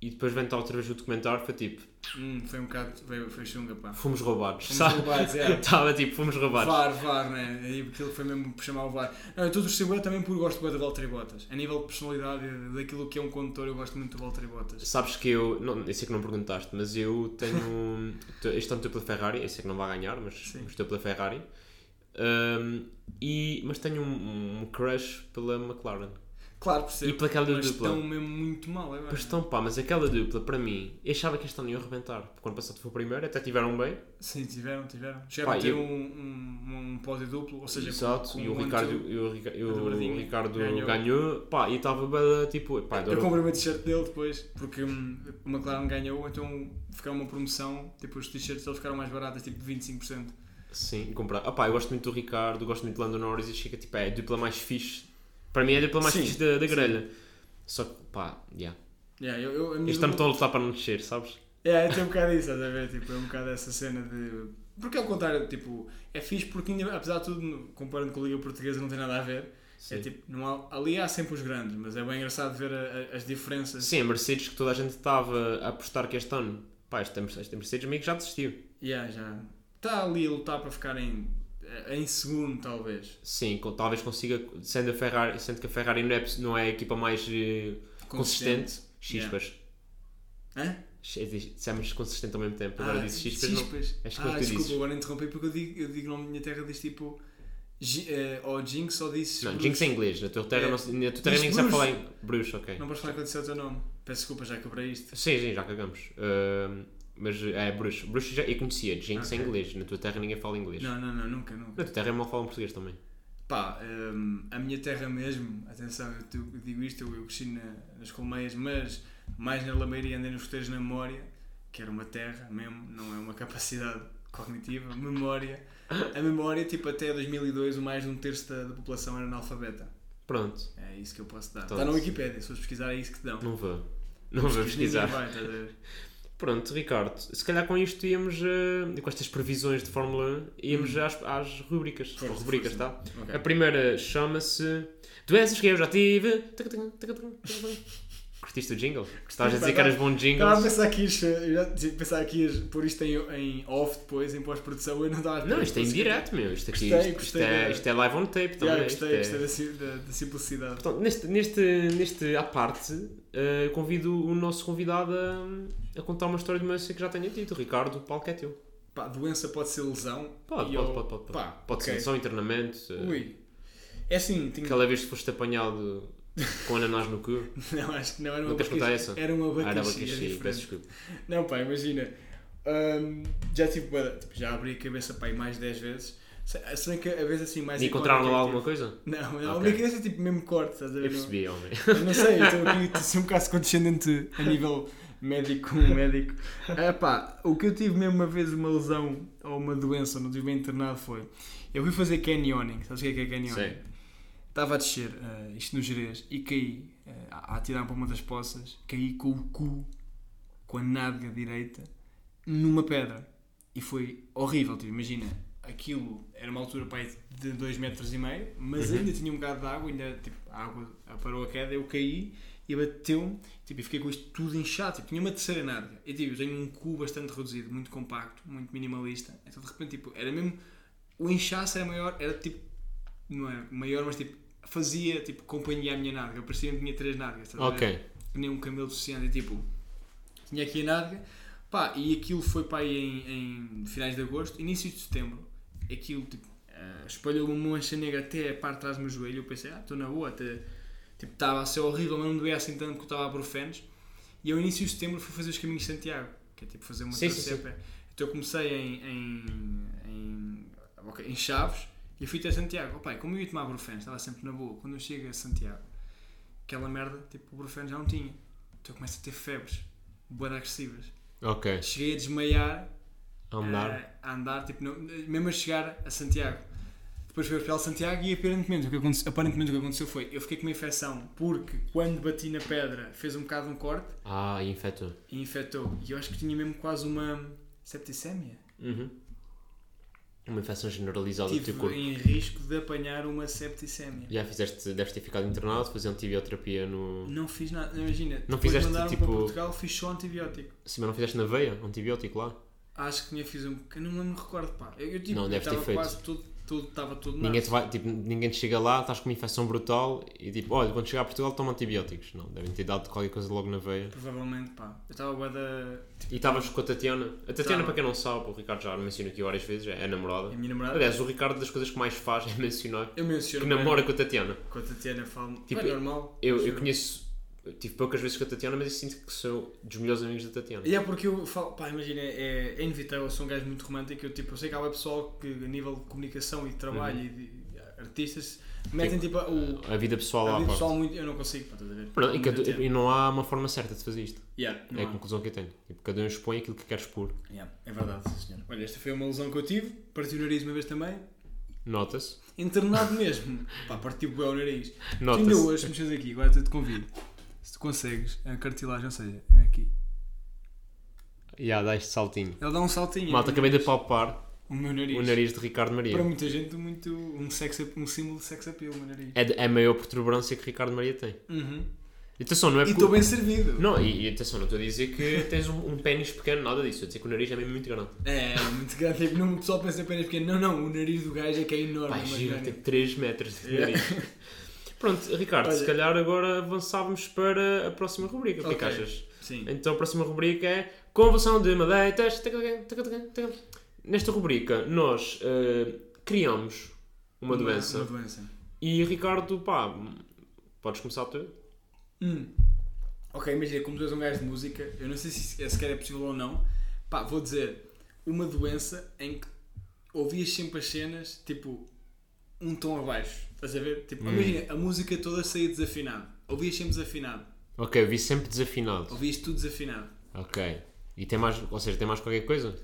Speaker 2: e depois vem estar outra vez o documentário. Foi tipo,
Speaker 3: Hum, foi um bocado. Foi, foi chunga, pá.
Speaker 2: fomos roubados.
Speaker 3: Fomos
Speaker 2: sabe?
Speaker 3: roubados,
Speaker 2: [laughs]
Speaker 3: é.
Speaker 2: Estava tipo, fomos roubados.
Speaker 3: VAR, VAR, né? E aquilo foi mesmo por chamar o VAR. Não, eu estou a torcer bué também porque gosto bué do Valtteri Bottas. A nível de personalidade, daquilo que é um condutor, eu gosto muito do Valtteri Bottas.
Speaker 2: Sabes que eu. Não, eu sei que não perguntaste, mas eu
Speaker 3: [laughs]
Speaker 2: tenho. tô- este ano estou pela Ferrari, eu sei que não vai ganhar, mas
Speaker 3: Sim.
Speaker 2: estou pela Ferrari. Ahm, e, mas tenho um, um crush pela McLaren.
Speaker 3: Claro, percebo.
Speaker 2: E pela aquela
Speaker 3: mas
Speaker 2: dupla?
Speaker 3: estão mesmo muito mal é agora.
Speaker 2: Pois estão, pá, mas aquela dupla, para mim, eu achava que este ano ia arrebentar. Porque o ano passado foi o primeiro, até tiveram bem.
Speaker 3: Sim, tiveram, tiveram. Chegaram
Speaker 2: Pá,
Speaker 3: a ter
Speaker 2: eu-
Speaker 3: um, um, um pódio duplo, ou seja, com-
Speaker 2: Exato,
Speaker 3: com
Speaker 2: e o
Speaker 3: um
Speaker 2: Ricardo,
Speaker 3: ano-
Speaker 2: e o, Rica- e
Speaker 3: a dobradinha
Speaker 2: o Ricardo
Speaker 3: ganhou. É,
Speaker 2: ganhou. pá, e estava bué, tipo, pá,
Speaker 3: Eu
Speaker 2: adoro.
Speaker 3: comprei uma t-shirt dele depois, porque hum, o McLaren ganhou, então ficou uma promoção, tipo os t-shirts eles ficaram mais baratas, tipo 25%.
Speaker 2: Sim, comprar. Ah, pá, eu gosto muito do Ricardo, gosto muito do Lando Norris e achei que tipo, é a dupla mais fixe. Para mim é a dupla mais
Speaker 3: Sim,
Speaker 2: fixe da, da
Speaker 3: sim.
Speaker 2: grelha. Só que, pá, yeah.
Speaker 3: Yeah, eu, eu, a minha
Speaker 2: Este
Speaker 3: dupla-
Speaker 2: ano estou a lutar para não descer, sabes?
Speaker 3: É, tem um bocado isso, estás a ver? Tipo, é um bocado essa cena de. Porque ao contrário, tipo, é fixe porque, ainda, apesar de tudo, comparando com a Liga Portuguesa, não tem nada a ver.
Speaker 2: Sim.
Speaker 3: É tipo, não há- ali há sempre os grandes, mas é bem engraçado ver a- a- as diferenças.
Speaker 2: Sim, a Mercedes que toda a gente estava a apostar que este ano, pá, esta esta Mercedes meio que já desistiu.
Speaker 3: Yeah, já. Está ali a lutar para ficar em, em segundo, talvez.
Speaker 2: Sim, com- talvez consiga, sendo, a Ferrari, sendo que a Ferrari não é, não é a equipa mais eh, consistente, chispas.
Speaker 3: Hã?
Speaker 2: É, diz- Dissemos consistente ao mesmo tempo, agora
Speaker 3: Ah,
Speaker 2: disse chispas. não- Acho que é o
Speaker 3: ah,
Speaker 2: que tu
Speaker 3: desculpa,
Speaker 2: dizes.
Speaker 3: agora interrompi porque eu digo, eu digo na minha terra, diz tipo. Gi- eh, ou Jinx ou disse.
Speaker 2: Não,
Speaker 3: Bruce.
Speaker 2: Jinx é inglês, na tua terra,
Speaker 3: É.
Speaker 2: não, se- na tua terra
Speaker 3: Diz
Speaker 2: ninguém sabe
Speaker 3: Bruce.
Speaker 2: falar em. Bruce, ok.
Speaker 3: Não podes falar quando disser o teu nome. Peço desculpa, já quebrei isto.
Speaker 2: Sim, sim, já cagamos. Ahm, mas é Bruce. Bruce já, eu conhecia, Jinx é
Speaker 3: Ok.
Speaker 2: inglês, na tua terra ninguém fala inglês.
Speaker 3: Não, não, não, nunca, nunca.
Speaker 2: Na tua terra é mal falam português também.
Speaker 3: Pá, hum, a minha terra mesmo, atenção, eu te- eu digo isto, eu, eu cresci na- nas colmeias, mas mais na Lameira e andei nos roteiros na memória, que era uma terra mesmo, não é uma capacidade cognitiva, memória. A memória, tipo, até 2002, o mais de um terço da, da população era analfabeta.
Speaker 2: Pronto,
Speaker 3: É isso que eu posso dar.
Speaker 2: Então,
Speaker 3: Está na Wikipédia, se fores pesquisar é isso que te dão.
Speaker 2: não vou. Não vou
Speaker 3: Ninguém
Speaker 2: pesquisar.
Speaker 3: vai, estás a ver?
Speaker 2: Pronto, Ricardo, se calhar com isto íamos, eh, com estas previsões de Fórmula 1,
Speaker 3: Hum.
Speaker 2: íamos às, às rubricas.
Speaker 3: Força,
Speaker 2: Ou rubricas,
Speaker 3: força.
Speaker 2: tá?
Speaker 3: Ok.
Speaker 2: A primeira chama-se Doenças que eu já tive. Tac, tac, tac, tac, tac. Curtiste o jingle? Estavas a dizer que eras bom
Speaker 3: Estava a
Speaker 2: jingles?
Speaker 3: pensar que ias, eu já tinha pensado que ias pôr isto em, em off depois, em pós-produção, eu não estava a
Speaker 2: Não, isto é indireto, meu. Isto, aqui,
Speaker 3: Gostei,
Speaker 2: isto, isto
Speaker 3: gostei da-
Speaker 2: é, isto é live on tape também.
Speaker 3: Yeah,
Speaker 2: isto
Speaker 3: gostei,
Speaker 2: é-
Speaker 3: gostei da si- da, da simplicidade.
Speaker 2: Portanto, neste, neste, neste à parte, eh, convido o nosso convidado a, a contar uma história de uma doença que já tenha tido. Ricardo, o palco é teu.
Speaker 3: Pá, doença pode ser lesão.
Speaker 2: Pode,
Speaker 3: e
Speaker 2: pode,
Speaker 3: eu-
Speaker 2: pode, pode. Pode,
Speaker 3: Pá,
Speaker 2: pode
Speaker 3: ok.
Speaker 2: ser só internamento. eh,
Speaker 3: Ui. É assim, tinha...
Speaker 2: Aquela vez que foste apanhado com ananás no cu.
Speaker 3: [laughs] Não, acho que não era uma
Speaker 2: Não queres contar
Speaker 3: bacaxi-
Speaker 2: essa?
Speaker 3: Era uma
Speaker 2: Ah, era
Speaker 3: bacaxi, era
Speaker 2: abacaxi,
Speaker 3: é diferente.
Speaker 2: peço desculpa.
Speaker 3: Não, pá, imagina. Hum, já tive bué- tipo, já abri a cabeça pá, aí mais 10 vezes. Se se bem que a vez assim mais
Speaker 2: E encontraram lá alguma
Speaker 3: icónica
Speaker 2: coisa?
Speaker 3: que eu tive- Não, não, a
Speaker 2: Ok.
Speaker 3: única vez é tipo mesmo corte, estás a ver?
Speaker 2: Eu percebi,
Speaker 3: [laughs]
Speaker 2: homem.
Speaker 3: Eu Não sei, eu estou aqui estou a ser um bocado condescendente a nível médico com um médico. Ah, pá, o que eu tive mesmo uma vez uma lesão ou uma doença, não tive bem internado, foi. Eu fui fazer canyoning, sabes o que é que é canyoning?
Speaker 2: Sei.
Speaker 3: Estava a descer, ah, isto no Jerez, e caí ah, a atirar para uma das poças, caí com o cu, com a nádega direita, numa pedra. E foi horrível, tipo, imagina, aquilo era uma altura pá, aí de 2 metros e meio, mas ainda tinha um bocado de água, ainda, tipo, a água parou a queda, eu caí e bateu-me, tipo, e fiquei com isto tudo inchado, tipo, tinha uma terceira nádega. E tipo, eu tenho um cu bastante reduzido, muito compacto, muito minimalista, então de repente, tipo, era mesmo, o inchaço era maior, era tipo, não é maior, mas tipo, fazia, tipo, companhia à minha nádega, eu parecia que tinha três nádegas, estás a ver?
Speaker 2: Ok.
Speaker 3: que nem um camelo suficiente, e tipo, tinha aqui a nádega, pá, e aquilo foi pá, aí em, em finais de agosto, início de setembro, aquilo tipo, eh, espalhou uma mancha negra até a parte de trás do meu joelho, eu pensei, ah, estou na boa, até, tipo, estava a ser horrível, mas não doía assim tanto que eu estava a brufenes, e ao início de setembro fui fazer os caminhos de Santiago, que é tipo fazer uma
Speaker 2: Sim, sim,
Speaker 3: travessia a
Speaker 2: sim.
Speaker 3: pé. Então eu comecei em, em, em, ok, em Chaves, e fui até Santiago, opa, e como eu ia tomar brufenes, estava sempre na boa, quando eu chego a Santiago, aquela merda, tipo, o Brufen já não tinha. Então eu começo a ter febres, boas agressivas.
Speaker 2: Ok.
Speaker 3: Cheguei a desmaiar,
Speaker 2: A andar.
Speaker 3: eh, a andar, tipo, não- mesmo a chegar a Santiago. Depois fui ao Hospital de Santiago e aparentemente o, que aconteceu, aparentemente o que aconteceu foi eu fiquei com uma infecção porque quando bati na pedra fez um bocado um corte
Speaker 2: Ah, e infectou.
Speaker 3: e infectou. E eu acho que tinha mesmo quase uma septicemia.
Speaker 2: Uhum. Uma infecção generalizada do teu
Speaker 3: Estive
Speaker 2: corpo.
Speaker 3: em risco de apanhar uma septicemia.
Speaker 2: Já fizeste, deves ter ficado internado, fazer antibioterapia no.
Speaker 3: Não fiz nada, imagina.
Speaker 2: Não
Speaker 3: depois
Speaker 2: fizeste,
Speaker 3: mandaram
Speaker 2: tipo-
Speaker 3: para Portugal, fiz só antibiótico.
Speaker 2: Se mas não fizeste na veia, antibiótico lá.
Speaker 3: Acho que tinha fiz um bocado, não me recordo, pá. Eu, eu, tipo,
Speaker 2: Não,
Speaker 3: eu
Speaker 2: deve ter
Speaker 3: estava
Speaker 2: feito.
Speaker 3: quase todo, todo, estava todo
Speaker 2: Ninguém,
Speaker 3: narco.
Speaker 2: te vai, tipo, ninguém te chega lá, estás com uma infecção brutal e tipo, olha, quando chegar a Portugal toma antibióticos. Não, devem ter dado qualquer coisa logo na veia.
Speaker 3: Provavelmente, pá. Eu estava bué da...
Speaker 2: E estavas com a Tatiana. A Tatiana,
Speaker 3: Tava.
Speaker 2: para quem não sabe, o Ricardo já menciona aqui várias vezes, é a namorada.
Speaker 3: A minha namorada...
Speaker 2: Aliás, o Ricardo das coisas que mais faz [laughs] é mencionar
Speaker 3: Eu menciono...
Speaker 2: que
Speaker 3: bué.
Speaker 2: namora com a Tatiana.
Speaker 3: Com a Tatiana falo...
Speaker 2: Tipo,
Speaker 3: é normal.
Speaker 2: Eu, eu
Speaker 3: Juro.
Speaker 2: conheço, eu tive poucas vezes com a Tatiana, mas eu sinto que sou dos melhores amigos da Tatiana.
Speaker 3: E é porque eu falo, pá, imagina, é, é inevitável, eu sou um gajo muito romântico, eu, tipo, eu sei que há bué pessoal que a nível de comunicação e de trabalho
Speaker 2: Uhum.
Speaker 3: e de artistas metem tipo, o,
Speaker 2: A vida pessoal
Speaker 3: a
Speaker 2: lá à
Speaker 3: vida
Speaker 2: parte.
Speaker 3: pessoal muito, eu não consigo, pá, estás a ver?
Speaker 2: Pronto, e,
Speaker 3: Não
Speaker 2: cada-
Speaker 3: tenho tempo.
Speaker 2: e não há uma forma certa de fazer isto.
Speaker 3: Yeah, não
Speaker 2: é a
Speaker 3: há.
Speaker 2: conclusão que eu tenho. Tipo, cada um expõe aquilo que quer expor.
Speaker 3: Yeah, é verdade, sim, senhor. Olha, esta foi uma lesão que eu tive, parti o nariz uma vez também,
Speaker 2: Nota-se.
Speaker 3: internado mesmo, pá, parti bué o nariz. Tu ainda
Speaker 2: Nota-se.
Speaker 3: hoje mexes aqui, agora eu te convido. Se tu consegues, a cartilagem, ou seja, é aqui.
Speaker 2: Já, dá este saltinho.
Speaker 3: Ele dá um saltinho.
Speaker 2: Malta,
Speaker 3: o meu
Speaker 2: acabei de
Speaker 3: nariz-
Speaker 2: palpar
Speaker 3: O meu nariz.
Speaker 2: o nariz de Ricardo Maria.
Speaker 3: Para muita gente, muito, um, sex, ap- um símbolo de sex appeal, o meu nariz.
Speaker 2: É de- é a maior protuberância que Ricardo Maria tem.
Speaker 3: Uhum.
Speaker 2: E Atenção, não é
Speaker 3: E
Speaker 2: porque-
Speaker 3: estou bem servido.
Speaker 2: Não, e, e atenção, não estou a dizer que tens um, um pênis pequeno, nada disso. Estou a dizer que o nariz é mesmo muito grande.
Speaker 3: É, é muito grande. Tipo, não, o pessoal pensa apenas pequeno. Não, não, o nariz do gajo é que é enorme.
Speaker 2: Pai,
Speaker 3: mas
Speaker 2: giro, tipo,
Speaker 3: grande.
Speaker 2: tem 3 metros de
Speaker 3: Yeah.
Speaker 2: nariz. [laughs] Pronto, Ricardo, se
Speaker 3: Olha.
Speaker 2: calhar agora avançávamos para a próxima rubrica. O que é que
Speaker 3: Ok.
Speaker 2: achas?
Speaker 3: Sim.
Speaker 2: Então a próxima rubrica é Conversão de Madeitas. Nesta rubrica, nós eh, criamos uma doença.
Speaker 3: Uma doença.
Speaker 2: E Ricardo, pá, podes começar tu?
Speaker 3: Hum. Ok, imagina, como tu és um gajo de música, eu não sei se é sequer é possível ou não. Pá, vou dizer, uma doença em que ouvias sempre as cenas, tipo, um tom abaixo. Estás a ver? Tipo,
Speaker 2: Hum.
Speaker 3: imagina, a música toda saía desafinada. Ouvias sempre desafinado.
Speaker 2: Ok, eu vi sempre desafinado.
Speaker 3: Ouvias tudo desafinado.
Speaker 2: Ok. E tem mais, ou seja, tem mais qualquer coisa?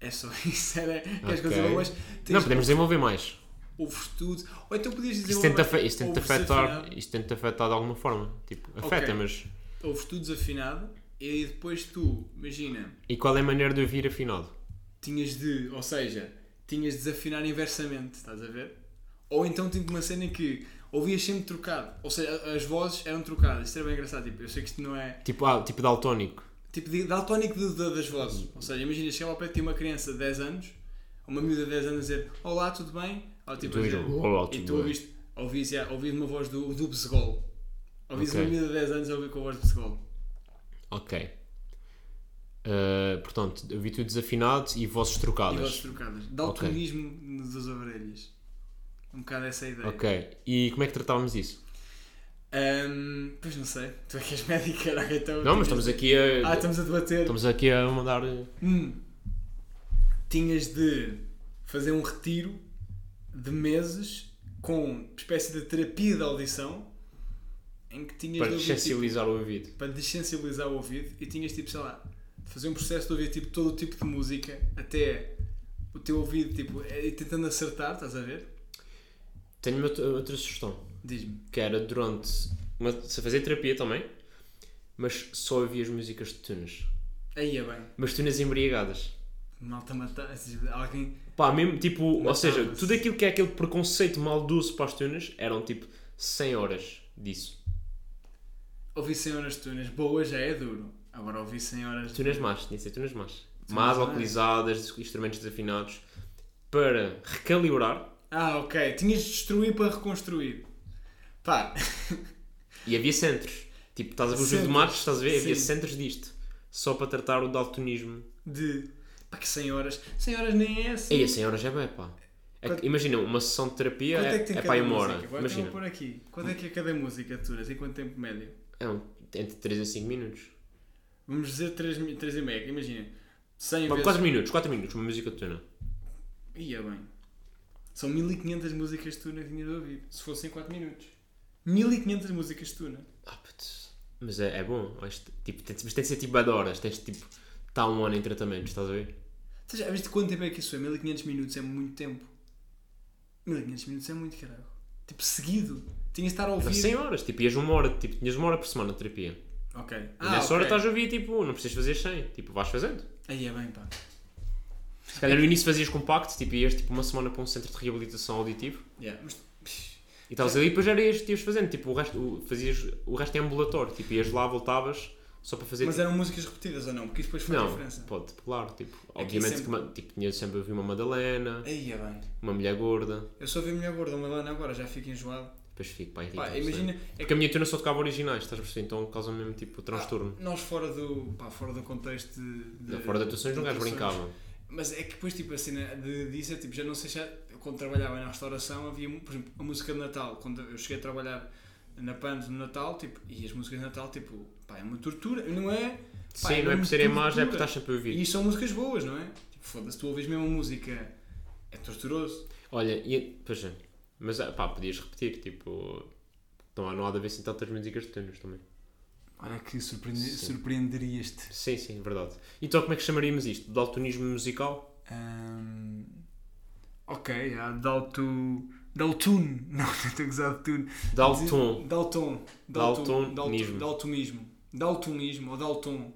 Speaker 3: É só [laughs] isso, era. Queres
Speaker 2: Ok.
Speaker 3: que eu diga, mas
Speaker 2: não,
Speaker 3: tens-
Speaker 2: podemos desenvolver mais.
Speaker 3: ouves tudo. Ou então podias dizer
Speaker 2: Isso
Speaker 3: uma
Speaker 2: tenta,
Speaker 3: vez,
Speaker 2: afe- isso tenta
Speaker 3: ouves
Speaker 2: afetar,
Speaker 3: desafinado,
Speaker 2: isso tenta afetar de alguma forma. Tipo, afeta,
Speaker 3: Ok.
Speaker 2: mas.
Speaker 3: Ouves tu desafinado e depois tu, imagina,
Speaker 2: E qual é a maneira de eu vir afinado?
Speaker 3: tinhas de, ou seja, tinhas de desafinar inversamente, estás a ver? Ou então tipo uma cena que ouvias sempre trocado, ou seja, a- as vozes eram trocadas, isto era bem engraçado, tipo, eu sei que isto não é
Speaker 2: Tipo, ah, tipo daltónico.
Speaker 3: tipo de, daltónico de, de- das vozes, ou seja, imagina chega lá ao pé de ti uma criança de 10 anos, uma miúda de 10 anos a dizer Olá, tudo bem? Ou, tipo,
Speaker 2: tu
Speaker 3: a
Speaker 2: dizes,
Speaker 3: dizer-
Speaker 2: Então, "Olá,
Speaker 3: e
Speaker 2: tudo
Speaker 3: tu
Speaker 2: bem."
Speaker 3: ouviste, ouvis, yeah, ouvis uma voz do, do Besegol, ouvis
Speaker 2: Ok.
Speaker 3: uma miúda de 10 anos a ouvir com a voz do Besegol.
Speaker 2: Ok. Ah, portanto, eu vi tudo desafinado e vozes
Speaker 3: E
Speaker 2: trocadas.
Speaker 3: vozes trocadas. Daltonismo das orelhas. Um bocado essa a ideia.
Speaker 2: ok. E como é que tratávamos isso?
Speaker 3: Ahm, pois não sei. Tu é que és médico, caraca, então.
Speaker 2: Não, mas estamos aqui a.
Speaker 3: Ah, estamos a debater.
Speaker 2: Estamos aqui a mandar. eh,
Speaker 3: Hum. Tinhas de fazer um retiro de meses com espécie de terapia de audição em que tinhas
Speaker 2: Para
Speaker 3: de ouvir, tipo,
Speaker 2: dessensibilizar o ouvido.
Speaker 3: para dessensibilizar o ouvido e tinhas tipo, sei lá, de fazer um processo de ouvir tipo, todo o tipo de música até o teu ouvido tipo, é- tentando acertar, estás a ver?
Speaker 2: Tenho uma outra- outra sugestão.
Speaker 3: Diz-me.
Speaker 2: que era durante uma, se fazer terapia também, mas só havia as músicas de tunas.
Speaker 3: Aí é bem.
Speaker 2: Mas tunas embriagadas.
Speaker 3: Malta matar. Alguém.
Speaker 2: Pá, mesmo tipo, ou seja,
Speaker 3: Matava-se.
Speaker 2: tudo aquilo que é aquele preconceito maldoso para as tunas eram tipo 100 horas disso.
Speaker 3: Ouvir 100 horas de tunas boas já é duro. Agora ouvir 100 horas de
Speaker 2: Tunas más, tinha de ser tunas más. Más
Speaker 3: más.
Speaker 2: alcoolizadas, instrumentos desafinados, para recalibrar.
Speaker 3: Ah, ok. Tinhas de destruir para reconstruir. Pá. [laughs]
Speaker 2: E havia centros. Tipo, estás a ver os
Speaker 3: Centros.
Speaker 2: matos, estás a ver? Havia
Speaker 3: Sim.
Speaker 2: centros disto. Só para tratar o daltonismo.
Speaker 3: De. Pá, que 100 horas. 100 horas nem é assim.
Speaker 2: E a 100 horas é bem, pá. É que-
Speaker 3: Quanto-
Speaker 2: Imagina, uma sessão de terapia
Speaker 3: Quanto
Speaker 2: é,
Speaker 3: é que tem
Speaker 2: é
Speaker 3: cada
Speaker 2: pá, uma
Speaker 3: música?
Speaker 2: hora.
Speaker 3: Agora
Speaker 2: Imagina.
Speaker 3: Imagina. por aqui. Quanto é que é cada música de tunas e quanto tempo médio?
Speaker 2: É um, entre 3 a 5 minutos.
Speaker 3: Vamos dizer 3, e meio. Imagina. 100
Speaker 2: Bom,
Speaker 3: vezes.
Speaker 2: 4 minutos, 4 minutos, uma música é? de tuna.
Speaker 3: Ia bem. São 1500 músicas de tuna que tinha de ouvir. Se fossem 4 minutos. 1500 músicas de tuna.
Speaker 2: Ah, putz. Mas é, é bom. Isto, tipo, tem, mas tem de ser tipo bué de horas. Tens de tipo. Está um ano em tratamento, estás a ver?
Speaker 3: Tu já viste quanto tempo é que isso é? 1500 minutos é muito tempo. 1500 minutos é muito, caralho. Tipo, seguido. Tinhas de estar a ouvir.
Speaker 2: Mas 100 horas, tipo, ias uma hora, tipo, tinhas uma hora por semana de terapia.
Speaker 3: Ok.
Speaker 2: E nessa hora
Speaker 3: Ah, ok.
Speaker 2: estás a ouvir, tipo, não precisas fazer 100, tipo, vais fazendo.
Speaker 3: Aí é bem, pá.
Speaker 2: Se calhar no início fazias compacto, tipo, ias tipo uma semana para um centro de reabilitação auditivo
Speaker 3: Yeah. Mas, pff,
Speaker 2: e estavas ali e depois já era ias, ias fazendo, tipo, o resto, o- fazias o resto é ambulatório, tipo, ias lá, voltavas só para fazer.
Speaker 3: mas
Speaker 2: tipo,
Speaker 3: eram músicas repetidas ou não? Porque isso depois faz
Speaker 2: não,
Speaker 3: diferença. É
Speaker 2: pode, claro, tipo, obviamente
Speaker 3: sempre-
Speaker 2: que ma- tipo, tinhas sempre a ouvir uma Madalena,
Speaker 3: Aí é bem.
Speaker 2: uma mulher gorda,
Speaker 3: Eu só vi a minha gorda, uma lana agora, já fico enjoado.
Speaker 2: depois fico, pá, irritante.
Speaker 3: Pá,
Speaker 2: não sei.
Speaker 3: imagina. É
Speaker 2: Então, Porque a minha turna só tocava originais, estás a perceber? Então causa mesmo tipo transtorno.
Speaker 3: nós fora do. pá, fora do contexto de. de-
Speaker 2: Não, Fora da atuações, um gajo
Speaker 3: atuações.
Speaker 2: brincava.
Speaker 3: Mas é que depois, tipo, a cena de, disso é tipo, já não sei se já. eu Quando trabalhava na restauração, havia, mu- por exemplo, a música de Natal. Quando eu cheguei a trabalhar na PANS no Natal, tipo, e as músicas de Natal, tipo, pá, é uma tortura, não é? Pá,
Speaker 2: Sim, não é
Speaker 3: uma
Speaker 2: por ser imagem, é porque
Speaker 3: tortura.
Speaker 2: estás sempre a ouvir.
Speaker 3: E são músicas boas, não é? Tipo, foda-se, tu ouves mesmo a música, é torturoso.
Speaker 2: Olha, e, pois é. Mas ah, pá, podias repetir, tipo. Não há, não há de haver assim tantas músicas de tunas também.
Speaker 3: Olha que
Speaker 2: Sim.
Speaker 3: surpreenderias-te.
Speaker 2: Sim, sim, verdade. Então como é que chamaríamos isto? Daltonismo musical?
Speaker 3: Ahm, ok, já, Dalto. Daltun. [laughs] Não, não estou a gozar de tune.
Speaker 2: Dalton.
Speaker 3: Dalton.
Speaker 2: Daltonismo.
Speaker 3: Dalton- Daltonismo. Daltonismo ou Dalton.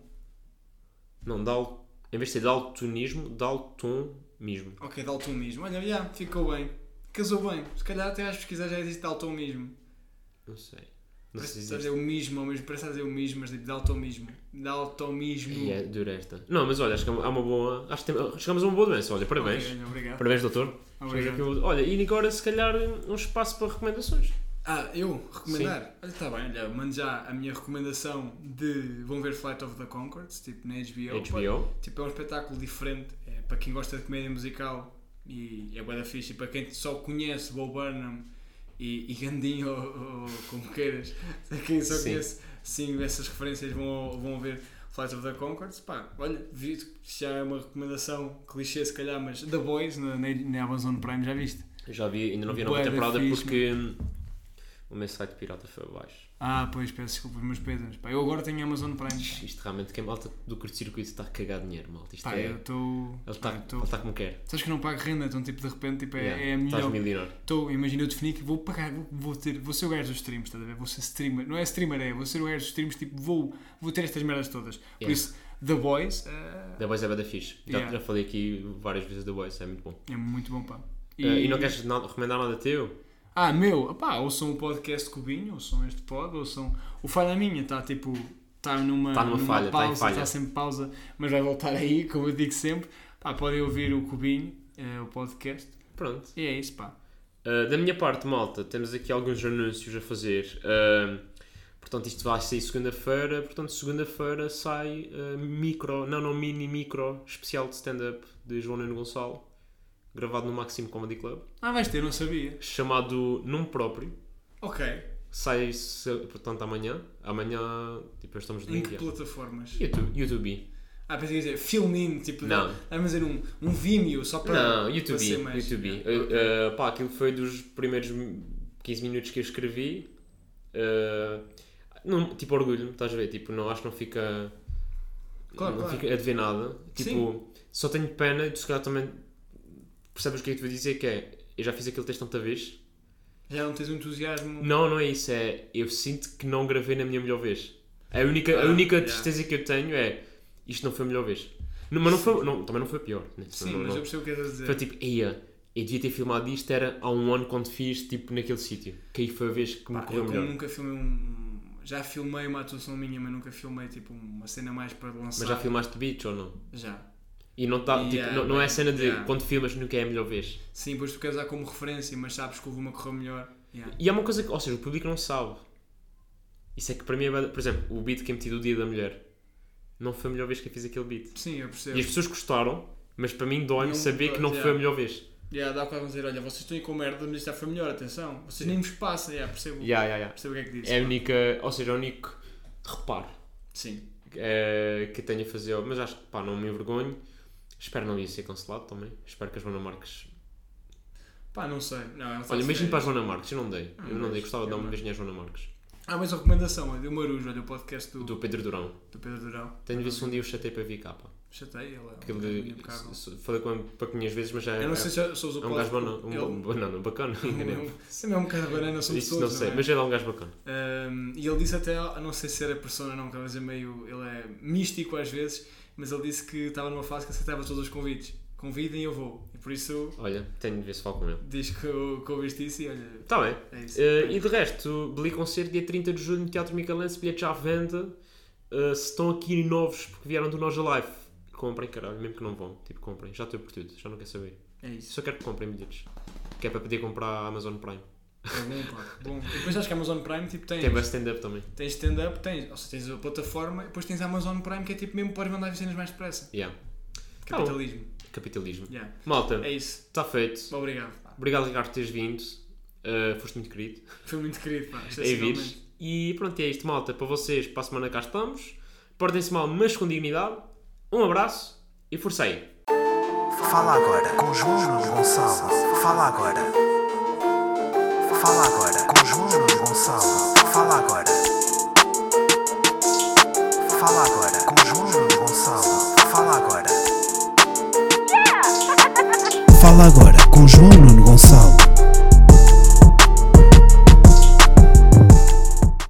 Speaker 2: Não, dal... em vez de ser daltonismo, daltonismo.
Speaker 3: Ok, Daltonismo. Olha, já, ficou bem. Casou bem. Se calhar até às pesquisas já existe Daltonismo.
Speaker 2: Não sei. Não
Speaker 3: Parece
Speaker 2: sei
Speaker 3: que
Speaker 2: se
Speaker 3: estás a
Speaker 2: existe.
Speaker 3: dizer o mismo ou mesmo. Parece que estás a dizer o mismo, mas tipo Daltonismo. Daltonismo.
Speaker 2: E é dura esta. Não, mas olha, acho que há uma boa. Acho que tem- chegamos a uma boa doença. Olha, parabéns.
Speaker 3: Ok, obrigado.
Speaker 2: Parabéns, doutor. Chegamos aqui a
Speaker 3: obrigado.
Speaker 2: uma boa- Olha, e agora se calhar um espaço para recomendações.
Speaker 3: Ah, eu? Recomendar? Olha, está bem, olha, mando já a minha recomendação de vão ver Flight of the Concords, tipo na HBO.
Speaker 2: HBO.
Speaker 3: Tipo, é um espetáculo diferente. É, para quem gosta de comédia musical e é bué da fixe. E para quem só conhece Bo Burnham e, e Gandinho, [laughs] ou, ou como queiras, para quem só
Speaker 2: Sim.
Speaker 3: conhece sim, essas referências vão, vão ver Flight of the Concords. Pá, olha, vi, já é uma recomendação clichê se calhar, mas The Boys na, na, na Amazon Prime, já viste?
Speaker 2: Já vi, ainda não vi a nova
Speaker 3: Bué da
Speaker 2: temporada
Speaker 3: fixe,
Speaker 2: porque hum, o meu site pirata foi abaixo.
Speaker 3: Ah, pois, peço desculpa os meus pesos. Pá, eu agora tenho Amazon Prime.
Speaker 2: Isto realmente, quem malta do curto-circuito está a cagar dinheiro, malta. Isto
Speaker 3: Pá,
Speaker 2: é.
Speaker 3: eu
Speaker 2: Ele
Speaker 3: estou...
Speaker 2: está
Speaker 3: pá, eu tô-
Speaker 2: como quer.
Speaker 3: Sabes que eu não pago renda, então tipo, de repente tipo, é,
Speaker 2: Yeah,
Speaker 3: é a melhor...
Speaker 2: Estás milionário.
Speaker 3: Estou, Então, imagina, eu defini que vou pagar, vou, vou ter, vou ser o gajo dos streams, estás a ver? Vou ser streamer, não é streamer, é, vou ser o gajo dos streams, tipo, vou, vou ter estas merdas todas. Por
Speaker 2: Yeah.
Speaker 3: isso, The Boys eh,
Speaker 2: The Boys é bada fixe. Já,
Speaker 3: Yeah.
Speaker 2: já falei aqui várias vezes The Boys, é muito bom.
Speaker 3: é muito bom, pá.
Speaker 2: Eh, E, não queres nada- recomendar nada teu?
Speaker 3: Ah, meu, pá, ouçam o podcast Cubinho, ouçam este pod, ouçam. O Falha Minha está tipo. Está numa,
Speaker 2: Tá numa falha, tá em
Speaker 3: pausa,
Speaker 2: falha.
Speaker 3: sempre pausa, mas vai voltar aí, como eu digo sempre. Pá, podem ouvir o Cubinho, eh, o podcast.
Speaker 2: Pronto.
Speaker 3: E é isso, pá.
Speaker 2: Uh, da minha parte, malta, temos aqui alguns anúncios a fazer. Uh, portanto, isto vai sair segunda-feira. Portanto, segunda-feira sai uh, micro, não, não, mini micro, especial de stand-up de João Nuno Gonçalo, gravado no Maximo Comedy Club,
Speaker 3: Ah, vais ter, não sabia.
Speaker 2: chamado Num Próprio.
Speaker 3: Ok.
Speaker 2: Sai, se- portanto, amanhã. Amanhã, tipo, estamos
Speaker 3: Em
Speaker 2: domingo.
Speaker 3: que
Speaker 2: já.
Speaker 3: plataformas?
Speaker 2: YouTube. YouTube.
Speaker 3: Ah, pensei que ia dizer filminho, tipo,
Speaker 2: Não.
Speaker 3: a fazer um, um Vimeo só para.
Speaker 2: Não,
Speaker 3: para
Speaker 2: YouTube.
Speaker 3: ser mais-
Speaker 2: YouTube.
Speaker 3: Ah, ok.
Speaker 2: Uh, pá, aquilo foi dos primeiros 15 minutos que eu escrevi. Uh, não, tipo, orgulho, estás a ver? Tipo, não, acho que não fica.
Speaker 3: Claro,
Speaker 2: não
Speaker 3: claro.
Speaker 2: fica a dever nada. Tipo, só tenho pena e tu se calhar também percebes o que é que te vou dizer que é. Eu já fiz aquele texto tanta vez.
Speaker 3: Já não tens o entusiasmo.
Speaker 2: Não, não é isso. É. Eu sinto que não gravei na minha melhor vez. A única, a
Speaker 3: Ah,
Speaker 2: única
Speaker 3: yeah.
Speaker 2: tristeza que eu tenho é. Isto não foi a melhor vez. Não, mas não foi, não, também não foi a pior. né?
Speaker 3: Sim,
Speaker 2: Não-
Speaker 3: mas
Speaker 2: não-
Speaker 3: eu percebo o que estás a dizer.
Speaker 2: foi tipo, ia, eu devia ter filmado isto, era há um ano quando fiz, tipo, naquele sítio. Que aí foi a vez que me
Speaker 3: Pá,
Speaker 2: correu
Speaker 3: eu como
Speaker 2: melhor.
Speaker 3: nunca filmei um- um. Já filmei uma atuação minha, mas nunca filmei tipo uma cena mais para lançar.
Speaker 2: Mas já filmaste beats ou não?
Speaker 3: Já.
Speaker 2: E não, tá,
Speaker 3: Yeah,
Speaker 2: tipo, não, não é a cena de
Speaker 3: yeah.
Speaker 2: quando filmas nunca é a melhor vez.
Speaker 3: Sim, pois tu queres dar como referência, mas sabes que houve uma que correu melhor. Yeah.
Speaker 2: E é uma coisa que, ou seja, o público não sabe. Isso é que para mim é. bué da- Por exemplo, o beat que eu meti do Dia da Mulher não foi a melhor vez que eu fiz aquele beat.
Speaker 3: Sim, eu percebo.
Speaker 2: E as pessoas gostaram, mas para mim dói-me
Speaker 3: Não,
Speaker 2: saber que não
Speaker 3: yeah.
Speaker 2: foi a melhor vez.
Speaker 3: Yeah, dá para dizer, olha, vocês estão aí com merda, mas isto já foi melhor, atenção. Vocês nem vos passam, yeah, percebo,
Speaker 2: Yeah, yeah, yeah.
Speaker 3: percebo o que é que dizes.
Speaker 2: É a única. Ou seja, é o único reparo
Speaker 3: Sim.
Speaker 2: eh, que tenho a fazer, mas acho que pá, não me envergonho. Espero não ir ser cancelado também. Espero que a Joana Marques.
Speaker 3: Pá, não sei. Não, é um ela está
Speaker 2: Olha,
Speaker 3: de
Speaker 2: imagino para a
Speaker 3: férias.
Speaker 2: Joana Marques, eu não dei.
Speaker 3: Ah,
Speaker 2: eu não dei,
Speaker 3: mas-
Speaker 2: gostava de dar
Speaker 3: eu
Speaker 2: uma
Speaker 3: não.
Speaker 2: beijinha à Joana Marques.
Speaker 3: Ah, mais uma recomendação, olha, o Marujo, olha, o podcast do,
Speaker 2: Do Pedro Durão.
Speaker 3: do Pedro Durão.
Speaker 2: Tenho de ver se um dia o chatei para vir cá, pá.
Speaker 3: Chateia, ela é um bocadinho
Speaker 2: Aquele,
Speaker 3: impecável.
Speaker 2: falei com ele pouquinhas vezes, mas já
Speaker 3: Eu não
Speaker 2: é,
Speaker 3: sei se eu- se eu uso
Speaker 2: é um gajo
Speaker 3: plástico.
Speaker 2: banana, um
Speaker 3: Ele- [laughs]
Speaker 2: ba- banana bacana. [laughs] enganei-me.
Speaker 3: Se não é um bocado banana, somos
Speaker 2: Isso não
Speaker 3: todos.
Speaker 2: sei,
Speaker 3: é?
Speaker 2: mas ele é um gajo bacana.
Speaker 3: Um, e ele disse até, a não sei se era persona ou não, que às vezes é meio. Ele é místico às vezes, mas ele disse que estava numa fase que aceitava todos os convites. Convidem e eu vou. E por isso
Speaker 2: Olha, tenho de ver se falo com ele.
Speaker 3: diz que, eu- que ouviste isso e olha.
Speaker 2: Está bem.
Speaker 3: É isso.
Speaker 2: Eh, e de resto, Beli concerto dia 30 de julho no Teatro Micalense, bilhetes à venda. Eh, se estão aqui novos porque vieram do Nós Alive, comprem, caralho, mesmo que não vão. Tipo, comprem, já estou por tudo, já não quero saber.
Speaker 3: É isso.
Speaker 2: Só quero que comprem bilhetes. Que é para poder comprar a Amazon Prime.
Speaker 3: É bom, pá. Bom. E depois acho que a Amazon Prime tipo, tens,
Speaker 2: Tem bastante stand-up também.
Speaker 3: tens stand-up, tens, ou seja, tens a plataforma, e depois tens a Amazon Prime que é tipo mesmo para mandar as cenas mais depressa.
Speaker 2: Yeah. Tá bom.
Speaker 3: Capitalismo.
Speaker 2: Capitalismo.
Speaker 3: Yeah.
Speaker 2: Malta,
Speaker 3: É isso.
Speaker 2: está feito.
Speaker 3: Obrigado. pá.
Speaker 2: Obrigado, Ricardo, por teres vindo. Eh, foste muito querido.
Speaker 3: Foi muito querido, pá. é assim,
Speaker 2: em
Speaker 3: excepcionalmente.
Speaker 2: vírus. E pronto, é isto, malta. Para vocês, para a semana cá estamos. Portem-se mal, mas com dignidade. Um abraço e força aí.
Speaker 1: Fala agora com João Nuno Gonçalo. Fala agora. Fala agora com João Nuno Gonçalo. Fala agora. Fala agora com João Nuno Gonçalo. Fala agora. Fala agora com João Nuno Gonçalo.